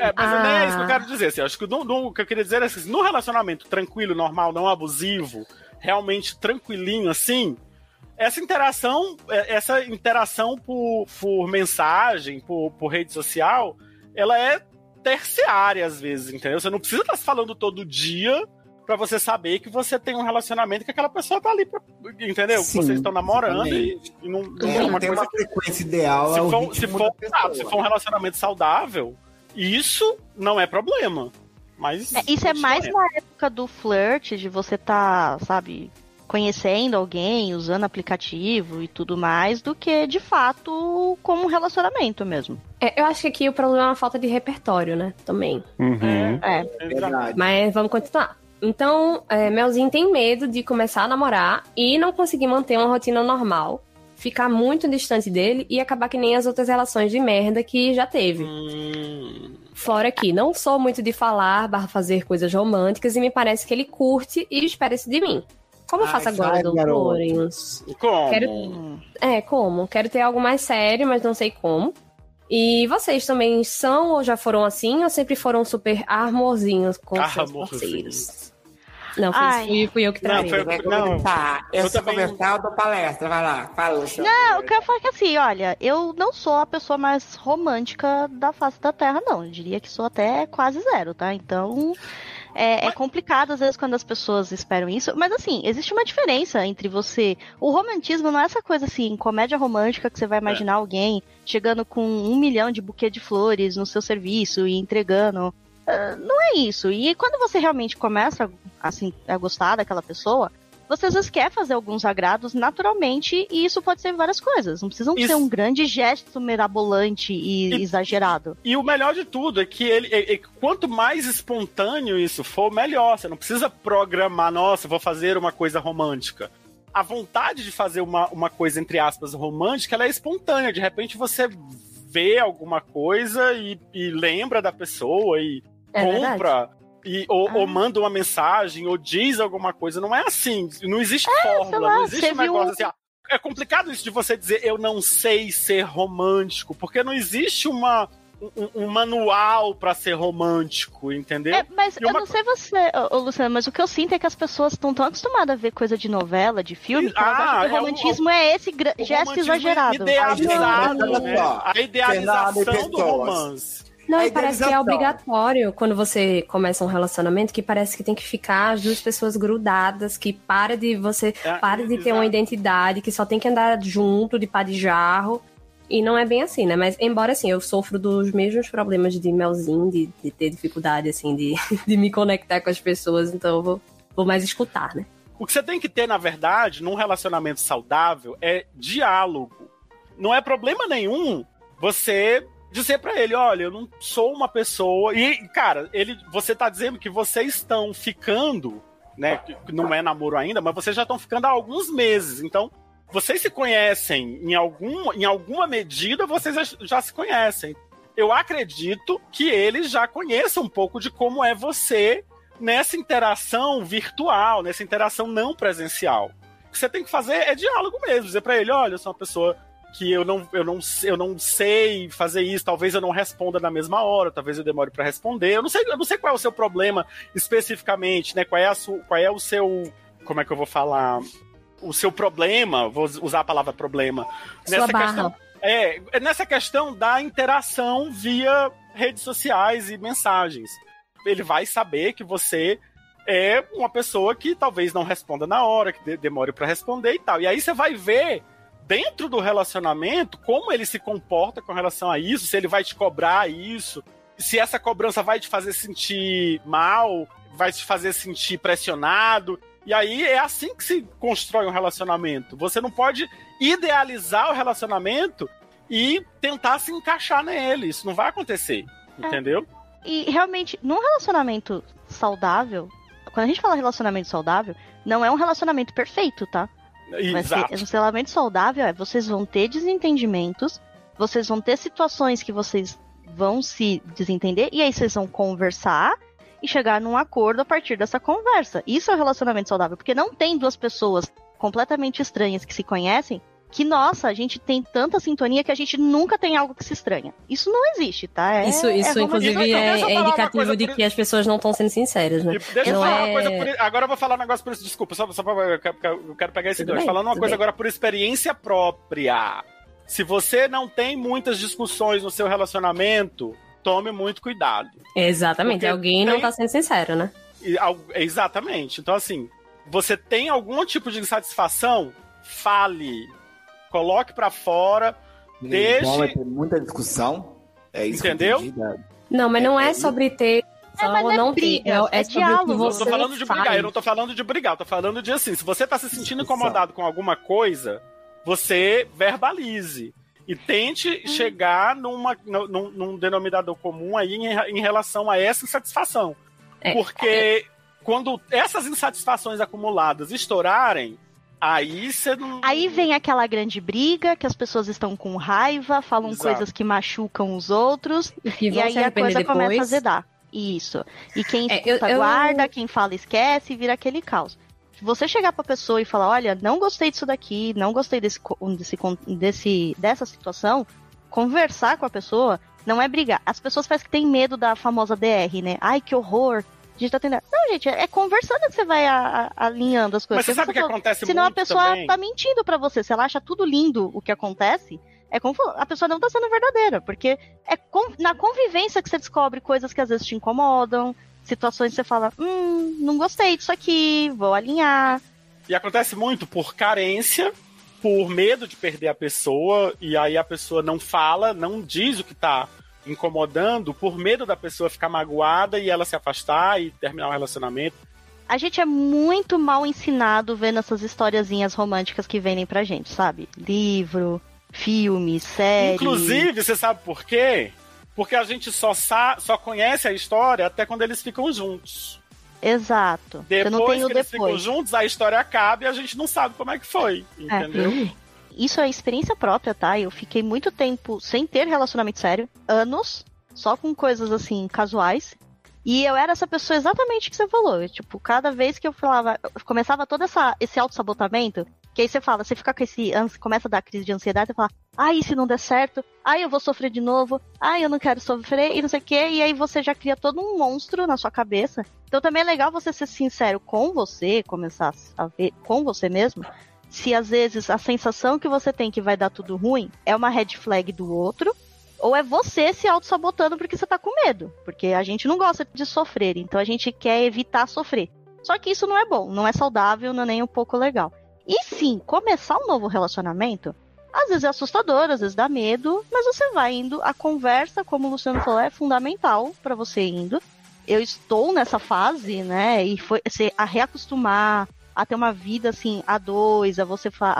Speaker 4: É, mas não é isso que eu
Speaker 5: quero.
Speaker 4: quero dizer. Assim, eu acho que no- no- o que eu queria dizer é assim, num relacionamento tranquilo, normal, não abusivo, realmente tranquilinho assim, essa interação, é, essa interação por, por mensagem, por, por rede social, ela é terciária às vezes, entendeu? Você não precisa estar se falando todo dia pra você saber que você tem um relacionamento que aquela pessoa tá ali, pra- entendeu? Que
Speaker 9: Sim,
Speaker 4: Vocês estão namorando e,
Speaker 9: exatamente.
Speaker 4: e não,
Speaker 9: É, não tem uma frequência ideal.
Speaker 4: se,
Speaker 9: é o
Speaker 4: for, um- se,
Speaker 9: ritmo
Speaker 4: for,
Speaker 9: da pessoa.
Speaker 4: ah, se for um relacionamento saudável, isso não é problema. Mas.
Speaker 5: É, isso é mais
Speaker 4: não
Speaker 5: na época do flirt, de você tá, sabe, conhecendo alguém, usando aplicativo e tudo mais, do que de fato como um relacionamento mesmo.
Speaker 6: É, eu acho que aqui o problema é uma falta de repertório, né? Também.
Speaker 1: Uhum.
Speaker 6: É.
Speaker 5: Verdade.
Speaker 6: Mas vamos continuar. Então, é, Melzinho tem medo de começar a namorar e não conseguir manter uma rotina normal, ficar muito distante dele e acabar que nem as outras relações de merda que já teve.
Speaker 4: Hum,
Speaker 6: Fora que não sou muito de falar barra fazer coisas românticas e me parece que ele curte e espera isso de mim.
Speaker 5: Ah,
Speaker 6: Como eu faço agora,
Speaker 4: sai,
Speaker 5: é
Speaker 4: garoto.
Speaker 6: Dolores?
Speaker 4: Como?
Speaker 6: Quero... É, como? Quero ter algo mais sério, mas não sei como. E vocês também são ou já foram assim ou sempre foram super armorzinhos com seus
Speaker 4: Amorzinho.
Speaker 6: parceiros? Não, fui, fui, fui eu que
Speaker 5: Não,
Speaker 6: traí.
Speaker 5: foi-
Speaker 6: né?
Speaker 5: não.
Speaker 9: Tá, eu, se conversar, eu dou palestra. Vai lá, fala. Xandra.
Speaker 5: Não, eu quero falar que assim, olha, eu não sou a pessoa mais romântica da face da Terra, não. Eu diria que sou até quase zero, tá? Então, é, é complicado às vezes quando as pessoas esperam isso. Mas assim, existe uma diferença entre você. O romantismo não é essa coisa assim, comédia romântica que você vai imaginar alguém chegando com um milhão de buquê de flores no seu serviço e entregando. Ah, não é isso. E quando você realmente começa assim, a gostar daquela pessoa, você às vezes quer fazer alguns agrados naturalmente e isso pode ser várias coisas. Não precisam ser um grande gesto mirabolante e, exagerado.
Speaker 4: E o melhor de tudo é que ele, é- é que quanto mais espontâneo isso for, melhor. Você não precisa programar, nossa, vou fazer uma coisa romântica. A vontade de fazer uma, uma coisa, entre aspas, romântica, ela é espontânea. De repente você vê alguma coisa e, e lembra da pessoa e
Speaker 6: É
Speaker 4: compra. E, ou,
Speaker 5: Ah.
Speaker 4: ou manda uma mensagem, ou diz alguma coisa. Não é assim. Não existe
Speaker 5: É, sei
Speaker 4: fórmula,
Speaker 5: lá,
Speaker 4: não existe
Speaker 5: você
Speaker 4: um
Speaker 5: viu
Speaker 4: negócio
Speaker 5: um-
Speaker 4: assim. ah, é complicado isso de você dizer eu não sei ser romântico, porque não existe uma, um, um manual pra ser romântico, entendeu?
Speaker 5: É, mas
Speaker 4: E
Speaker 5: eu
Speaker 4: uma
Speaker 5: não sei você, ô, ô, Luciana, mas o que eu sinto é que as pessoas estão tão acostumadas a ver coisa de novela, de filme, que elas
Speaker 4: Ah,
Speaker 5: acham que
Speaker 4: é o-
Speaker 5: o romantismo é esse gra-
Speaker 4: o
Speaker 5: gesto
Speaker 4: romantismo
Speaker 5: exagerado.
Speaker 4: Idealizado,
Speaker 9: Olha
Speaker 4: né?
Speaker 9: só,
Speaker 4: A
Speaker 9: Fernanda e
Speaker 4: idealização do
Speaker 9: pessoas.
Speaker 4: romance.
Speaker 6: Não,
Speaker 9: É
Speaker 6: e parece que é
Speaker 9: idealização.
Speaker 6: obrigatório quando você começa um relacionamento que parece que tem que ficar as duas pessoas grudadas, que para de você
Speaker 5: É,
Speaker 6: para de ter uma identidade, que só tem que andar junto de pá de jarro. E não é bem assim, né? Mas embora assim, eu sofro dos mesmos problemas de melzinho, de, de ter dificuldade assim de, <laughs> de me conectar com as pessoas, então eu vou, vou mais escutar, né?
Speaker 4: O que você tem que ter, na verdade, num relacionamento saudável é diálogo. Não é problema nenhum você dizer pra ele, olha, eu não sou uma pessoa. E, cara, ele, você tá dizendo que vocês estão ficando, né? que Não é namoro ainda, mas vocês já estão ficando há alguns meses. Então, Vocês se conhecem em, algum, em alguma medida, vocês já, já se conhecem. Eu acredito que ele já conheça um pouco de como é você nessa interação virtual, nessa interação não presencial. O que você tem que fazer é diálogo mesmo, dizer para ele, olha, eu sou uma pessoa que eu não, eu, não, eu não sei fazer isso, talvez eu não responda na mesma hora, talvez eu demore para responder. Eu não, sei, eu não sei qual é o seu problema especificamente, né? Qual é, a su, qual é o seu. Como é que eu vou falar? O seu problema, vou usar a palavra problema.
Speaker 6: Sua barra.
Speaker 4: questão. É, é nessa questão da interação via redes sociais e mensagens. Ele vai saber que você é uma pessoa que talvez não responda na hora, que de- demore para responder e tal. E aí você vai ver dentro do relacionamento como ele se comporta com relação a isso, se ele vai te cobrar isso, se essa cobrança vai te fazer sentir mal, vai te fazer sentir pressionado. E aí é assim que se constrói um relacionamento. Você não pode idealizar o relacionamento e tentar se encaixar nele. Isso não vai acontecer,
Speaker 5: É.
Speaker 4: entendeu?
Speaker 5: E realmente, num relacionamento saudável, quando a gente fala relacionamento saudável, não é um relacionamento perfeito, tá? Mas se-
Speaker 4: Exato.
Speaker 5: um relacionamento saudável é vocês vão ter desentendimentos, vocês vão ter situações que vocês vão se desentender, e aí vocês vão conversar e chegar num acordo a partir dessa conversa. Isso é um relacionamento saudável, porque não tem duas pessoas completamente estranhas que se conhecem que, nossa, a gente tem tanta sintonia que a gente nunca tem algo que se estranha. Isso não existe, tá? É-
Speaker 6: Isso, isso
Speaker 5: é
Speaker 6: inclusive,
Speaker 5: romantismo.
Speaker 6: é, é indicativo
Speaker 4: coisa
Speaker 6: de que as pessoas não estão sendo sinceras, né?
Speaker 4: Deixa eu
Speaker 6: não
Speaker 4: falar
Speaker 6: é...
Speaker 4: uma coisa por, Agora eu vou falar um negócio por isso. Desculpa, só, só pra, eu quero- eu quero pegar esse
Speaker 6: Tudo
Speaker 4: gancho.
Speaker 6: bem,
Speaker 4: Falando uma
Speaker 6: tudo
Speaker 4: coisa
Speaker 6: bem.
Speaker 4: agora por experiência própria. Se você não tem muitas discussões no seu relacionamento, tome muito cuidado.
Speaker 6: Exatamente,
Speaker 4: Porque
Speaker 6: alguém não
Speaker 4: tem-
Speaker 6: tá sendo sincero, né?
Speaker 4: E al- Exatamente. Então, assim, você tem algum tipo de insatisfação? Fale. Coloque pra fora.
Speaker 9: Então vai
Speaker 4: Deixe.
Speaker 9: ter muita discussão. É isso que eu
Speaker 4: Entendeu?
Speaker 9: entendi, né?
Speaker 6: Não, mas não é sobre ter.
Speaker 5: mas
Speaker 6: ou
Speaker 5: é
Speaker 6: não ter,
Speaker 5: brigas,
Speaker 6: é,
Speaker 5: é
Speaker 6: sobre
Speaker 5: diálogo.
Speaker 6: o que
Speaker 4: Eu
Speaker 6: você
Speaker 4: tô falando de
Speaker 6: faz.
Speaker 4: brigar, eu não tô falando de brigar, eu tô falando de assim, se você tá se sentindo incomodado com alguma coisa, você verbalize. E tente
Speaker 6: Uhum.
Speaker 4: chegar numa, num- num, num denominador comum aí em, em relação a essa insatisfação.
Speaker 6: É,
Speaker 4: Porque quando essas insatisfações acumuladas estourarem, aí você não.
Speaker 5: Aí vem aquela grande briga que as pessoas estão com raiva, falam
Speaker 4: Exato.
Speaker 5: coisas que machucam os outros
Speaker 6: E que
Speaker 5: e,
Speaker 6: vão se
Speaker 5: aí a
Speaker 6: arrepender
Speaker 5: coisa começa a
Speaker 6: depois.
Speaker 5: zedar. Isso. E quem
Speaker 6: É,
Speaker 5: escuta
Speaker 6: eu- eu-
Speaker 5: guarda, quem fala esquece, e vira aquele caos. Se você chegar pra pessoa e falar, olha, não gostei disso daqui, não gostei desse, co- desse, con- desse dessa situação, conversar com a pessoa não é brigar. As pessoas parece que têm medo da famosa DR, né? Ai, que horror. A gente tá tendo... Não, gente, é é conversando que você vai a- a- alinhando as coisas.
Speaker 4: Mas você sabe o que
Speaker 5: Senão-
Speaker 4: acontece
Speaker 6: é
Speaker 5: Senão
Speaker 4: muito
Speaker 5: a pessoa
Speaker 4: também?
Speaker 5: tá mentindo pra você. Se ela acha tudo lindo o que acontece, é confu- a pessoa não tá sendo verdadeira. Porque é con- na convivência que você descobre coisas que às vezes te incomodam, situações que você fala, hum, não gostei disso aqui, vou alinhar.
Speaker 4: E acontece muito por carência, por medo de perder a pessoa, e aí a pessoa não fala, não diz o que tá incomodando, por medo da pessoa ficar magoada e ela se afastar e terminar o relacionamento.
Speaker 5: A gente é muito mal ensinado vendo essas historiazinhas românticas que vendem pra gente, sabe? Livro, filme, série.
Speaker 4: Inclusive, você sabe por quê? Porque a gente só, sa só conhece a história até quando eles ficam juntos.
Speaker 5: Exato. Você
Speaker 4: Depois
Speaker 5: não tem o
Speaker 4: que eles ficam
Speaker 5: depois.
Speaker 4: juntos, a história acaba e a gente não sabe como é que foi.
Speaker 5: É.
Speaker 4: Entendeu?
Speaker 5: Isso é experiência própria, tá? Eu fiquei muito tempo sem ter relacionamento sério, anos, só com coisas assim, casuais. E eu era essa pessoa exatamente que você falou. Eu, tipo, cada vez que eu falava, eu começava todo essa, esse autossabotamento, que aí você fala, você fica com esse, ans- começa a dar crise de ansiedade, você fala, ai, e se não der certo, ai, eu vou sofrer de novo, ai, eu não quero sofrer, e não sei o quê, e aí você já cria todo um monstro na sua cabeça. Então também é legal você ser sincero com você, começar a ver com você mesmo, se às vezes a sensação que você tem que vai dar tudo ruim é uma red flag do outro, ou é você se auto-sabotando porque você tá com medo. Porque a gente não gosta de sofrer, então a gente quer evitar sofrer. Só que isso não é bom, não é saudável, não é nem um pouco legal. E sim, começar um novo relacionamento, às vezes é assustador, às vezes dá medo, mas você vai indo. A conversa, como o Luciano falou, é fundamental pra você indo. Eu estou nessa fase, né? E foi se a reacostumar a ter uma vida assim, a dois, a você fa-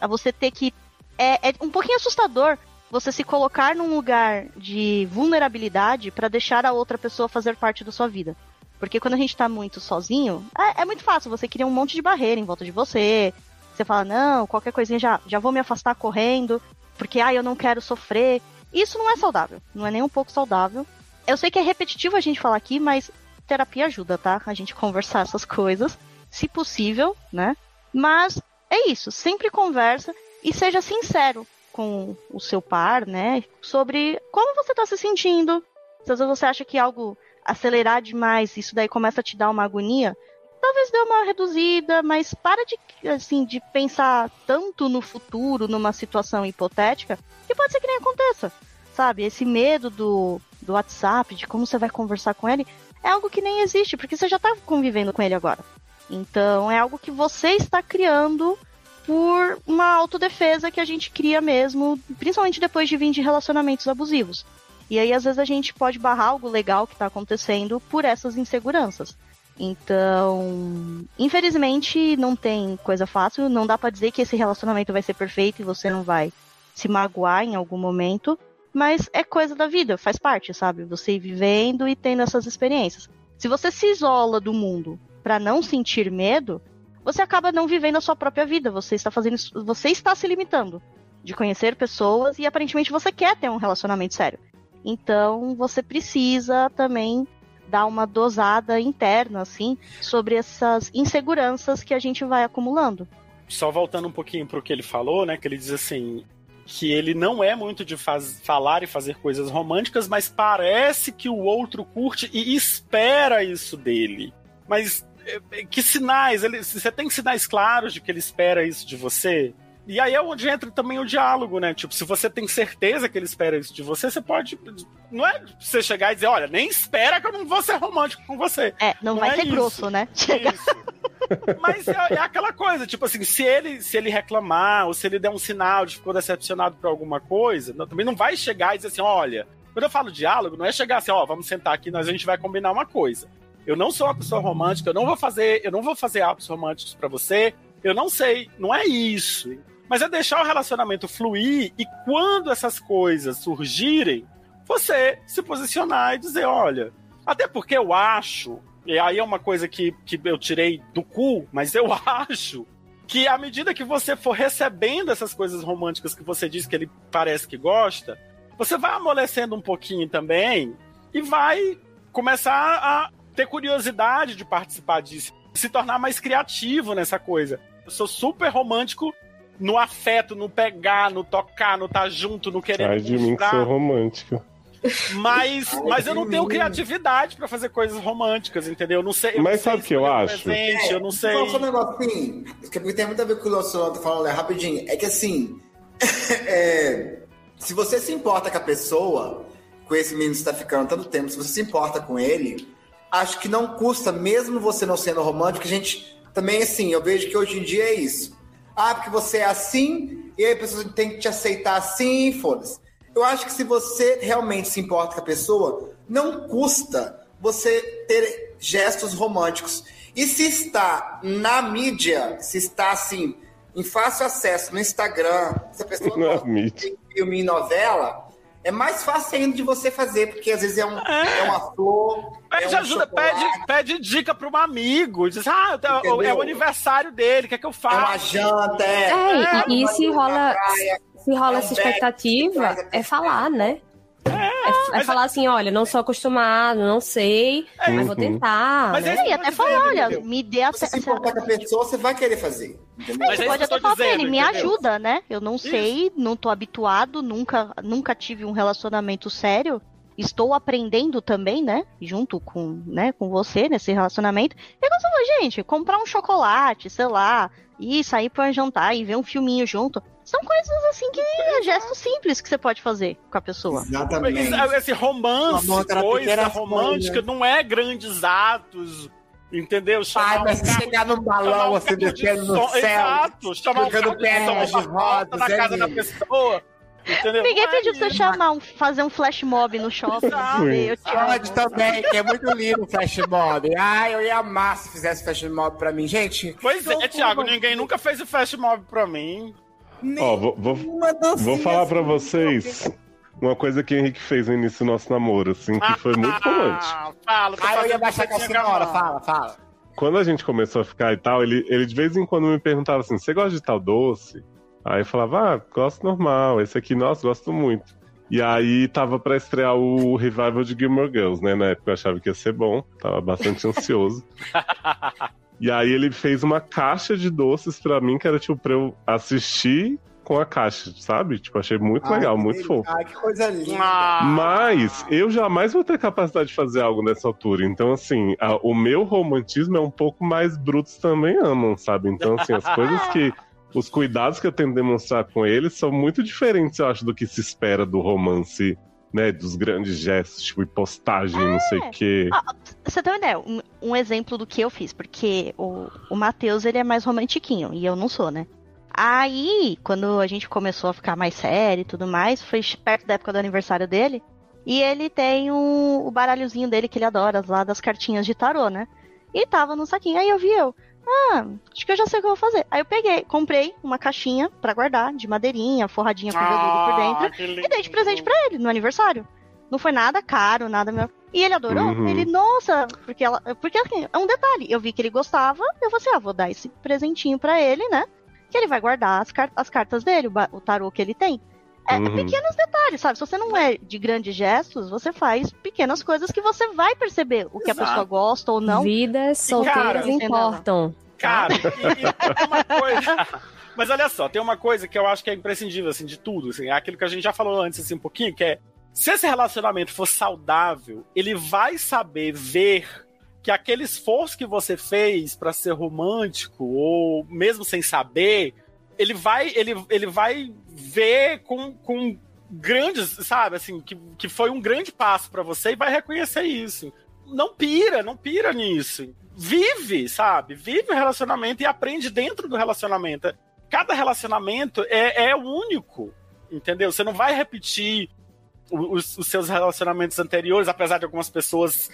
Speaker 5: a, a você ter que. É, é um pouquinho assustador você se colocar num lugar de vulnerabilidade pra deixar a outra pessoa fazer parte da sua vida. Porque quando a gente tá muito sozinho, é, é muito fácil. Você cria um monte de barreira em volta de você. Você fala, não, qualquer coisinha já, já vou me afastar correndo, porque ah, eu não quero sofrer. Isso não é saudável, não é nem um pouco saudável. Eu sei que é repetitivo a gente falar aqui, mas terapia ajuda, tá? A gente <laughs> conversar essas coisas, se possível, né? Mas é isso, sempre conversa e seja sincero com o seu par, né? Sobre como você tá se sentindo. Se às vezes você acha que algo acelerar demais, isso daí começa a te dar uma agonia, talvez dê uma reduzida, mas para de assim de pensar tanto no futuro, numa situação hipotética, que pode ser que nem aconteça. Sabe, esse medo do, do WhatsApp, de como você vai conversar com ele, é algo que nem existe, porque você já tá convivendo com ele agora. Então, é algo que você está criando por uma autodefesa que a gente cria mesmo, principalmente depois de vir de relacionamentos abusivos. E aí, às vezes, a gente pode barrar algo legal que está acontecendo por essas inseguranças. Então, infelizmente, não tem coisa fácil, não dá para dizer que esse relacionamento vai ser perfeito e você não vai se magoar em algum momento, mas é coisa da vida, faz parte, sabe? Você ir vivendo e tendo essas experiências. Se você se isola do mundo para não sentir medo, você acaba não vivendo a sua própria vida, você está fazendo isso- você está se limitando de conhecer pessoas e aparentemente você quer ter um relacionamento sério. Então, você precisa também dar uma dosada interna assim sobre essas inseguranças que a gente vai acumulando.
Speaker 4: Só voltando um pouquinho pro que ele falou, né? Que ele diz assim. Que ele não é muito de faz- falar e fazer coisas românticas, mas parece que o outro curte e espera isso dele. Mas eh, eh, que sinais? Ele, você tem sinais claros de que ele espera isso de você? E aí é onde entra também o diálogo, né? Tipo, se você tem certeza que ele espera isso de você, você pode. Não é você chegar e dizer, olha, nem espera que eu não vou ser romântico com você.
Speaker 5: É, não, vai
Speaker 4: é
Speaker 5: ser
Speaker 4: isso.
Speaker 5: grosso, né? Chega.
Speaker 4: Mas é, é aquela coisa, tipo assim, se ele, se ele reclamar, ou se ele der um sinal de que ficou decepcionado por alguma coisa, não- também não vai chegar e dizer assim, olha, quando eu falo diálogo, não é chegar assim, ó, vamos sentar aqui, nós a gente vai combinar uma coisa. Eu não sou uma pessoa romântica, eu não vou fazer, eu não vou fazer atos românticos pra você, eu não sei, não é isso. Mas é deixar o relacionamento fluir e quando essas coisas surgirem, você se posicionar e dizer, olha, até porque eu acho, e aí é uma coisa que, que eu tirei do cu, mas eu <laughs> acho que à medida que você for recebendo essas coisas românticas que você diz que ele parece que gosta, você vai amolecendo um pouquinho também e vai começar a ter curiosidade de participar disso, se tornar mais criativo nessa coisa. Eu sou super romântico no afeto, no pegar, no tocar, no estar junto, no querer
Speaker 1: Ai de mim que
Speaker 4: mostrar.
Speaker 1: sou romântico.
Speaker 4: Mas, mas eu não tenho criatividade pra fazer coisas românticas, entendeu? Eu não sei. eu não
Speaker 1: Mas
Speaker 4: sei
Speaker 1: sabe o que eu
Speaker 4: escolher um
Speaker 1: acho?
Speaker 4: presente, eu não sei.
Speaker 9: Só um negocinho, que é porque tem muito a ver com o que o Luciano tá falando, né? rapidinho. É que assim, <laughs> é, se você se importa com a pessoa, com esse menino que está ficando tanto tempo, se você se importa com ele, acho que não custa, mesmo você não sendo romântico, a gente também assim, eu vejo que hoje em dia é isso. Ah, porque você é assim, e aí a pessoa tem que te aceitar assim, e foda-se. Eu acho que se você realmente se importa com a pessoa, não custa você ter gestos românticos. E se está na mídia, se está assim, em fácil acesso no Instagram, se a pessoa
Speaker 1: Não, é
Speaker 9: gosta
Speaker 1: Mitch.
Speaker 9: de filme e novela, é mais fácil ainda de você fazer, porque às vezes é, um, é uma flor.
Speaker 4: Pede
Speaker 9: é um
Speaker 4: ajuda,
Speaker 9: chocolate,
Speaker 4: pede, pede dica pra um amigo. Diz, ah, tá-
Speaker 9: Entendeu?
Speaker 4: é o aniversário dele, o que é que eu faço?
Speaker 9: uma janta,
Speaker 6: É, e, e se rola, se rola
Speaker 4: é um
Speaker 6: essa
Speaker 4: beck,
Speaker 6: expectativa, é falar, né? É, é falar assim, olha, não sou acostumado, não sei, mas vou
Speaker 9: Uhum.
Speaker 6: tentar.
Speaker 9: Mas
Speaker 6: né?
Speaker 9: é isso que eu
Speaker 5: até
Speaker 9: tô dizendo,
Speaker 5: falar, olha,
Speaker 9: entendeu?
Speaker 5: me dê a
Speaker 9: Se você se importar com a pessoa, você vai querer fazer. Entendeu?
Speaker 4: é
Speaker 5: Você pode até falar pra ele, me ajuda, né? Eu não
Speaker 9: Isso.
Speaker 5: sei, não tô habituado, nunca, nunca tive um relacionamento sério. Estou aprendendo também, né? Junto com, né, com você nesse relacionamento. E você fala, gente, comprar um chocolate, sei lá, e sair pra jantar e ver um filminho junto. São coisas assim que é gesto simples que você pode fazer com a pessoa.
Speaker 4: Esse- Esse romance,
Speaker 5: O amor era
Speaker 4: coisa
Speaker 5: pequenas
Speaker 4: romântica,
Speaker 5: coisas.
Speaker 4: não é grandes atos, entendeu? Chamar
Speaker 3: assim,
Speaker 9: mas
Speaker 4: carro-
Speaker 9: chegar num balão,
Speaker 4: chamar
Speaker 9: assim,
Speaker 4: carro um de
Speaker 9: descendo no
Speaker 4: som-
Speaker 9: céu,
Speaker 4: Exato, chamar um
Speaker 9: jogando
Speaker 4: carro de
Speaker 9: pérolas
Speaker 4: som
Speaker 9: de
Speaker 4: na porta da
Speaker 9: rosas,
Speaker 4: casa
Speaker 9: é
Speaker 4: da
Speaker 9: isso.
Speaker 4: pessoa. Entendeu?
Speaker 5: Ninguém
Speaker 4: Não é
Speaker 5: pediu pra você
Speaker 4: isso.
Speaker 5: chamar, um, fazer um flash mob no shopping. dizer, eu te
Speaker 3: Ah,
Speaker 5: amo.
Speaker 9: Pode também, que é muito lindo o flash mob. Ah, eu ia amar se fizesse flash mob pra mim. Gente,
Speaker 4: Pois é, Thiago, ninguém nunca fez o flash mob pra mim.
Speaker 1: Ó, vou, vou, vou falar pra vocês uma coisa que o Henrique fez no início do nosso namoro, assim, que foi muito romântico.
Speaker 4: Ah, Fala,
Speaker 9: Ah, eu ia baixar a calcinha na hora, fala, fala.
Speaker 1: Quando a gente começou a ficar e tal, ele, ele de vez em quando me perguntava assim: você gosta de tal doce? Aí eu falava, ah, gosto normal, esse aqui, nossa, gosto muito. E aí tava pra estrear o revival de Gilmore Girls, né? Na época eu achava que ia ser bom, tava bastante <laughs> ansioso. e aí ele fez uma caixa de doces pra mim, que era tipo pra eu assistir com a caixa, sabe? Tipo, achei muito
Speaker 3: Ai,
Speaker 1: legal,
Speaker 3: que
Speaker 1: muito
Speaker 3: delícia.
Speaker 1: fofo.
Speaker 3: Ai, que coisa linda.
Speaker 4: Ah.
Speaker 1: Mas eu jamais vou ter capacidade de fazer algo nessa altura. Então, assim, a- o meu romantismo é um pouco mais brutos também amam, sabe? Então, assim, as coisas que. Os cuidados que eu tento demonstrar com eles são muito diferentes, eu acho, do que se espera do romance, né? Dos grandes gestos, tipo, e postagem, não sei o quê.
Speaker 5: Ó, ó, Você tem uma ideia? Um, um exemplo do que eu fiz, porque o, o Matheus, ele é mais romantiquinho, e eu não sou, né? Aí, quando a gente começou a ficar mais sério e tudo mais, foi perto da época do aniversário dele, e ele tem um, o baralhozinho dele que ele adora, lá das cartinhas de tarô, né? E tava no saquinho, aí eu vi eu, ah, acho que eu já sei o que eu vou fazer. Aí eu peguei, comprei uma caixinha pra guardar, de madeirinha, forradinha com veludo por
Speaker 12: Ah,
Speaker 5: dentro,
Speaker 12: que
Speaker 5: e dei de presente pra ele no aniversário. Não foi nada caro, nada meu. E ele adorou.
Speaker 12: Uhum.
Speaker 5: Ele, nossa, porque ela. Porque assim, é um detalhe. Eu vi que ele gostava, eu falei assim, ah, vou dar esse presentinho pra ele, né? Que ele vai guardar as, car- as cartas dele, o, ba- o tarô que ele tem. É, é
Speaker 12: Uhum.
Speaker 5: pequenos detalhes, sabe? Se você não é de grandes gestos, você faz pequenas coisas que você vai perceber o que a
Speaker 6: Exato.
Speaker 5: pessoa gosta ou não.
Speaker 6: Vidas
Speaker 5: E,
Speaker 6: solteiras
Speaker 5: cara,
Speaker 6: importam.
Speaker 5: <laughs>
Speaker 4: Cara, e- e tem uma coisa. <laughs> Mas olha só, tem uma coisa que eu acho que é imprescindível, assim, de tudo, assim, é aquilo que a gente já falou antes, assim, um pouquinho, que é se esse relacionamento for saudável, ele vai saber ver que aquele esforço que você fez pra ser romântico, ou mesmo sem saber, ele vai, ele, ele vai ver com, com grandes, sabe, assim, que, que foi um grande passo pra você e vai reconhecer isso. Não pira, não pira nisso. Vive, sabe? Vive o relacionamento e aprende dentro do relacionamento. Cada relacionamento é, é único, entendeu? Você não vai repetir o- os, os seus relacionamentos anteriores, apesar de algumas pessoas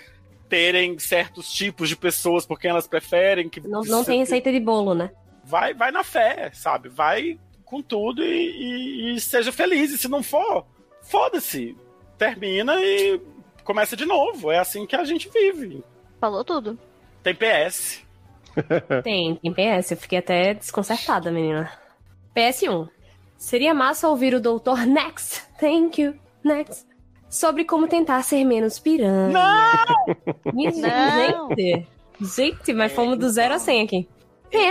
Speaker 4: terem certos tipos de pessoas por quem elas preferem. Que
Speaker 6: Não, não tem receita de bolo, né?
Speaker 4: vai, vai na fé, sabe? Vai com tudo e, e- e seja feliz. E se não for, foda-se. Termina e começa de novo. É assim que a gente vive.
Speaker 5: Falou tudo.
Speaker 4: Tem PS.
Speaker 6: Tem, tem PS. Eu fiquei até desconcertada, menina. PS1. Seria massa ouvir o Dr. <laughs> Next. Thank you. Next. Sobre como tentar ser menos piranha.
Speaker 12: Não!
Speaker 6: Me-
Speaker 12: Não!
Speaker 6: Gente, gente, mas fomos do zero a 100 aqui.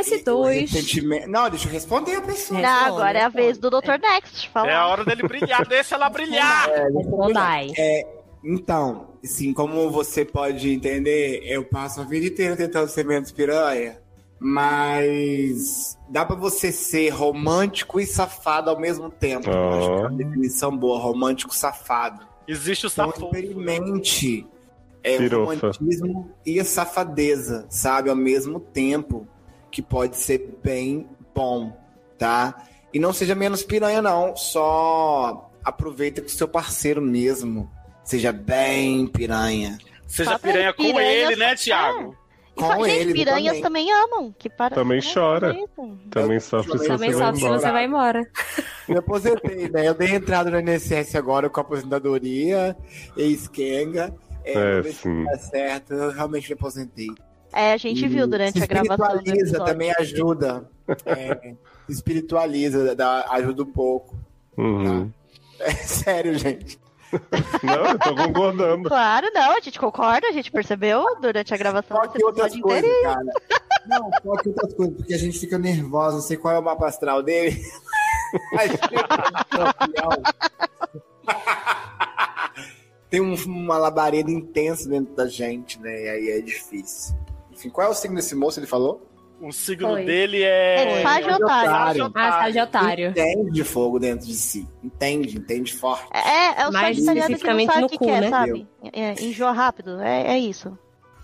Speaker 6: PS2.
Speaker 3: Sentime- Não, deixa eu responder a pessoa.
Speaker 5: Não, agora é a vez do Dr. Next. Fala.
Speaker 3: É a
Speaker 4: hora dele brilhar, deixa ela brilhar!
Speaker 3: É, então, assim, como você pode entender, eu passo a vida inteira tentando ser menos piranha, mas dá pra você ser romântico e safado ao mesmo tempo. Eu Acho que é uma definição boa, romântico safado.
Speaker 4: Existe o
Speaker 3: safado.
Speaker 9: é
Speaker 3: experimente é,
Speaker 1: Pirofa.
Speaker 3: romantismo e a safadeza, sabe? Ao mesmo tempo, que pode ser bem bom, tá? E não seja menos piranha, não. Só aproveita com o seu parceiro mesmo. Seja bem piranha.
Speaker 4: Seja piranha com ele, né, Thiago?
Speaker 5: E fa-
Speaker 3: Com
Speaker 5: gente,
Speaker 3: ele
Speaker 5: piranhas
Speaker 3: também.
Speaker 5: também. amam. Que para... é,
Speaker 1: Também chora. Também sofre se
Speaker 6: Também
Speaker 1: você vai
Speaker 6: sofre se você
Speaker 1: embora.
Speaker 6: vai embora.
Speaker 3: Me aposentei, né? Eu dei entrada no INSS agora com a aposentadoria, ex-quenga. É,
Speaker 1: É,
Speaker 3: vamos ver se
Speaker 1: sim.
Speaker 3: dá certo. Eu realmente me aposentei.
Speaker 5: É, a gente viu durante
Speaker 3: se
Speaker 5: a gravação. do
Speaker 3: Espiritualiza
Speaker 5: episódio.
Speaker 3: também ajuda. É, se espiritualiza, dá- ajuda um pouco. <laughs>
Speaker 1: Uhum.
Speaker 3: É sério, gente.
Speaker 1: Não, eu tô concordando. <laughs>
Speaker 5: Claro, não, a gente concorda, a gente percebeu durante a gravação desse
Speaker 3: E outras
Speaker 5: episódio
Speaker 3: coisas,
Speaker 5: inteirinho.
Speaker 3: cara. Não, só que outras coisas, porque a gente fica nervosa, não sei qual é o mapa astral dele. <laughs> A gente fica campeão. <laughs> Tem um, uma labareda intenso dentro da gente, né? E aí é difícil. Enfim, qual é o signo desse moço? Ele falou?
Speaker 4: O signo
Speaker 3: Foi.
Speaker 4: dele é.
Speaker 3: É Sagiotário.
Speaker 6: Ah, Sagiotário.
Speaker 3: Entende de fogo dentro de si. Entende, entende forte.
Speaker 5: É, é o
Speaker 3: Mais
Speaker 5: sagitariano que não
Speaker 3: especificamente
Speaker 5: sabe
Speaker 3: no
Speaker 5: o que,
Speaker 3: cu,
Speaker 5: que é,
Speaker 3: né?
Speaker 5: sabe? É, enjoa rápido, é, é isso.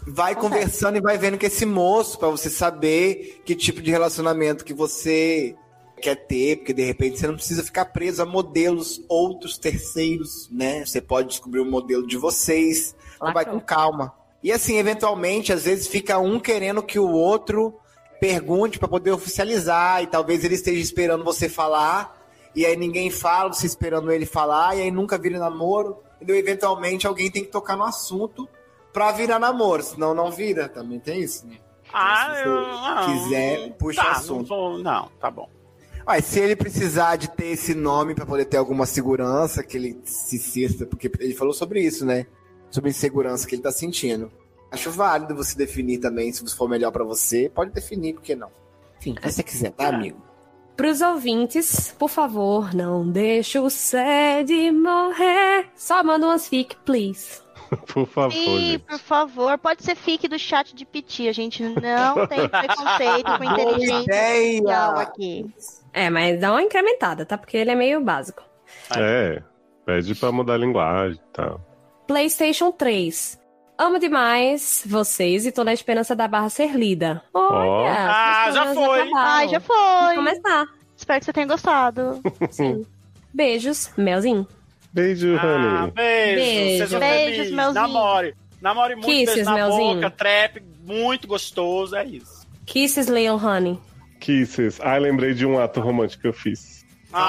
Speaker 3: Vai conversando e vai vendo com esse moço pra você saber que tipo de relacionamento que você quer ter, porque de repente você não precisa ficar preso a modelos outros terceiros, né? Você pode descobrir o modelo de vocês,
Speaker 6: então
Speaker 3: mas
Speaker 6: tá.
Speaker 3: vai com calma. E assim, eventualmente, às vezes fica um querendo que o outro pergunte pra poder oficializar e talvez ele esteja esperando você falar e aí ninguém fala, você esperando ele falar e aí nunca vira namoro. Entendeu? Eventualmente alguém tem que tocar no assunto pra virar namoro, senão tá? não vira, também tem isso, né?
Speaker 4: Ah,
Speaker 9: se
Speaker 4: eu-
Speaker 9: você quiser, puxa
Speaker 4: tá,
Speaker 9: o assunto.
Speaker 4: Não, vou- não, tá bom.
Speaker 9: Olha, se ele precisar de ter esse nome pra poder ter alguma segurança que ele se sinta, porque ele falou sobre isso, né? Sobre a insegurança que ele tá sentindo. Acho válido você definir também, se for melhor pra você, pode definir, por que não? Enfim, o que você quiser, tá, amigo?
Speaker 6: Para os ouvintes, por favor, não deixe o Sede morrer. Só manda umas fic, please.
Speaker 1: Por favor,
Speaker 5: Sim,
Speaker 1: gente.
Speaker 5: por favor. Pode ser fique do chat de piti. A gente não tem preconceito com
Speaker 6: Boa
Speaker 5: inteligência
Speaker 6: ideia!
Speaker 5: artificial aqui.
Speaker 6: É, mas dá uma incrementada, tá? Porque ele é meio básico.
Speaker 1: É, pede pra mudar a linguagem e tal.
Speaker 6: PlayStation 3. Amo demais vocês e tô na esperança da barra ser lida.
Speaker 1: Ó.
Speaker 6: Olha!
Speaker 5: Ah,
Speaker 6: as
Speaker 5: já
Speaker 6: pessoas
Speaker 5: foi.
Speaker 6: acabaram.
Speaker 5: Ai, já foi.
Speaker 6: Vou começar.
Speaker 5: Espero que você tenha gostado.
Speaker 6: Sim. Beijos, Melzinho.
Speaker 1: Beijo,
Speaker 4: Ah,
Speaker 1: Rani.
Speaker 4: beijo.
Speaker 6: Beijo.
Speaker 4: Seja
Speaker 6: Beijos,
Speaker 4: feliz.
Speaker 6: melzinho.
Speaker 4: Namore. Namore muito,
Speaker 6: Kisses,
Speaker 4: beijo na
Speaker 6: melzinho.
Speaker 4: boca, trap, muito gostoso, é isso.
Speaker 6: Kisses, Leon Honey.
Speaker 1: Kisses. Ah, lembrei de um ato romântico que eu fiz.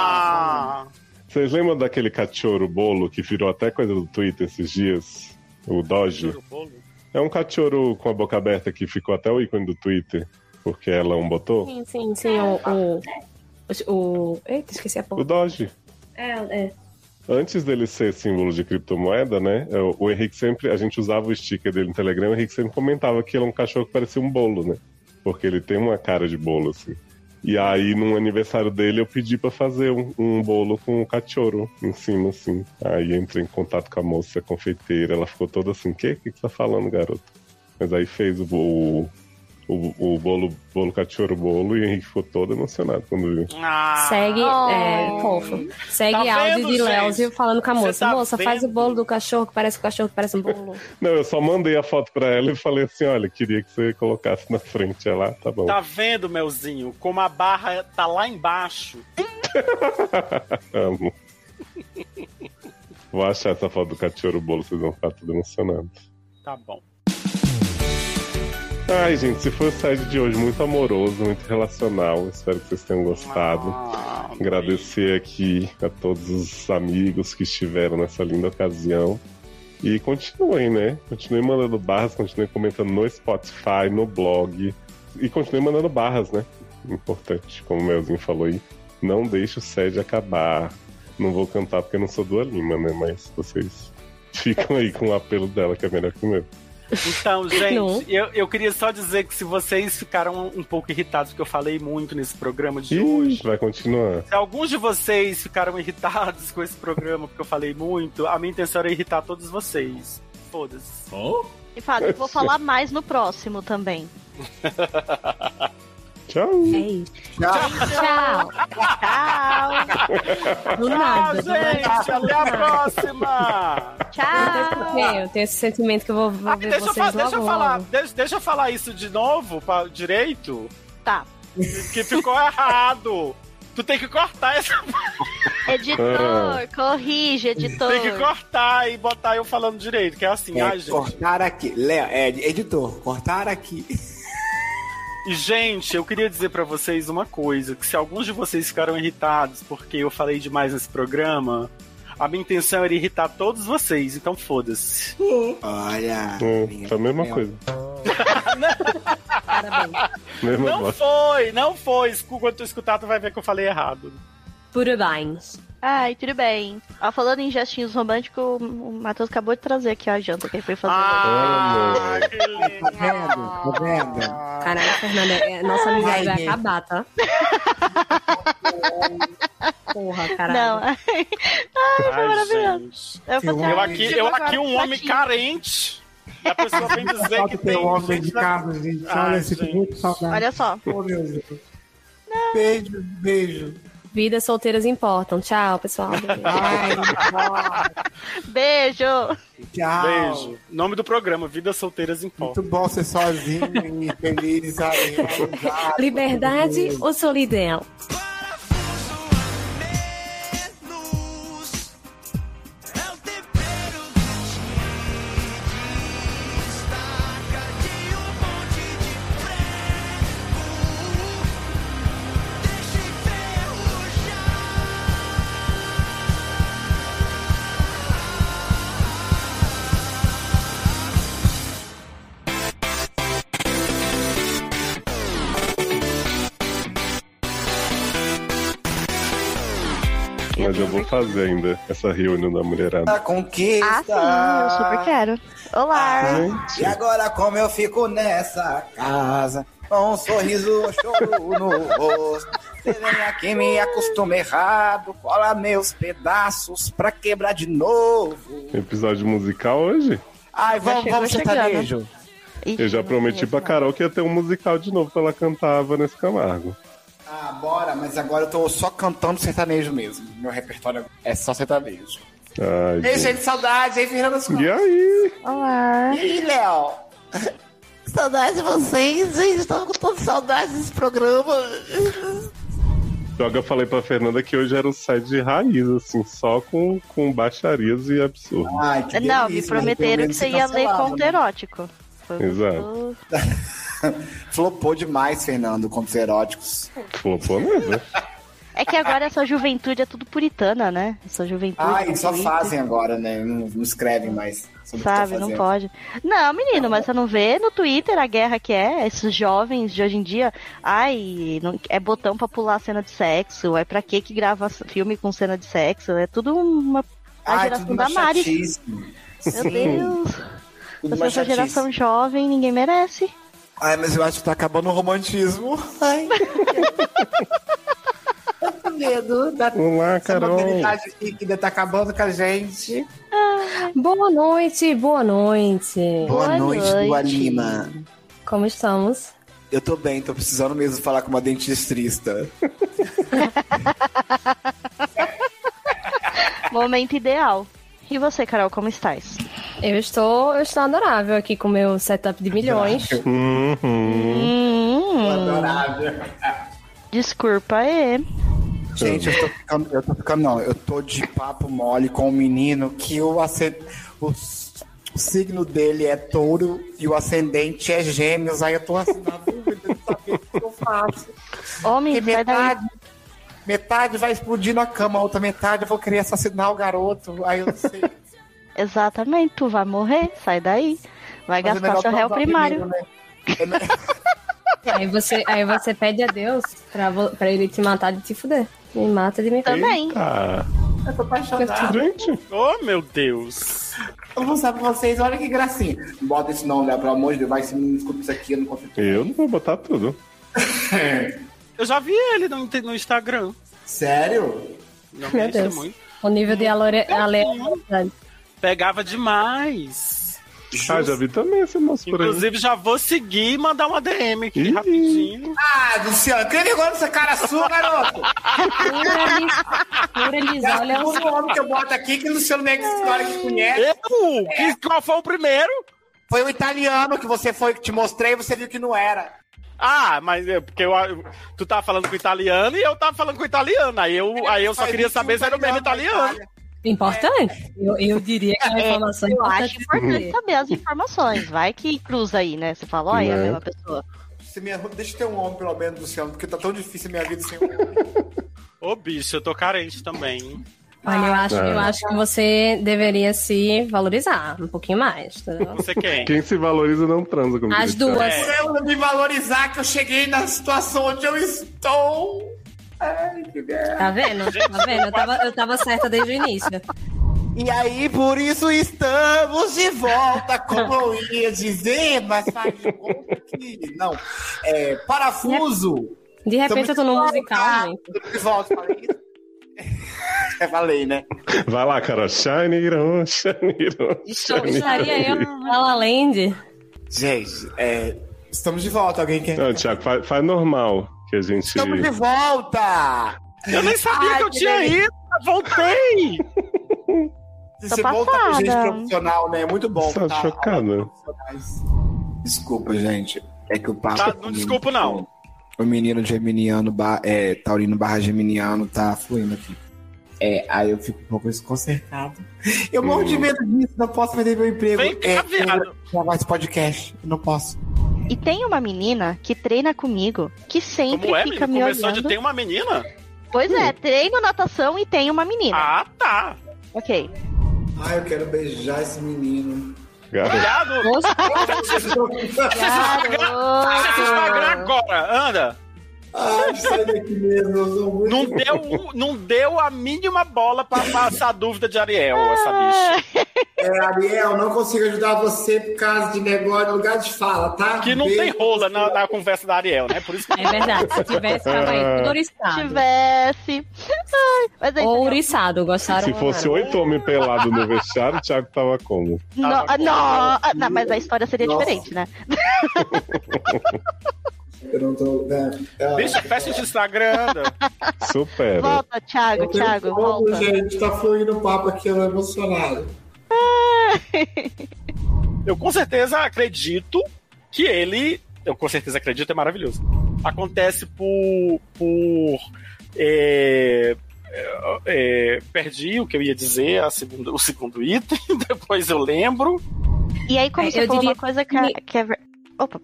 Speaker 4: Ah,
Speaker 1: Vocês lembram daquele cachorro bolo que virou até coisa do Twitter esses dias? O Doge? É um cachorro com a boca aberta que ficou até o ícone do Twitter, porque ela um botou.
Speaker 6: Sim, sim, sim. O. O. o- Eita, esqueci a
Speaker 1: O
Speaker 6: porra.
Speaker 1: Doge.
Speaker 6: É, é.
Speaker 1: Antes dele ser símbolo de criptomoeda, né? o- O Henrique sempre. A gente usava o sticker dele no Telegram, o Henrique sempre comentava que ele é um cachorro que parecia um bolo, né? Porque ele tem uma cara de bolo, assim. E aí, num aniversário dele, eu pedi pra fazer um, um bolo com o cachorro em cima, assim. Aí entrei em contato com a moça confeiteira, ela ficou toda assim: "Quê? O que, que você tá falando, garoto? Mas aí fez o, o, o, o bolo, bolo cachorro bolo e o Henrique ficou todo emocionado quando viu.
Speaker 4: Ah,
Speaker 6: Segue. É, fofo. Segue
Speaker 4: Oh. Tá
Speaker 6: áudio
Speaker 4: vendo,
Speaker 6: de
Speaker 4: gente?
Speaker 6: Léozio falando com a
Speaker 4: Cê
Speaker 6: moça.
Speaker 4: tá
Speaker 6: moça, faz o
Speaker 4: vendo?
Speaker 6: bolo do cachorro que parece um cachorro que parece um bolo.
Speaker 1: Não, eu só mandei a foto pra ela e falei assim: olha, queria que você colocasse na frente. Ela, "Ah, tá bom.
Speaker 4: tá vendo, Melzinho? Como a barra tá lá embaixo.
Speaker 1: Amo. Vou achar essa foto do cachorro bolo, vocês vão ficar tudo emocionados.
Speaker 4: Tá bom.
Speaker 1: Ai, gente, se foi o site de hoje muito amoroso, muito relacional. Espero que vocês tenham gostado.
Speaker 4: Ah,
Speaker 1: Agradecer aqui a todos os amigos que estiveram nessa linda ocasião. E continuem, né? Continuem mandando barras, continuem comentando no Spotify, no blog. E continuem mandando barras, né? Importante, como o Melzinho falou aí. Não deixe o sede acabar. Não vou cantar porque eu não sou Dua Lima, né? Mas vocês <laughs> ficam aí com o apelo dela, que é melhor que o meu.
Speaker 4: Então,
Speaker 1: Não.
Speaker 4: gente, eu, eu queria só dizer que se vocês ficaram um pouco irritados, porque eu falei muito nesse programa de hoje.
Speaker 1: Ih, vai continuar.
Speaker 4: Se alguns de vocês ficaram irritados com esse programa, porque eu falei muito, a minha intenção era irritar todos vocês. Foda-se.
Speaker 5: E Fábio, <laughs> vou falar mais no próximo também.
Speaker 1: Tchau.
Speaker 6: É
Speaker 5: Tchau.
Speaker 4: Tchau.
Speaker 6: Do nada, do nada.
Speaker 4: Ah, gente. Até a próxima.
Speaker 6: Porque eu tenho esse sentimento que eu vou, vou ver
Speaker 4: Ah, Deixa eu, fa-
Speaker 6: vocês logo.
Speaker 4: deixa eu falar,
Speaker 6: logo.
Speaker 4: deixa, deixa eu falar isso de novo, pra, direito.
Speaker 5: Tá.
Speaker 4: Que ficou errado. Tu tem que cortar essa
Speaker 1: Ah.
Speaker 5: Editor, corrige, editor.
Speaker 4: Tem que cortar e botar eu falando direito, que é assim,
Speaker 9: É,
Speaker 4: ai, gente.
Speaker 9: cortar aqui. Léo, é, editor, cortar aqui.
Speaker 4: E, gente, eu queria dizer pra vocês uma coisa: que se alguns de vocês ficaram irritados porque eu falei demais nesse programa, a minha intenção era irritar todos vocês, então foda-se.
Speaker 9: Olha.
Speaker 1: Hum, foi a mesma coisa.
Speaker 4: <laughs>
Speaker 1: Mesma
Speaker 4: Não
Speaker 1: voz.
Speaker 4: foi, não foi. Escu- Quando tu escutar, tu vai ver que eu falei errado.
Speaker 6: Tudo bem.
Speaker 5: Ai, tudo bem. Ó, falando em gestinhos românticos, o Matheus acabou de trazer aqui a janta que ele foi fazer.
Speaker 4: Ah, que
Speaker 9: <laughs>
Speaker 4: lindo.
Speaker 9: Tá vendo?
Speaker 6: Caralho, Fernanda, é- nossa amizade vai
Speaker 5: gente.
Speaker 6: acabar, tá? Porra, caralho.
Speaker 5: Não. <laughs> Ai, foi
Speaker 4: Ai,
Speaker 5: maravilhoso.
Speaker 4: gente.
Speaker 5: Eu, falei,
Speaker 4: Eu
Speaker 5: ai,
Speaker 4: aqui,
Speaker 5: gente,
Speaker 4: eu
Speaker 5: agora
Speaker 4: aqui um homem
Speaker 5: chatinho.
Speaker 4: carente. E a pessoa vem dizer que tem.
Speaker 9: um homem
Speaker 4: gente
Speaker 9: de
Speaker 4: na-
Speaker 9: casa, gente.
Speaker 4: Ai,
Speaker 9: Olha, esse
Speaker 4: gente.
Speaker 9: muito saudade.
Speaker 5: Olha só.
Speaker 9: Ô, meu Deus. Beijo, beijo.
Speaker 6: Vidas solteiras importam. Tchau, pessoal.
Speaker 4: Ah,
Speaker 5: Beijo.
Speaker 9: Tchau.
Speaker 4: Beijo. Nome do programa, Vidas Solteiras em Pó.
Speaker 9: Muito bom ser sozinho e feliz, sabe?
Speaker 6: <laughs> Liberdade ou solidão?
Speaker 1: Mas eu vou fazer ainda essa reunião da mulherada.
Speaker 3: conquista.
Speaker 5: Ah, sim, eu super quero. Olá!
Speaker 1: Ah.
Speaker 3: E agora como eu fico nessa casa? Com um sorriso choro no rosto. Serei aqui me acostumei errado. Cola meus pedaços pra quebrar de novo.
Speaker 1: Episódio musical hoje?
Speaker 3: Ai, vamos,
Speaker 1: chegou
Speaker 3: vamos
Speaker 1: chegando.
Speaker 3: sertanejo.
Speaker 1: eu já prometi pra Carol que ia ter um musical de novo pra ela cantar Vanessa Camargo.
Speaker 3: Ah, bora, mas agora eu tô só cantando sertanejo mesmo. Meu repertório é só sertanejo.
Speaker 1: Ai,
Speaker 3: Ei,
Speaker 1: gente.
Speaker 3: gente, saudade, hein, Fernanda Scott?
Speaker 1: E aí?
Speaker 5: Olá!
Speaker 3: E aí, Léo?
Speaker 13: Saudade de vocês, gente. Tava com tanta saudade desse programa.
Speaker 1: Joga, eu falei pra Fernanda que hoje era um site de raiz, assim, só com, com baixarias e absurdo.
Speaker 3: Ai,
Speaker 5: Não, me prometeram que você
Speaker 3: tá
Speaker 5: ia ler conto erótico. Foi
Speaker 1: né? Exato.
Speaker 3: Flopou demais, Fernando, contos eróticos.
Speaker 1: Flopou mesmo.
Speaker 5: É que agora essa juventude é tudo puritana, né? Essa juventude.
Speaker 3: Ai, só
Speaker 5: Twitter,
Speaker 3: fazem agora, né? Não, não escrevem mais. sobre o que tá
Speaker 5: Sabe, não
Speaker 3: fazendo.
Speaker 5: pode. Não, menino, mas você não vê no Twitter a guerra que é? Esses jovens de hoje em dia, ai, não- é botão pra pular cena de sexo, é pra que que grava filme com cena de sexo? É tudo uma. A
Speaker 3: Ai,
Speaker 5: geração
Speaker 3: tudo
Speaker 5: da
Speaker 3: uma
Speaker 5: Mari.
Speaker 3: chatice.
Speaker 5: Meu
Speaker 3: Sim.
Speaker 5: Deus. Essa
Speaker 3: Tudo uma
Speaker 5: essa
Speaker 3: chatice.
Speaker 5: geração jovem, ninguém merece.
Speaker 3: Ai, mas eu acho que tá acabando o romantismo. Ai. Tô com medo da
Speaker 1: Olá,
Speaker 3: <laughs> essa
Speaker 6: Carol.
Speaker 3: modernidade aqui que ainda tá acabando com a gente.
Speaker 6: Boa noite, boa noite.
Speaker 3: Boa noite, Dua Lima.
Speaker 6: Como estamos?
Speaker 3: Eu tô bem, tô precisando mesmo falar com uma dentistrista.
Speaker 5: Momento ideal. E você, Carol, como estás?
Speaker 6: Eu estou, eu estou adorável aqui com meu setup de milhões.
Speaker 1: Uhum.
Speaker 5: Hum.
Speaker 3: Adorável.
Speaker 5: Desculpa aí.
Speaker 3: Gente, eu tô ficando, eu tô ficando, não, eu tô de papo mole com um menino que o, ascen- o s- o signo dele é touro e o ascendente é gêmeos, aí eu tô assim, na dúvida de saber o que eu faço.
Speaker 5: Homem,
Speaker 3: metade, metade vai explodir na cama, a outra metade eu vou querer assassinar o garoto, aí eu não sei.
Speaker 5: Exatamente, tu vai morrer, sai daí. Vai
Speaker 3: Mas é
Speaker 5: gastar
Speaker 3: melhor
Speaker 5: seu réu
Speaker 3: provar
Speaker 5: primário.
Speaker 3: primeiro, né?
Speaker 6: Aí você, aí você pede a Deus pra, vo- pra ele te matar de te fuder. Me mata de me fuder.
Speaker 1: Eita.
Speaker 3: Eu tô apaixonada.
Speaker 1: Gente.
Speaker 4: Oh, meu Deus.
Speaker 3: Eu vou mostrar pra vocês, olha que gracinha. Não Bota esse nome, né? pelo amor de Deus, vai, se me desculpa isso aqui, eu não confio.
Speaker 1: Eu não vou botar tudo.
Speaker 4: Eu já vi ele no, no Instagram.
Speaker 3: Sério?
Speaker 4: Não
Speaker 6: Meu
Speaker 4: mexe
Speaker 6: Deus.
Speaker 4: muito.
Speaker 6: O nível de alore- aleatoriedade.
Speaker 4: Pegava demais.
Speaker 1: Ah, já vi também esse moço por aí.
Speaker 4: Inclusive, já vou seguir e mandar uma DM aqui rapidinho.
Speaker 3: Ah, Luciano, tem vergonha dessa cara sua, garoto!
Speaker 6: Pluralizar, olha
Speaker 3: o nome é um que eu boto aqui, que o Luciano nem história que conhece.
Speaker 4: Eu? Qual foi o primeiro?
Speaker 3: Foi o italiano que você foi, que te mostrei e você viu que não era.
Speaker 4: Ah, mas é porque eu, tu tava falando com italiano e eu tava falando com italiano. Aí eu, aí eu só queria saber se era o mesmo italiano.
Speaker 6: Importante. Eu, eu diria que é uma
Speaker 5: É,
Speaker 6: informação
Speaker 5: eu acho
Speaker 6: importante.
Speaker 5: importante saber as informações. Vai que cruza aí, né? Você fala, olha, é a
Speaker 6: Né?
Speaker 5: mesma pessoa.
Speaker 3: Se minha... Deixa eu ter um homem, pelo menos, Luciano, porque tá tão difícil minha vida sem homem.
Speaker 4: Ô, bicho, eu tô carente também.
Speaker 6: Olha, eu acho,
Speaker 1: Ah.
Speaker 6: eu acho que você deveria se valorizar um pouquinho mais. Tá?
Speaker 4: Você é quem?
Speaker 1: Quem se valoriza não transa comigo.
Speaker 6: As duas.
Speaker 3: Por eu não me valorizar que eu cheguei na situação onde eu estou. Ai, que merda.
Speaker 6: Tá vendo? Tá vendo? Eu tava, eu tava certa desde o início.
Speaker 3: E aí, por isso estamos de volta, como eu ia dizer, mas saiu outro aqui. Não, é, parafuso.
Speaker 1: Então
Speaker 6: De repente eu tô num
Speaker 3: Estamos
Speaker 6: musical, gente.
Speaker 3: De volta, falei isso. <laughs> É, falei, né?
Speaker 1: Vai lá, Carol. Shiny on, shiny on,
Speaker 6: Estou-
Speaker 1: shiny
Speaker 6: Estaria eu
Speaker 1: on.
Speaker 6: no La La Land.
Speaker 3: Gente, é, estamos de volta. Alguém quer.
Speaker 1: Não, Thiago, faz, faz normal que a gente.
Speaker 3: Estamos de volta!
Speaker 4: Eu nem sabia
Speaker 3: Ai,
Speaker 4: que eu
Speaker 3: que
Speaker 4: tinha
Speaker 3: delícia.
Speaker 4: ido. Voltei!
Speaker 3: Esse volta com gente
Speaker 4: passada.
Speaker 3: profissional, né? É muito bom.
Speaker 1: Tá
Speaker 3: tá?
Speaker 1: chocado.
Speaker 3: Desculpa, gente. É que o papo.
Speaker 4: Tá, não desculpa, não.
Speaker 3: O menino geminiano, ba- é, taurino barra geminiano, tá fluindo aqui. É, aí eu fico um pouco desconcertado. Eu morro de medo disso, não posso perder meu emprego.
Speaker 5: Vem cá,
Speaker 3: é,
Speaker 5: viado.
Speaker 3: eu Gravar esse podcast, eu não posso.
Speaker 5: E tem uma menina que treina comigo que sempre
Speaker 4: Como é, menino?
Speaker 5: fica me
Speaker 4: Começou
Speaker 5: olhando.
Speaker 4: de ter uma menina?
Speaker 5: Pois é, treino natação e tem uma menina.
Speaker 4: Ah, tá.
Speaker 5: Ok.
Speaker 3: Ai, eu quero beijar esse menino.
Speaker 1: Garoto.
Speaker 4: Garoto! Acessa esse Instagram agora, anda!
Speaker 9: Ai, sai daqui mesmo, eu sou muito...
Speaker 4: Não deu, um- não deu a mínima bola pra passar a dúvida de Ariel, essa bicha.
Speaker 9: É, Ariel, não consigo ajudar você por causa de negócio, lugar de fala, tá?
Speaker 4: Que não tem rola na, na conversa da Ariel, né? Por isso que...
Speaker 6: É verdade, se tivesse, tava aí tudo ouriçado. Tivesse. tá. Ou ouriçado, gostaram?
Speaker 1: Se fosse oito homens pelados no vestiário, o Thiago tava como?
Speaker 5: Não, ah, não, ah, não, mas a história seria
Speaker 1: Nossa.
Speaker 5: diferente, né?
Speaker 9: Eu não tô... Né? É,
Speaker 4: Bicha, fecha esse Instagram.
Speaker 1: Supera.
Speaker 5: Volta, Thiago,
Speaker 9: eu tenho
Speaker 5: Thiago,
Speaker 9: sono,
Speaker 5: volta.
Speaker 9: gente, tá fluindo o papo aqui, eu tô emocionado.
Speaker 4: Eu com certeza acredito que ele. Eu com certeza acredito, é maravilhoso. Acontece por. por é, é, é, perdi o que eu ia dizer, a segunda- o segundo item, <laughs> depois eu lembro.
Speaker 5: E aí, como
Speaker 4: É,
Speaker 5: você
Speaker 4: eu
Speaker 5: falou
Speaker 4: diria
Speaker 5: uma coisa que, a- que é. ver- Opa.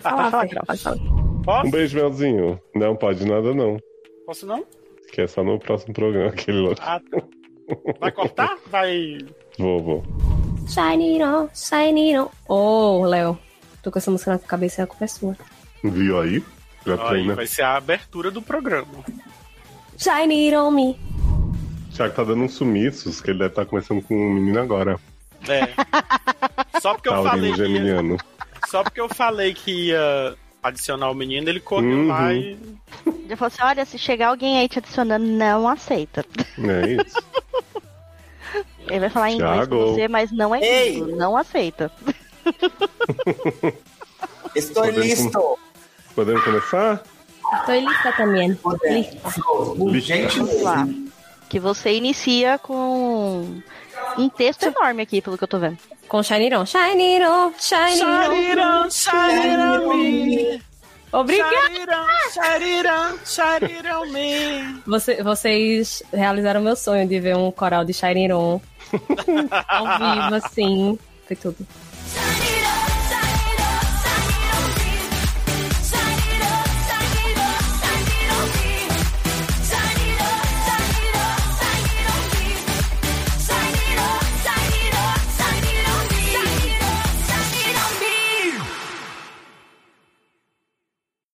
Speaker 5: Fala, fala, Carol, pode falar.
Speaker 1: Um beijo, Melzinho. Não pode nada, não.
Speaker 4: Posso não?
Speaker 1: Que é só no próximo programa, aquele louco.
Speaker 4: Ah, Vai cortar? Vai.
Speaker 1: Vou, vou.
Speaker 6: Shiny on, shiny on. Ô, Léo, tô com essa música na cabeça, a culpa é sua.
Speaker 1: Viu aí? Já né?
Speaker 4: Aí
Speaker 1: treina.
Speaker 4: vai ser a abertura do programa.
Speaker 6: Shiny on me.
Speaker 1: Thiago tá dando uns sumiços, que ele deve estar começando com um menino agora.
Speaker 4: É. Só porque eu falei
Speaker 1: Taurino
Speaker 4: que ia-
Speaker 1: Geminiano.
Speaker 4: Só porque eu falei que ia adicionar o menino, ele correu lá e.
Speaker 5: Já falou assim: olha, se chegar alguém aí te adicionando, não aceita.
Speaker 1: É isso.
Speaker 5: Ele vai falar em inglês com
Speaker 1: Thiago.
Speaker 5: você, mas não é
Speaker 9: Ei!
Speaker 5: gringo, não aceita.
Speaker 9: Estou
Speaker 1: Podemos-
Speaker 9: listo.
Speaker 1: Podemos começar?
Speaker 5: Tô lista também.
Speaker 1: Gente,
Speaker 5: Vamos lá. Que você inicia com um texto enorme aqui, pelo que eu tô vendo.
Speaker 6: Com Shiny on, shiny on, shiny on.
Speaker 10: Shiny on, shiny on me.
Speaker 6: Obrigada!
Speaker 10: Shariram, shariram me.
Speaker 6: Você- vocês realizaram meu
Speaker 1: <laughs>
Speaker 6: sonho de ver um coral de Shiny on. Ao vivo, assim. Foi tudo.